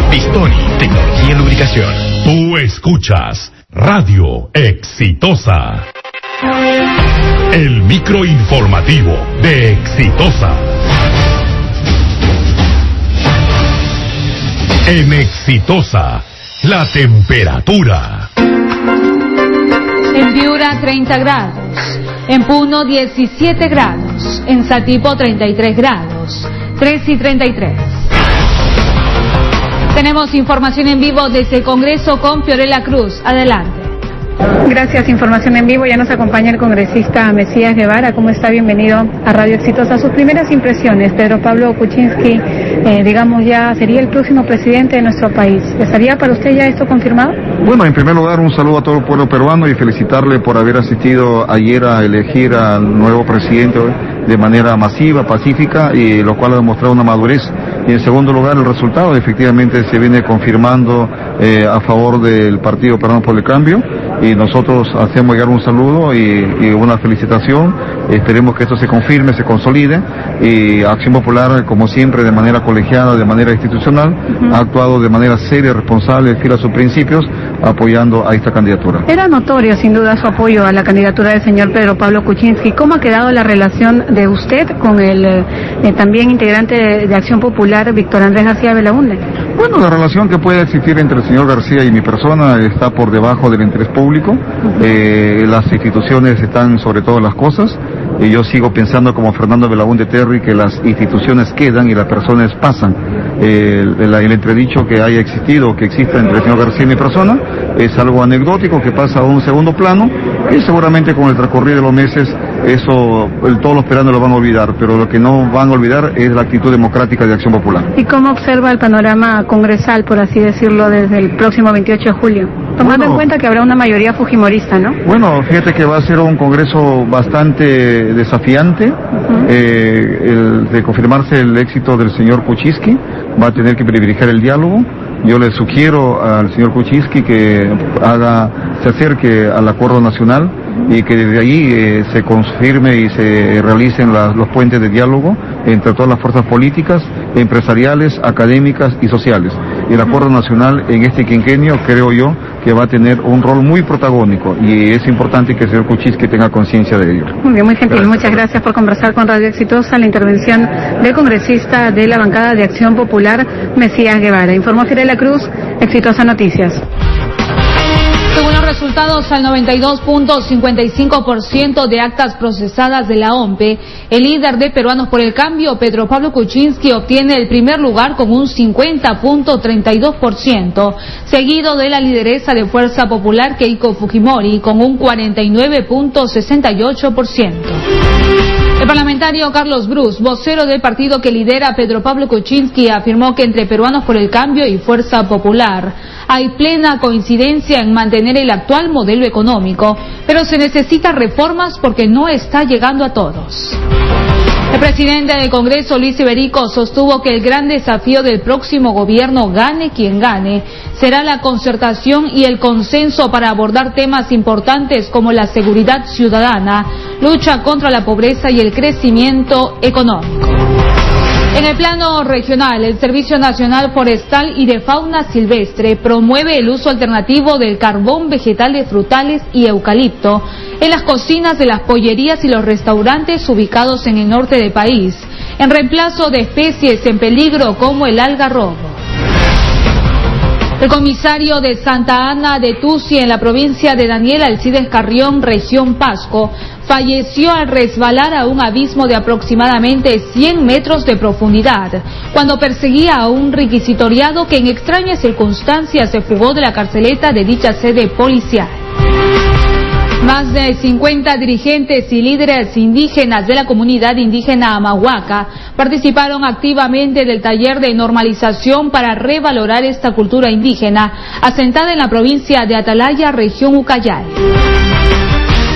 S10: Bistoni, tecnología en lubricación.
S7: Tú escuchas Radio Exitosa. El micro informativo de Exitosa. En Exitosa, la temperatura.
S11: En Piura 30 grados, en Puno 17 grados, en Satipo 33 grados, 3 y 33. Tenemos información en vivo desde el Congreso con Fiorella Cruz. Adelante.
S12: Gracias, información en vivo. Ya nos acompaña el congresista Mesías Guevara. ¿Cómo está? Bienvenido a Radio Exitosa. Sus primeras impresiones, Pedro Pablo Kuczynski, eh, digamos ya, sería el próximo presidente de nuestro país. ¿Estaría para usted ya esto confirmado?
S16: Bueno, en primer lugar, un saludo a todo el pueblo peruano y felicitarle por haber asistido ayer a elegir al nuevo presidente de manera masiva, pacífica, y lo cual ha demostrado una madurez. Y en segundo lugar, el resultado efectivamente se viene confirmando eh, a favor del Partido Peruano por el Cambio, y nosotros hacemos llegar un saludo y, y una felicitación. Esperemos que esto se confirme, se consolide, y Acción Popular, como siempre, de manera colegiada, de manera institucional, ha actuado de manera seria, responsable, fiel a sus principios, apoyando a esta candidatura.
S12: Era notorio, sin duda, su apoyo a la candidatura del señor Pedro Pablo Kuczynski. ¿Cómo ha quedado la relación de usted con el eh, eh, también integrante de, de Acción Popular, Víctor Andrés García Belaúnde?
S16: Bueno, la relación que puede existir entre el señor García y mi persona está por debajo del interés público. Eh, las instituciones están sobre todas las cosas. Y yo sigo pensando como Fernando Belaúnde Terry que las instituciones quedan y las personas pasan. Eh, el, el entredicho que haya existido, que exista entre el señor García y mi persona, es algo anecdótico que pasa a un segundo plano y seguramente con el transcurrir de los meses eso el, todos los peruanos lo van a olvidar, pero lo que no van a olvidar es la actitud democrática de Acción Popular.
S12: ¿Y cómo observa el panorama congresal, por así decirlo, desde el próximo 28 de julio? Tomando en cuenta que habrá una mayoría fujimorista, ¿no?
S16: Bueno, fíjate que va a ser un congreso bastante desafiante. Eh, el- de confirmarse el éxito del señor Kuczynski, va a tener que privilegiar el diálogo. Yo le sugiero al señor Kuczynski que haga, se acerque al acuerdo nacional y que desde allí eh, se confirme y se realicen las- los puentes de diálogo entre todas las fuerzas políticas, empresariales, académicas y sociales. Y el acuerdo nacional en este quinquenio creo yo que va a tener un rol muy protagónico y es importante que el señor Kuczynski tenga conciencia de ello.
S12: Muy bien, muy gentil. Muchas gracias por conversar con Radio Exitosa la intervención del congresista de la bancada de Acción Popular, Mesías Guevara. Informó Firela Cruz, Exitosa Noticias.
S11: Según los resultados, al 92.55% de actas procesadas de la OMPE, el líder de Peruanos por el Cambio, Pedro Pablo Kuczynski, obtiene el primer lugar con un 50.32%, seguido de la lideresa de Fuerza Popular, Keiko Fujimori, con un 49.68%. El parlamentario Carlos Bruce, vocero del partido que lidera Pedro Pablo Kuczynski, afirmó que entre Peruanos por el Cambio y Fuerza Popular hay plena coincidencia en mantener el actual modelo económico, pero se necesitan reformas porque no está llegando a todos. El presidente del Congreso, Luis Iberico, sostuvo que el gran desafío del próximo gobierno, gane quien gane, será la concertación y el consenso para abordar temas importantes como la seguridad ciudadana, lucha contra la pobreza y el crecimiento económico. En el plano regional, el Servicio Nacional Forestal y de Fauna Silvestre promueve el uso alternativo del carbón vegetal de frutales y eucalipto en las cocinas de las pollerías y los restaurantes ubicados en el norte del país, en reemplazo de especies en peligro como el algarrobo. El comisario de Santa Ana de Tusi en la provincia de Daniel Alcides Carrión, región Pasco, falleció al resbalar a un abismo de aproximadamente 100 metros de profundidad cuando perseguía a un requisitoriado que en extrañas circunstancias se fugó de la carceleta de dicha sede policial. Más de 50 dirigentes y líderes indígenas de la comunidad indígena Amahuaca participaron activamente del taller de normalización para revalorar esta cultura indígena asentada en la provincia de Atalaya, región Ucayal.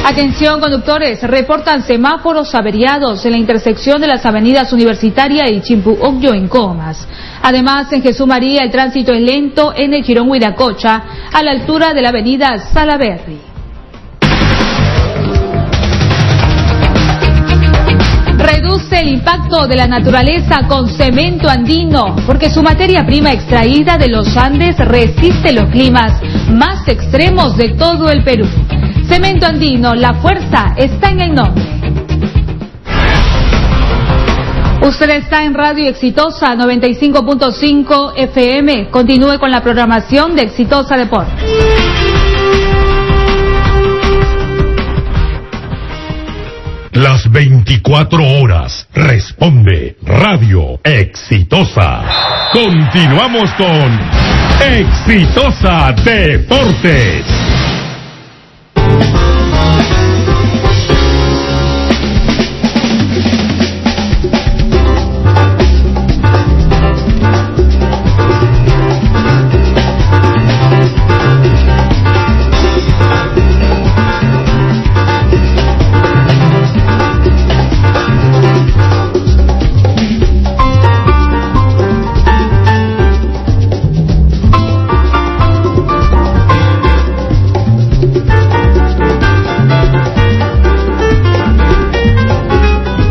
S11: Atención conductores, reportan semáforos averiados en la intersección de las avenidas Universitaria y Chimpuocyo en Comas. Además, en Jesús María el tránsito es lento en el Girón Huiracocha, a la altura de la avenida Salaberry. Reduce el impacto de la naturaleza con cemento andino, porque su materia prima extraída de los Andes resiste los climas más extremos de todo el Perú. Cemento andino, la fuerza está en el nombre. Usted está en Radio Exitosa 95.5 FM. Continúe con la programación de Exitosa Deportes.
S7: Las 24 horas responde Radio Exitosa. Continuamos con Exitosa Deportes.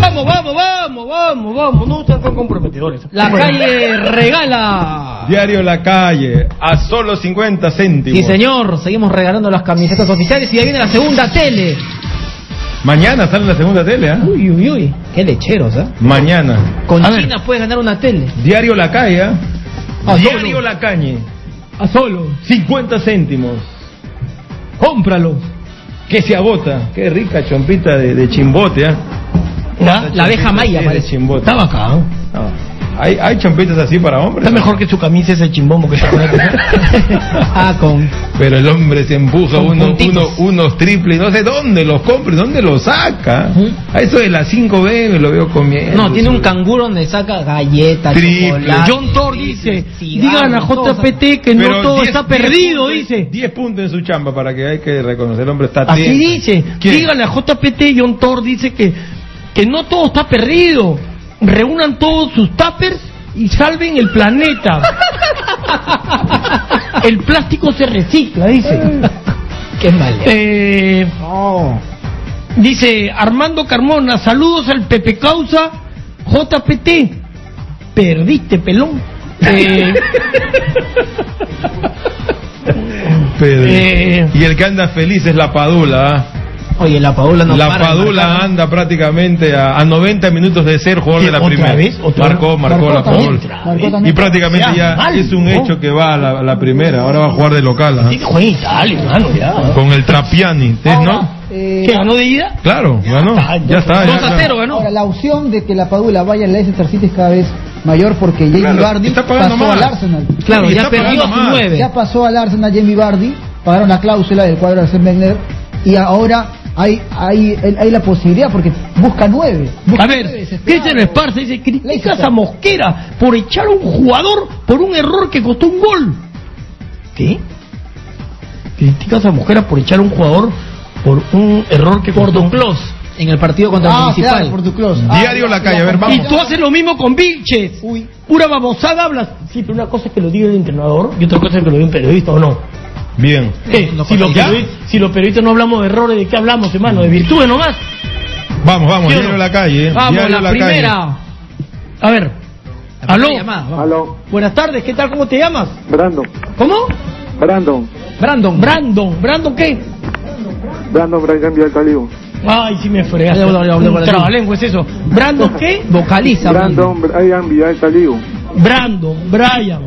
S5: Vamos, vamos, vamos, vamos, vamos. No sean tan comprometedores.
S2: La
S5: calle regala.
S2: Diario La Calle, a solo 50 céntimos.
S3: Sí, señor, seguimos regalando las camisetas oficiales y ahí viene la segunda tele.
S2: Mañana sale la segunda tele, ¿ah?
S3: Uy, uy, uy, qué lecheros, ¿ah?
S2: Mañana.
S3: Con
S2: A ver,
S3: China puedes ganar una tele.
S2: Diario La Calle, ¿ah? Diario La Calle.
S3: A solo.
S2: 50 céntimos.
S3: Cómpralo.
S2: Que se agota. Qué rica chompita de, de chimbote, ¿ah?
S5: La,
S2: Esa
S5: la abeja
S2: chompita sí es
S5: maya
S2: de
S5: parece.
S2: chimbote.
S5: Estaba acá. ¿no?
S2: Ah, Hay, hay chompitas así para hombres.
S5: Está mejor que su camisa ese chimbombo que se pone.
S3: Ah, con
S2: Pero el hombre se empuja uno, uno- unos triples, no sé dónde los compra, y dónde los saca. A eso de las 5B me lo veo comiendo.
S3: No, tiene un canguro donde saca galletas,
S2: Triple.
S3: chocolate.
S2: John Thor
S5: dice,
S3: digan a JPT que no todo está perdido,
S2: dice. 10 puntos en su chamba para que hay que reconocer, el hombre está
S5: Así
S2: atento.
S5: dice.
S2: ¿Quién?
S5: Dígale a JPT, John Thor dice que, que no todo está perdido. Reúnan todos sus tuppers y salven el planeta. el plástico se recicla, dice.
S3: Qué mal.
S5: Eh, Dice Armando Carmona, saludos al Pepe Causa JPT. Perdiste, pelón. Eh,
S2: Pedro.
S5: eh,
S2: Y el que anda feliz es la Padula. ¿ah?
S3: Oye, la Padula
S5: no
S2: La
S5: para de
S2: Padula
S5: marcar.
S2: anda prácticamente a, a 90 minutos de ser jugador de la
S5: ¿Otra
S2: primera.
S5: vez? ¿Otra
S2: Marcó,
S5: vez?
S2: marcó,
S5: Marcó
S2: la
S5: también.
S2: Padula.
S5: Marcó
S2: Y- Y,
S5: también.
S2: prácticamente
S5: Ya, Oh,
S2: ya
S5: mal,
S2: es un
S5: ¿no?
S2: hecho que va a la, a la primera. Ahora va a jugar de local. ¿ah?
S5: Juega en Italia, hermano, ya.
S2: Con el Trapiani, ¿eh, ¿no?
S5: ¿Que ganó de ida?
S2: Claro, ganó. Ya está. ya está.
S5: ganó.
S4: Ahora, la opción de que la Padula vaya a Leicester City es cada vez mayor porque Jamie
S2: Claro,
S4: Vardy
S2: está
S4: pasó
S2: pagando más.
S4: al Arsenal.
S2: Claro, Y ya está perdió pagando su más. nueve.
S4: Ya pasó al Arsenal Jamie Vardy, pagaron la cláusula del cuadro de Arsène Wenger y ahora hay, hay, hay la posibilidad porque busca nueve.
S5: A ver, Cristian Esparza dice, criticas a Mosquera por echar a un jugador por un error que costó un gol. ¿Qué? Criticas a Mosquera por echar a un jugador por un error que costó un gol.
S3: En el partido contra
S4: Ah,
S3: el Municipal.
S5: Ah,
S2: Diario La Calle, a ver, vamos.
S5: Y tú haces lo mismo con Vilches. Pura babosada hablas. Sí, pero una cosa es que lo diga el entrenador y otra cosa es que lo diga un periodista o no.
S2: Bien.
S5: ¿Qué? si, los periodi- si los periodistas no hablamos de errores, ¿de qué hablamos, hermano? De virtudes nomás.
S2: Vamos,
S5: ¿Sí
S2: vamos,
S5: o
S2: diario
S5: no?
S2: la calle, eh.
S5: Vamos,
S2: Diario
S5: la,
S2: La Calle.
S5: primera. A ver. Aló.
S21: Aló.
S5: Buenas tardes, ¿qué tal? ¿Cómo te llamas?
S21: Brandon.
S5: ¿Cómo?
S21: Brandon.
S5: Brandon. Brandon. ¿Brandon qué?
S21: Brandon Brian Villalcalivo.
S5: Ay, si me fregaste.
S21: Habla, habla, habla,
S5: Un
S21: habla.
S5: trabalengua es eso. ¿Brandon qué? Vocaliza.
S21: Brandon Brian Villalcalivo.
S5: Brandon. Brian.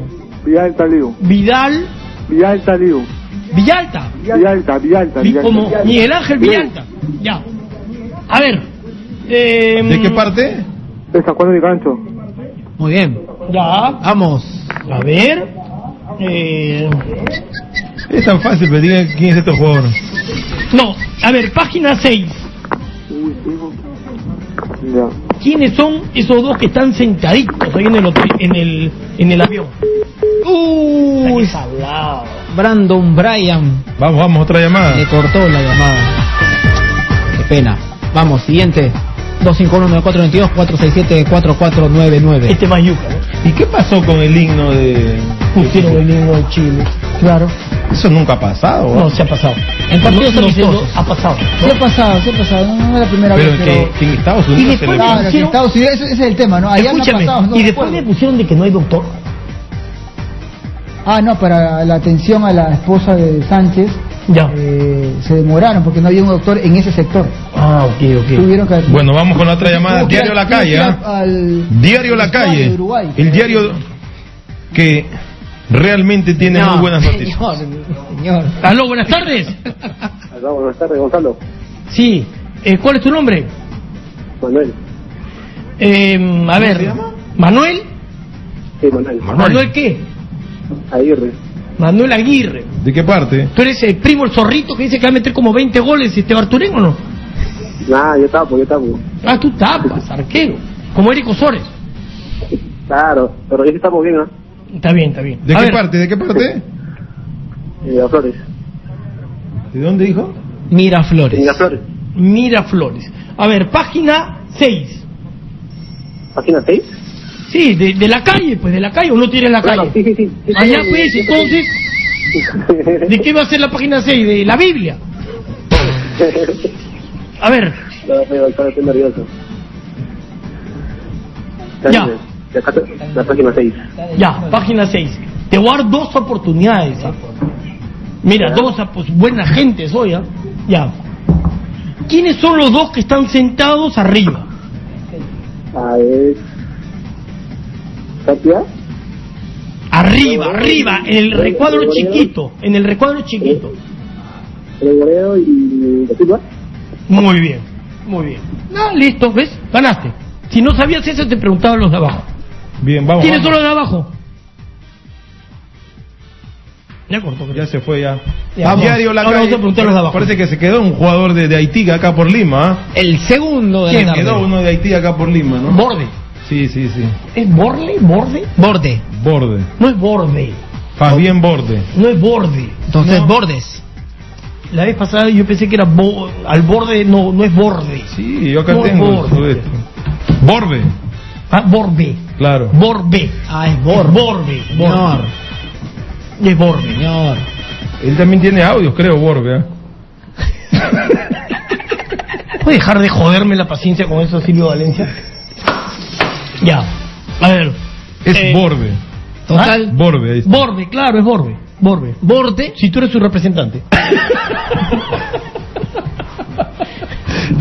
S21: Villalcalivo.
S5: Vidal.
S21: Villalcalivo.
S5: Villalta.
S21: Villalta, Villalta.
S5: Vi-
S21: Villalta.
S5: como Miguel Ángel Villalta. Ya. A ver. em, ¿De
S21: qué
S2: parte?
S21: De San Juan del Gancho.
S3: Muy bien.
S5: Ya.
S3: Vamos.
S5: A ver. Eh,
S2: Es tan fácil, pero digan quién es este jugador.
S5: no, a ver, página 6.
S21: Ya.
S5: ¿Quiénes son esos dos que están sentaditos ahí en el, hotel- en el, en el avión? Uy,
S3: Brandon Bryan.
S2: Vamos, vamos, otra llamada.
S3: Le cortó la llamada. Qué pena. Vamos, siguiente. 251-9422-467-4499.
S5: Este más yuca.
S2: ¿Y qué pasó con el himno de.?
S5: Pusieron el himno de Chile. Claro.
S2: Eso nunca ha pasado. ¿eh?
S5: No, se ha pasado.
S4: En partidos
S5: No, no,
S4: amistosos.
S5: no, ha pasado.
S4: Se ha pasado, se ha pasado, no, no es la primera
S2: Pero
S4: vez,
S2: que,
S4: pero...
S2: que en Estados
S4: Y
S2: Unidos se
S4: después
S2: le
S4: claro, que
S2: pusieron-
S4: Estados Unidos, ese, ese es el tema, ¿no? Allá no ha
S5: Escúchame,
S4: pasado, no
S5: y
S4: de
S5: después
S4: acuerdo.
S5: me pusieron de que no hay doctor.
S4: Ah, no, para la atención a la esposa de Sánchez. eh,
S5: Ya.
S4: se demoraron porque no había un doctor en ese sector.
S5: Ah, ok, ok.
S4: Tuvieron que...
S2: Bueno, vamos con la otra llamada.
S4: Tuvo que ir al-
S2: Diario La
S4: tuvo que
S2: Calle.
S4: ir
S2: ¿ah?
S4: al-
S2: Diario La
S4: Uruguay,
S2: Calle.
S4: Uruguay.
S2: El diario que realmente tiene
S5: No.
S2: muy buenas noticias.
S4: Señor.
S5: Aló, buenas tardes.
S21: Buenas tardes, Gonzalo.
S5: Sí. eh, ¿Cuál es tu nombre?
S21: Manuel.
S5: Eh, a ver. ¿Manuel?
S21: Sí, Manuel.
S5: ¿Manuel qué?
S21: Aguirre.
S5: Manuel Aguirre.
S2: ¿De qué parte?
S5: ¿Tú eres el primo el zorrito que dice que va a meter como 20 goles este Barturén o no?
S21: Nah, yo tapo, yo tapo.
S5: Ah, tú tapas, arquero. Como Eric Osores.
S21: Claro, pero yo sí tapo bien, ¿ah?
S5: Está bien, está bien.
S2: ¿De
S5: A
S2: qué
S5: ver.
S2: parte? ¿De qué parte?
S21: Y a Flores.
S2: ¿De dónde dijo?
S3: Miraflores.
S21: Miraflores.
S5: Miraflores. A ver, página 6.
S21: ¿Página 6?
S5: Sí, de, de la calle, pues de la calle, o no tienes la calle.
S21: Sí, sí, sí. sí.
S5: Allá pues, entonces, ¿de qué va a ser la página 6? De la Biblia. A ver.
S21: No, pero Gonzalo, estoy nervioso.
S5: Ya.
S21: Ya está, La página 6.
S5: Ya, página 6. Te voy a dar dos oportunidades. ¿ah? Mira, dos, ah, pues buena gente soy, ¿ah? Ya. ¿Quiénes son los dos que están sentados arriba?
S21: A ver. ¿Tapia?
S5: Arriba, arriba, en el recuadro chiquito, en el recuadro chiquito.
S21: Gregoreo y Da Silva.
S5: Muy bien, muy bien. Ah, listo, ¿ves? Ganaste. Si no sabías eso, te preguntaban Ah, los de abajo.
S2: Bien, vamos.
S5: ¿Quiénes son
S2: vamos.
S5: los de abajo? Ya cortó,
S2: Ya se fue, ya.
S5: Ya, vamos.
S2: Diario La
S5: Ahora
S2: Calle.
S5: vamos a preguntar a los de abajo.
S2: Parece que se quedó un jugador de, de Haití acá por Lima. ¿ah?
S5: El segundo
S6: de la
S2: ¿Quién
S6: tarde.
S2: quedó uno de Haití acá por Lima, no?
S5: Borde.
S2: Sí, sí, sí.
S5: ¿Es Borle? ¿Borde?
S3: Borde.
S2: Borde.
S5: No es Borde.
S2: Fabián Borde.
S5: No es Borde.
S3: Entonces,
S5: Bordes. La vez pasada yo pensé que era bo- al borde, no, no es borde.
S2: Sí, yo acá
S5: No es
S2: tengo
S5: Borde.
S2: todo esto. Borbe.
S5: Ah, Borbe.
S2: Claro.
S5: Borbe. Ah, es Borbe. Borbe. Señor. Es Borbe.
S3: Señor.
S2: Él también tiene audios, creo, Borbe. ¿ah?
S5: ¿Puede dejar de joderme la paciencia con eso, Silvio Valencia? Ya. A ver.
S2: Es
S5: Eh,
S2: Borbe.
S5: Total.
S2: Borbe, ahí está.
S5: Borbe, claro, es Borbe. Borbe. Borte, si tú eres su representante.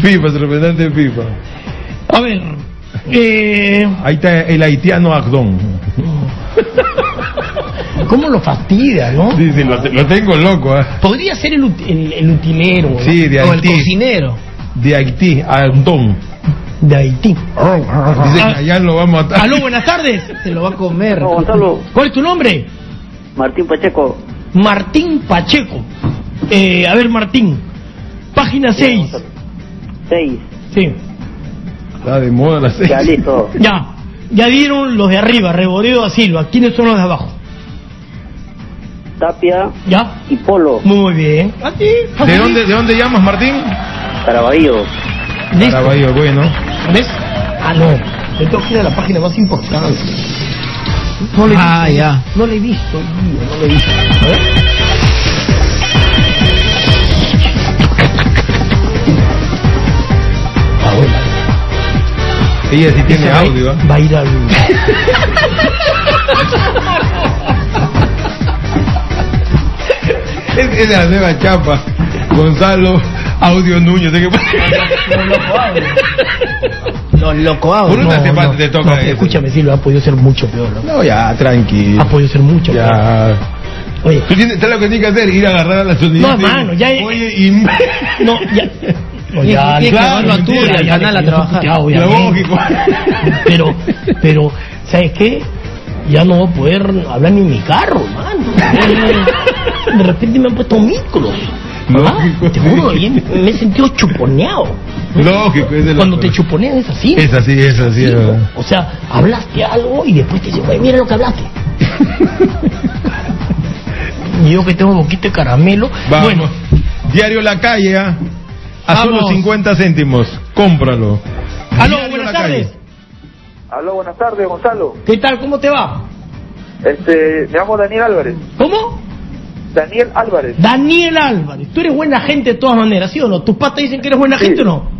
S2: FIFA, su representante de FIFA.
S5: A ver. Eh,
S2: Ahí está el haitiano Agdón.
S5: ¿Cómo lo fastidia, no?
S2: Sí, sí, lo, lo tengo loco. ¿ah?
S5: Podría ser el, ut- el, el utilero. ¿no?
S2: Sí, de
S5: O el
S2: Haití.
S5: cocinero.
S2: De Haití, Agdón.
S5: De Haití. Ah.
S2: Dice que allá lo va a matar.
S5: Aló, buenas tardes. Se lo va a comer. ¿Cuál es tu nombre? Martín Pacheco. Martín Pacheco. Eh, a ver, Martín. Página 6. 6. Sí.
S2: Está de moda la seis.
S5: Ya. Ya dieron los de arriba, Reboreo a Silva. ¿Quiénes son los de abajo?
S13: Tapia
S5: ¿Ya?
S13: y Polo.
S5: Muy bien.
S2: ¿De dónde, ¿De dónde llamas, Martín?
S13: Caraballo.
S2: Caraballo, bueno.
S5: ¿Ves? Ah, no. Le tengo que ir a la página más importante. No le he
S3: Ah,
S5: visto.
S3: ya.
S5: No le he visto, Guido, no le he visto. A ver.
S2: Ella sí tiene
S5: Esa va-
S2: audio. ¿ah?
S5: Va a ir al...
S2: Es, es de la nueva chapa. Gonzalo Audio Nuño. ¿de qué
S5: Los loco
S2: Por una
S5: no,
S2: semana
S5: no,
S2: te toca
S5: no, pero
S2: eso.
S5: Escúchame, sí, lo ha podido ser mucho peor. ¿no?
S2: No, ya, tranquilo.
S5: Ha podido ser mucho peor.
S2: Ya.
S5: Oye.
S2: Tú tienes, ¿sabes lo que tienes que hacer? Ir a agarrar a la
S5: No,
S2: sonidita. y-
S5: hermano, ya.
S2: Oye, y...
S5: No, ya. No, ya,
S2: Tienes que
S5: claro,
S2: llevarlo a tu-
S5: mentira,
S2: al
S5: ya
S2: canal
S5: le- ya
S2: a
S5: lo he
S2: trabajar.
S5: puteado, obviamente.
S2: Lógico.
S5: Pero, pero, ¿sabes qué? Ya no voy a poder hablar ni en mi carro, mano. De repente me han puesto micros. ¿Ah?
S2: Lógico.
S5: Te juro,
S2: sí.
S5: ahí me he sentido chuponeado.
S2: Lógico, es de
S5: Cuando
S2: la-
S5: te chuponean es así.
S2: Es así, es así.
S5: Sí,
S2: es verdad.
S5: O sea, hablaste algo y después te dicen, "Oye, mira lo que hablaste. y yo que tengo boquita de caramelo.
S2: Vamos.
S5: Bueno,
S2: Diario La Calle, ¿ah? a solo
S5: Vamos.
S2: 50 céntimos. Cómpralo.
S5: aló,
S2: Diario
S5: buenas
S2: La Calle.
S5: tardes.
S22: Aló, buenas tardes, Gonzalo.
S5: ¿Qué tal? ¿Cómo te va?
S22: Este, me llamo Daniel Álvarez.
S5: ¿Cómo?
S22: Daniel Álvarez.
S5: Daniel Álvarez, tú eres buena gente de todas maneras, ¿sí o no? ¿Tus patas dicen que eres buena gente o no?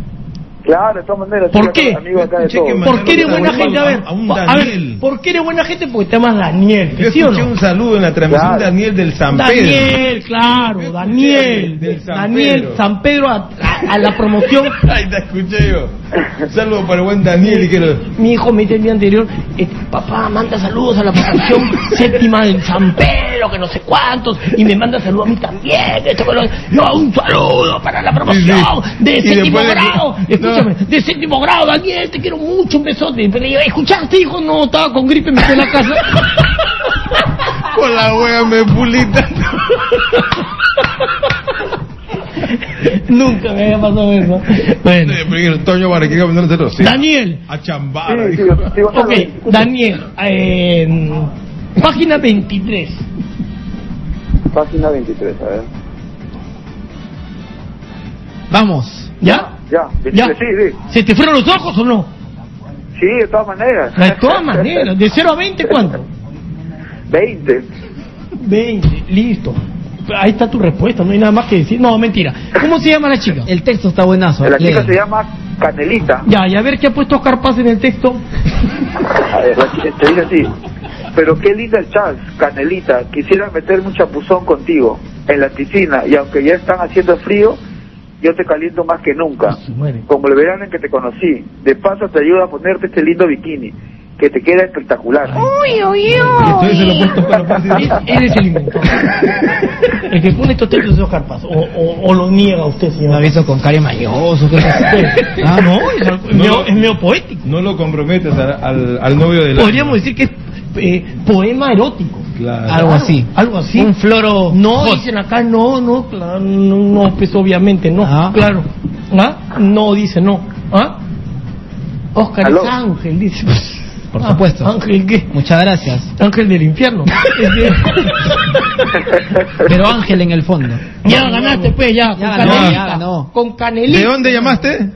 S22: Claro, de todas maneras.
S5: ¿Por
S22: soy
S5: qué?
S22: Amigo acá de
S2: Escuché que
S22: todos.
S2: mandó-
S5: ¿Por qué eres buena
S2: a un-
S5: gente? A ver,
S2: a un
S5: a ver,
S2: Daniel.
S5: ¿por qué eres buena gente? Porque te llamas Daniel,
S2: Yo
S5: ¿sí o
S2: escuché
S5: no?
S2: un saludo en la transmisión
S5: Claro.
S2: de Daniel del San Pedro.
S5: Daniel, claro, Daniel,
S2: del San
S5: Daniel,
S2: Pedro.
S5: San Pedro a, a- a la promoción.
S2: Ahí te escuché yo. Un saludo para el buen Daniel. Y quiero...
S5: Mi hijo me dice el día anterior, eh, papá, manda saludos a la promoción séptima del San Pedro, que no sé cuántos, y me manda saludos a mí también. esto que lo- no, un saludo para la promoción
S6: Sí, sí.
S5: de
S6: Y
S5: séptimo
S6: después de que-
S5: grado.
S6: no.
S5: Escúchame, de séptimo grado, Daniel, te quiero mucho, un besote. Y le digo, ¿escuchaste, hijo? No, estaba con gripe, me fui a la casa.
S2: Con la wea me pulita.
S5: Nunca me había pasado eso. Bueno.
S2: Eh, Toño Barriquiga mandó un saludo. Sí.
S5: Daniel.
S2: A chambar.
S5: Sí, sí,
S2: dijo.
S5: Ok, Daniel, eh, página 23.
S22: Página 23, a ver.
S5: Vamos. ¿Ya?
S22: Ya,
S5: Ya.
S22: sí, sí.
S5: ¿Se te fueron los ojos o no?
S22: Sí, de todas maneras.
S5: De todas maneras, de 0 a 20, ¿cuánto?
S22: 20.
S5: 20, listo. Ahí está tu respuesta, no hay nada más que decir. No, mentira. ¿Cómo se llama la chica? El texto está buenazo.
S22: La chica se llama Canelita.
S5: Ya, y a ver qué ha puesto Oscar Paz en el texto.
S22: A ver, la chica te dice así. Pero qué linda el chas, Canelita. Quisiera meterme un chapuzón contigo en la piscina. Y aunque ya están haciendo frío, yo te caliento más que
S5: Ah,
S22: nunca. Como el verano en que te conocí. De paso te ayuda a ponerte este lindo bikini. Que te queda espectacular.
S1: Uy, uy,
S5: Entonces se lo
S1: uy.
S5: puesto Oscar Paz. y- Eres el inventor. El que pone estos textos es Oscar Paz. O, o, o lo niega usted, señor. Lo ha visto con Cari Mañoso. Ah, no, es, algo- es medio- es medio poético.
S2: No lo comprometes al, al, al novio de la...
S5: Podríamos decir que es eh, poema erótico.
S2: Claro.
S5: Claro, Algo así. Un floro. No,
S2: hot.
S5: dicen acá, no, no, claro, no, no, pues obviamente no, claro. ¿Ah? No, dice no. ¿Ah? Oscar
S3: Aló.
S5: es ángel, dice.
S3: Por
S5: Ah,
S3: supuesto.
S5: Ángel, ¿qué?
S3: Muchas gracias.
S5: Ángel del infierno.
S3: Pero Ángel en el fondo.
S5: ya ganaste, pues, ya. con
S3: ganó,
S5: canelita.
S3: ya ganó.
S5: Con canelita.
S2: llamaste?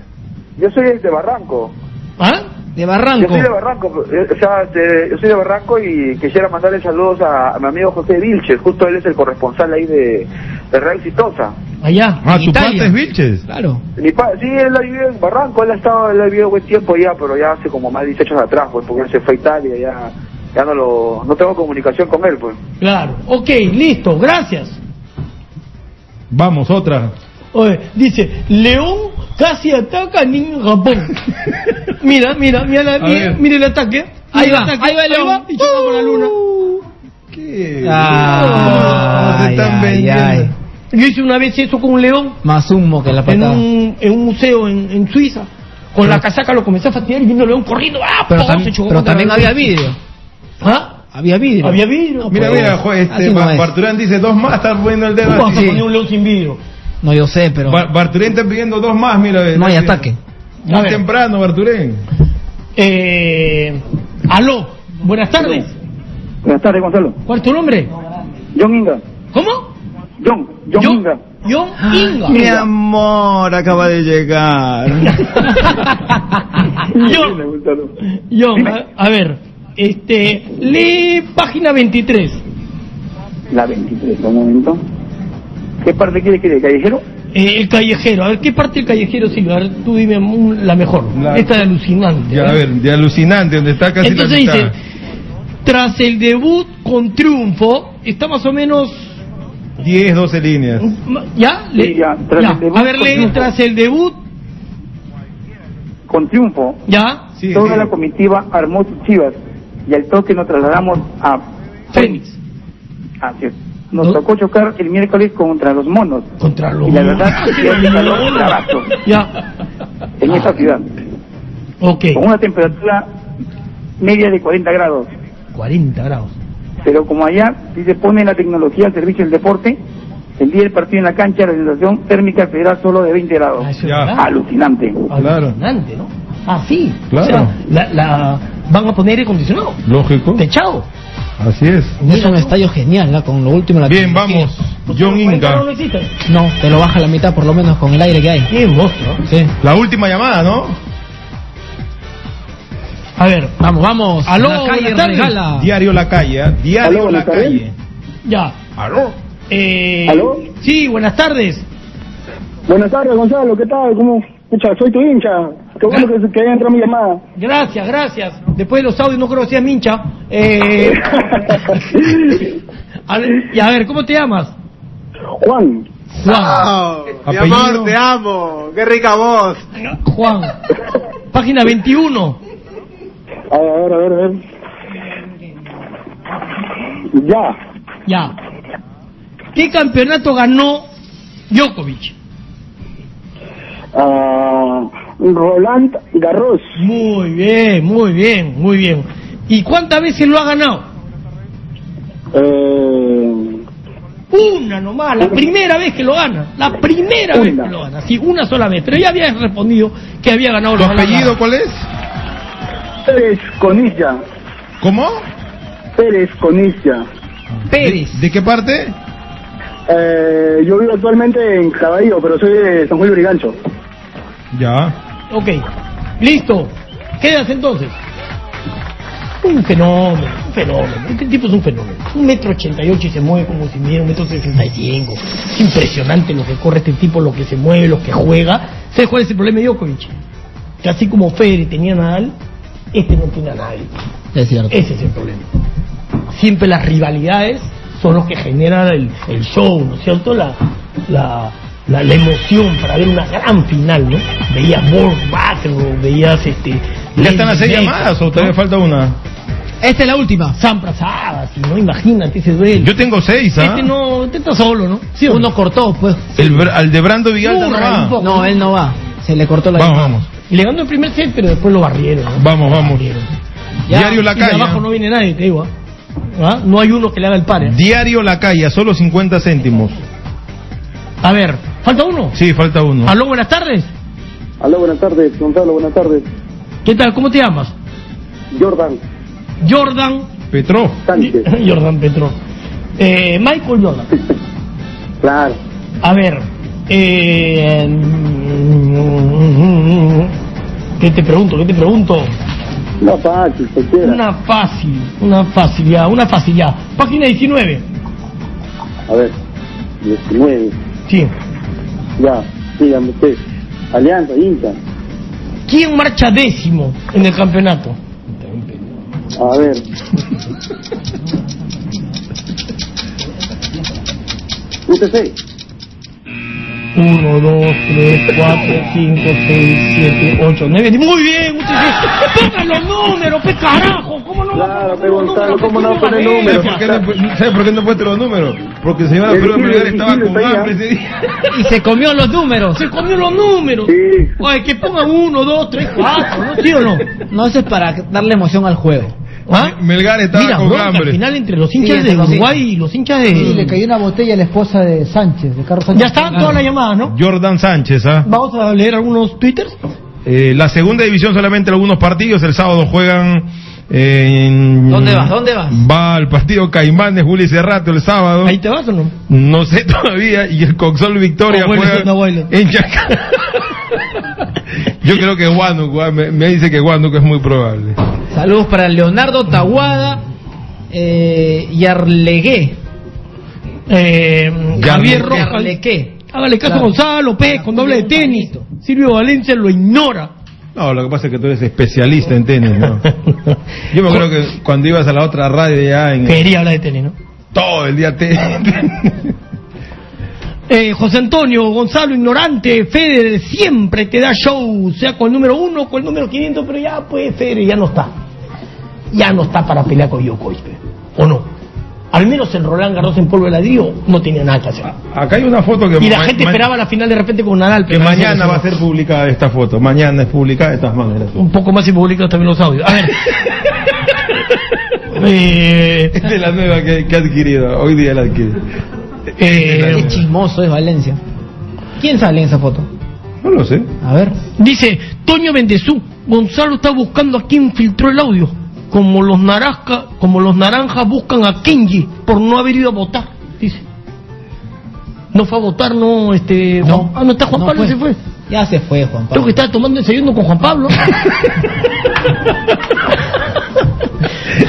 S22: Yo soy de Barranco.
S5: ¿Ah? De Barranco.
S22: Yo soy de Barranco, eh, o sea, de- yo soy de Barranco y quisiera mandarle saludos a, a mi amigo José Vilches, justo él es el corresponsal ahí de, de Real Exitosa.
S5: Allá.
S2: Ah,
S22: en
S2: tu
S22: Italia.
S2: parte es Vilches.
S3: Claro.
S22: Mi pa- sí, él ha vivido en Barranco, él ha estado, él ha vivido buen tiempo ya, pero ya hace como más de 18 años atrás, pues, porque él se fue a Italia, ya, ya no lo, no tengo comunicación con él, pues.
S5: Claro. Ok, listo, gracias.
S2: Vamos, otra.
S5: Oye, dice, León casi ataca a Nin Japón. mira, mira, mira, la-
S2: A
S5: mira,
S2: ver.
S5: mira el ataque.
S2: Ahí
S5: Mira
S2: va,
S5: el ataque,
S2: ahí va el León.
S5: y choca con la luna.
S2: ¿Qué?
S5: Ah,
S2: se están vendiendo.
S5: Yo hice una vez eso con un león
S3: Más humo que la
S5: en
S3: patada.
S5: un, en un museo en, en Suiza. Con la casaca lo comencé a fastidiar y vino el león corriendo. ¡Ah,
S3: Pero,
S5: pum!
S3: tam-
S5: Se chocó
S3: pero
S5: contra
S3: también
S5: la
S3: había
S5: luna.
S3: vidrio.
S5: ¿Ah?
S3: Había vidrio.
S5: Había vidrio.
S3: No,
S2: Mira,
S3: pues,
S2: mira, jo- este,
S3: así no
S2: Ba-
S3: es.
S2: Barturán dice dos más, están poniendo el dedo
S5: ¿Cómo vas a
S2: así.
S5: poner un león sin vidrio?
S3: No, yo sé, pero.
S2: Ba- Barturén está pidiendo dos más, mira.
S3: No hay
S2: mira.
S3: ataque.
S5: A
S2: Muy
S5: ver.
S2: temprano, Barturén.
S5: Eh, aló, buenas tardes.
S22: Buenas tardes, Gonzalo.
S5: ¿Cuál es tu nombre?
S22: John Inga.
S5: ¿Cómo?
S22: John, John, Inga.
S2: Ah.
S5: John Inga.
S13: Mi amor acaba de llegar.
S5: John, John, a, a ver, este, lee página 23.
S22: La 23, un momento. ¿Qué parte quiere que le callejero?
S5: Eh, el callejero, a ver, ¿qué parte del callejero sirve? A ver, tú dime un- la mejor. Esta es alucinante.
S2: Ya,
S5: ¿eh?
S2: a ver, de alucinante, donde está casi
S5: Entonces
S2: la mitad.
S5: dice, tras el debut con triunfo, está más o menos,
S2: 10, 12 líneas.
S5: ¿ya? Le- ya. A ver, lee tras el debut,
S22: Con triunfo.
S5: ¿ya?
S22: Toda la comitiva armó sus chivas y al toque nos trasladamos a
S5: Fénix.
S22: Así es. Nos tocó chocar el miércoles contra los monos.
S5: Contra los
S22: Y la
S5: monos.
S22: verdad es que hace calor bravazo
S5: Ya. Ah.
S22: en esta ciudad. Con una temperatura media de 40 grados.
S5: 40 grados.
S22: Pero como allá, si se pone la tecnología al servicio del deporte, el día del partido en la cancha, la sensación térmica será solo de 20 grados.
S5: Ah, verdad. Ah.
S22: Alucinante.
S2: Claro.
S5: Alucinante, ¿no? Ah, sí.
S2: Claro.
S5: O sea, la, la- van a poner aire acondicionado.
S2: Lógico.
S5: Techado.
S2: Así es.
S3: Es un estadio genial, ¿no? Con lo último. La
S2: Bien,
S3: tecnología.
S2: vamos. John Inga.
S3: No, te lo baja a la mitad por lo menos con el aire que hay.
S5: Qué monstruo.
S3: Sí.
S2: La última llamada, ¿no?
S5: A ver,
S3: vamos, vamos.
S5: Aló,
S3: la calle
S5: buenas tardes.
S3: regala.
S2: Diario La Calle, ¿ah? Diario
S5: Aló,
S2: La
S5: buenas tardes.
S2: Calle.
S5: Ya.
S2: ¿Aló?
S5: Eh, Sí, buenas tardes.
S14: Buenas tardes, Gonzalo, ¿qué tal? ¿Cómo? Pucha, soy tu hincha. Qué bueno que, que haya entrado mi llamada.
S5: Gracias, gracias. Después de los audios no creo que seas mincha. Eh, a ver, y a ver, ¿cómo te llamas?
S14: Juan.
S5: Juan.
S14: Ah, mi
S5: Apellido.
S14: amor, te amo. Qué rica voz.
S5: Juan. Página 21.
S14: A ver, a ver, a ver, a ver. Ya.
S5: Ya. ¿Qué campeonato ganó Djokovic?
S14: Ah, Roland Garros.
S5: Muy bien, muy bien, muy bien. ¿Y cuántas veces lo ha ganado?
S14: Eh,
S5: Una nomás, la primera vez que lo gana. La primera vez que lo gana. Sí, una sola vez. Pero ya habías respondido que había ganado
S14: ¿Tu
S5: los
S14: apellido
S2: cuál es?
S14: Pérez Conilla.
S2: ¿Cómo?
S14: Pérez Conilla.
S5: Pérez.
S2: ¿De, qué parte?
S14: Eh, yo vivo actualmente en Caballo, pero soy de San Julio Brigancho.
S2: Ya.
S5: Ok. Listo. Quedas entonces. Un fenómeno, un fenómeno. Este tipo es un fenómeno. Un metro ochenta y ocho y se mueve como si midiera un metro sesenta y cinco. Es Impresionante lo que corre este tipo, lo que se mueve, lo que juega. ¿Sabes cuál es el problema de Djokovic? Que así como Federer tenía a Nadal, este no tiene a nadie.
S3: Es cierto.
S5: Ese es el problema. Siempre las rivalidades son los que generan el, el show, ¿no es cierto? La, la, la, la emoción para ver una gran final, ¿no? Veías Borg Battle, veías este.
S2: ¿Ya están las seis
S5: Lady
S2: llamadas
S5: Gaga,
S2: o todavía
S5: ¿no?
S2: falta una?
S5: Esta es la última. Sampras Abbas, ¿no? Imagínate ese duelo.
S2: Yo tengo seis, ¿ah?
S5: Este no, este está solo, ¿no?
S3: Uno cortó, pues.
S2: El, Br- al de Brando Villalta no
S5: Urra,
S2: va.
S5: un poco.
S3: No, él no va. Se le cortó la
S2: Vamos,
S3: llamada.
S2: vamos.
S5: Le ganó el primer set, pero después lo barrieron. ¿no?
S2: Vamos, vamos.
S5: Ya,
S2: Diario La
S5: y de
S2: Calle.
S5: abajo no viene nadie, te digo. ¿ah? ¿Ah? No hay uno que le haga el ¿eh? pare.
S2: Diario La Calle, a solo 50 céntimos.
S5: A ver, ¿falta uno?
S2: Sí, falta uno.
S5: Aló, buenas tardes.
S21: Aló, buenas tardes, Gonzalo, buenas tardes.
S5: ¿Qué tal? ¿Cómo te llamas?
S21: Jordan.
S5: Jordan.
S2: Petro.
S21: Sánchez.
S5: Jordan Petro. Eh, Michael Jordan.
S21: Claro.
S5: A ver, eh, mm, ¿qué te pregunto? ¿Qué te pregunto?
S21: Una fácil, cualquiera.
S5: Una fácil, una fácil ya, una fácil ya. Página 19.
S21: A ver, 19.
S5: Sí.
S21: Ya, dígame usted. Alianza, hincha.
S5: ¿Quién marcha décimo en el campeonato?
S21: A ver. UTC.
S5: 1, 2, 3, 4, 5, 6, 7, 8, 9. Muy bien, muchas gracias. Pongan los números, pe carajo. ¿Cómo no claro,
S21: pe Gonzalo, ¿cómo no
S2: ¿Sabes por qué no pu- ¿Sabes por qué no puesto los números? Porque el señor
S5: El
S2: Alfredo
S5: Gil-
S2: Melgar
S5: el
S2: estaba
S5: Gil
S2: con
S5: está ahí,
S2: hambre ese día.
S5: Y se comió los números. Se comió los números. Ay, que pongan 1, 2, 3, 4, ¿no? ¿Sí o no?
S3: No, eso es para darle emoción al juego.
S5: ¿Ah?
S2: Melgar
S3: estaba
S5: Mira,
S3: con
S5: bronca
S3: hambre.
S5: al final entre los
S3: Sí,
S5: hinchas
S3: entre
S5: de
S3: los
S5: Uruguay y los hinchas de...
S4: Sí, le cayó una botella a la esposa de Sánchez, de Carlos Sánchez.
S5: Ya están todas las llamadas, ¿no?
S2: Jordan Sánchez, ¿ah?
S5: Vamos a leer algunos twitters.
S2: Eh, la segunda división solamente algunos partidos. El sábado juegan. eh, en-
S5: ¿Dónde vas? ¿Dónde vas?
S2: Va al partido Caimanes, Juli Cerrato el sábado.
S5: ¿Ahí te vas o no?
S2: No sé todavía. Y el Coxol Victoria
S5: No vuelves,
S2: juega
S5: no vuelves.
S2: en Yaca- Yo creo que Huánuco, ah, me, me dice que Huánuco es muy probable.
S3: Saludos para Leonardo Taguada eh, y Arlegué.
S5: Eh,
S3: Yarle-
S5: Javier Rojas.
S3: Yarlequé.
S5: Hágale caso a
S3: Claro.
S5: Gonzalo, P, con doble de tenis. Silvio Valencia lo ignora.
S2: No, lo que pasa es que tú eres especialista en tenis, ¿no? Yo me acuerdo que cuando ibas a la otra radio ya en
S5: Quería hablar de tenis, ¿no?
S2: todo el día tenis.
S5: Eh, José Antonio, Gonzalo, ignorante, Federer siempre te da show, sea con el número uno o con el número 500, pero ya, pues, Federer ya no está. Ya no está para pelear con Djokovic, pe. ¿o no? Al menos el Roland Garros en polvo de ladrillo no tenía nada que hacer.
S2: Acá hay una foto que
S5: Y la
S2: ma-
S5: gente
S2: ma-
S5: esperaba la final de repente con Nadal.
S2: que
S5: pero nadie
S2: mañana
S5: se
S2: va a ser publicada esta foto. Mañana es publicada de todas maneras.
S5: Un poco más simbólico también los audios. A ver. Eh,
S2: Es de la nueva que, que ha adquirido. Hoy día la adquiere.
S5: eh,
S3: Qué chismoso es Valencia. ¿Quién sale en esa foto?
S2: No lo sé.
S3: A ver.
S5: Dice Toño Bendezú, Gonzalo está buscando a quien filtró el audio, como los naranja, como los naranjas buscan a Kenji por no haber ido a votar, dice. No fue a votar, no, este, Juan- ah, no está Juan
S3: No
S5: Pablo,
S3: fue.
S5: se fue.
S3: Ya se fue, Juan
S5: Creo
S3: Pablo.
S5: que estaba tomando desayuno con Juan Pablo.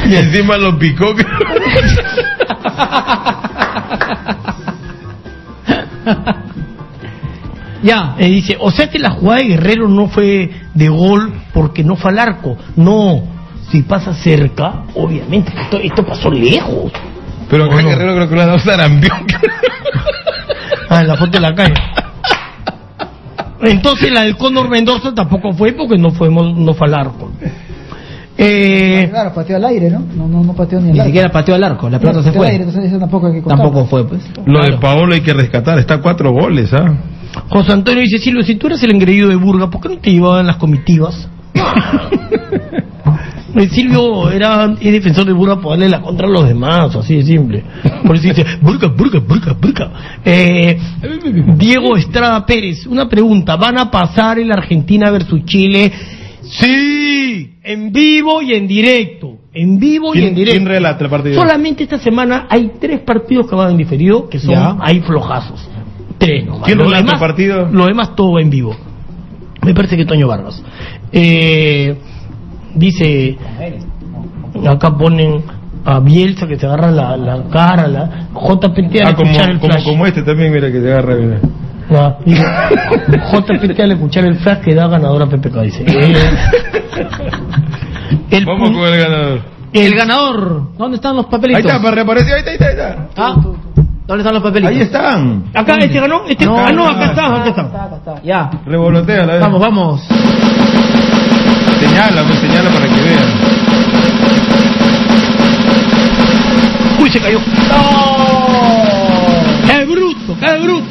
S2: Y encima lo picó.
S5: ya, eh, dice, o sea que la jugada de Guerrero no fue de gol porque no fue al arco. No, si pasa cerca, obviamente, esto, esto pasó lejos.
S2: Pero acá Guerrero creo que le ha dado sarampión.
S5: Ah, en la foto de la calle. Entonces la del Cóndor Mendoza tampoco fue porque no fue, no fue al arco. Eh,
S4: Claro, pateó al aire, ¿no? No, no, no pateó ni al
S3: Ni
S4: aire.
S3: siquiera pateó Ah, al arco, la pelota se
S4: Pateó al aire,
S3: fue.
S4: entonces eso tampoco hay que contar.
S3: Tampoco fue, pues.
S2: Lo de Paolo hay que rescatar. Está a cuatro goles, ¿ah?
S5: José Antonio dice, Silvio, si tú eres el engreído de Burga, ¿por qué no te llevaban las comitivas? Eh, Silvio era es defensor de Burga por darle la contra a los demás, así de simple. Por eso dice, Burga, Burga, Burga, Burga. Eh, Diego Estrada Pérez, una pregunta, ¿van a pasar el Argentina versus Chile? Sí, en vivo y en directo. En vivo y
S2: ¿Quién-
S5: en directo.
S2: quién relata el partido?
S5: Solamente esta semana hay tres partidos que van en diferido, que son
S2: Ya.
S5: ahí flojazos. Tres nomás.
S2: ¿Quién
S5: Lo
S2: relata el
S5: demás-
S2: partido?
S5: Lo demás todo va en vivo. Me parece que Toño Vargas. Eh, dice, acá ponen a Bielsa que se agarra la, la cara, la JPT al
S2: Ah, como,
S5: escuchar el
S2: como,
S5: flash.
S2: como este también, mira que se agarra. mira.
S5: Ah, digo, JPT al escuchar el flash que da ganadora PPK, dice. Eh, el,
S2: Vamos con el ganador.
S5: el ganador, ¿dónde están los
S2: Ahí
S5: papelitos?
S2: está, reapareció. Ahí está, ahí está. Ahí está.
S3: Ah, ¿dónde están los papelitos?
S2: Ahí están.
S5: Acá, este ganó, este
S3: No,
S5: ah, no,
S3: no,
S5: acá
S3: no.
S5: está, acá está.
S3: Ya.
S2: Revolotea la vez.
S3: Vamos, vamos.
S2: Señala, pues, señala para que vean.
S5: Uy, se cayó. ¡Qué bruto! ¡Qué bruto!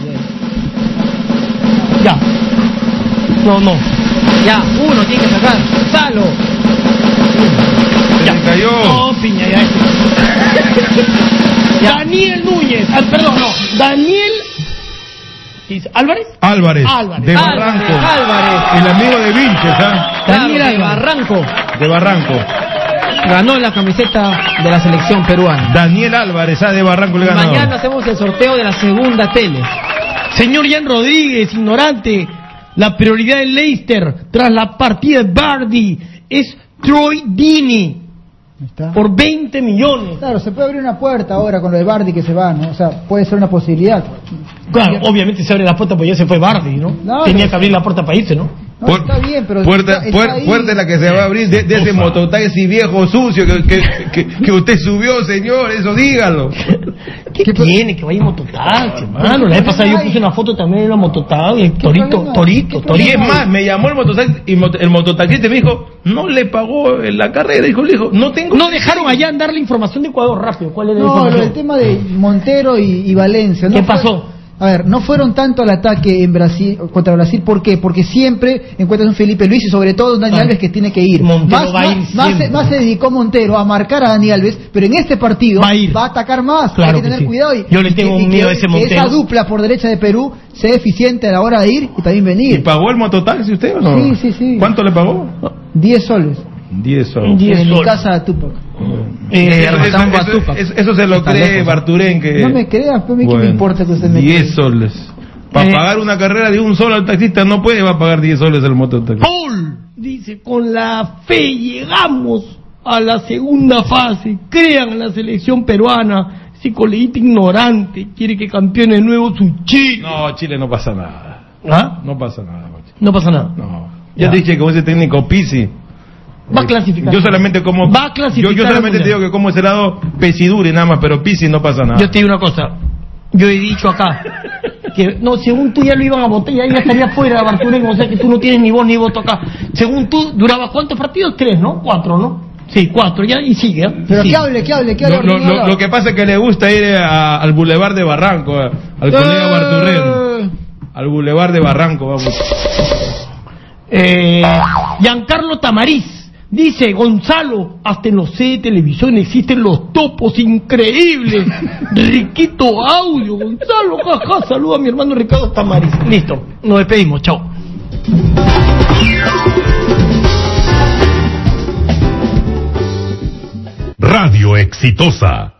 S5: Ya. No, no.
S3: Ya, uno tiene que sacar. Salo.
S5: Ya. No, piña, ya. Daniel Núñez. Ah, perdón, no. Daniel. ¿Álvarez?
S2: Álvarez,
S5: Álvarez.
S2: de
S5: Álvarez,
S2: Barranco.
S5: Álvarez.
S2: El amigo de Vilches, ¿ah?
S3: Daniel de Barranco.
S2: De Barranco.
S3: Ganó la camiseta de la selección peruana.
S2: Daniel Álvarez, ¿ah? De Barranco le ganó.
S3: Mañana hacemos el sorteo de la segunda tele.
S5: Señor Jan Rodríguez, ignorante. La prioridad de Leicester tras la partida de Bardi es Troy Dini. Por 20 millones.
S4: Ah. Claro, se puede abrir una puerta ahora con lo de Bardi que se va, ¿no? O sea, puede ser una posibilidad.
S5: Claro, obviamente se abre la puerta porque ya se fue Bardi, ¿no?
S4: No,
S5: Tenía
S4: pero-
S5: que abrir la puerta para irse, ¿no?
S4: No, está bien, pero
S2: Puerta,
S4: está- está
S2: puer-
S4: ahí.
S2: puerta es la que se va a abrir de, de ese mototaxi viejo sucio que, que, que- que usted subió, señor, eso dígalo.
S5: ¿Qué, tiene que vaya en mototaxi, hermano? Ah, La vez pasada yo puse una foto también de una mototaxi, el torito, torito, torito.
S2: Y es más, me llamó el mototaxi y mot- el mototaxista y me dijo, no le pagó en la carrera, dijo, le dijo, no tengo.
S5: No dejaron allá andar la información de Ecuador rápido. ¿Cuál era la
S4: No, lo
S5: información?
S4: del tema de Montero y, y Valencia. ¿no
S5: ¿Qué
S4: fue-
S5: pasó?
S4: a ver, no fueron tanto al ataque en Brasil contra Brasil, ¿por qué? Porque siempre encuentras un Felipe Luis y sobre todo un Dani Alves que tiene que ir. más,
S5: Ah. va a ir
S4: más- más
S5: siempre.
S4: se, más se dedicó Montero a marcar a Dani Alves, pero en este partido va a, atacar más.
S5: Claro
S4: Hay que
S5: que
S4: tener
S5: sí.
S4: cuidado. Y,
S5: Yo le
S4: y
S5: tengo
S4: que- y
S5: miedo
S4: que-
S5: a ese
S4: que
S5: Montero.
S4: Esa dupla por derecha de Perú sea eficiente a la hora de ir y también venir.
S2: ¿Y pagó el mototaxi usted o no?
S4: Sí, sí, sí.
S2: ¿Cuánto le pagó?
S4: 10 soles.
S2: 10
S4: en mi casa a Tupac.
S5: Eh,
S2: eso, eso- eso- eso- eso se lo
S4: Está
S2: cree
S4: lejos.
S2: Barturén que...
S4: No me creas, pues, a mí que
S2: Bueno.
S4: me importa que usted me
S2: 10 soles.
S5: Eh.
S2: Para pagar una carrera de un solo al taxista no puede, va a pagar 10 soles el mototaxista.
S5: Paul dice, con la fe llegamos a la segunda fase, crean a la selección peruana, ese coleguita ignorante quiere que campeone de nuevo su Chile.
S2: No, Chile no pasa nada.
S5: ¿Ah?
S2: No pasa nada.
S5: No pasa nada.
S2: Ya, te dije que con ese técnico Pisi.
S5: Va a clasificar.
S2: Eh, Yo solamente como.
S5: Va a clasificar
S2: Yo, yo
S5: al
S2: solamente te
S5: Mundial.
S2: digo que como ese lado Pesidure nada más, pero Pisi no pasa nada.
S5: Yo te digo una cosa. Yo he dicho acá que no, según tú ya lo iban a votar, ya, ya estaría fuera Barturen, o sea que tú no tienes ni voz ni voto acá. Según tú, duraba cuántos partidos? Tres, ¿no? Cuatro, ¿no? Sí, cuatro, ya, y sigue. ¿ah?
S4: Pero
S5: Sí.
S4: que hable, que hable, que hable.
S2: Lo, lo-
S4: Ortiz,
S2: lo- lo que pasa es que le gusta ir a- al bulevar de Barranco, a- al colega Barturén. Al bulevar de Barranco, vamos.
S5: Eh, Giancarlo Tamariz dice, Gonzalo, hasta en los C de televisión existen los topos increíbles. Riquito audio, Gonzalo, jaja, saluda a mi hermano Ricardo Tamariz. Listo, nos despedimos, chao.
S7: Radio Exitosa.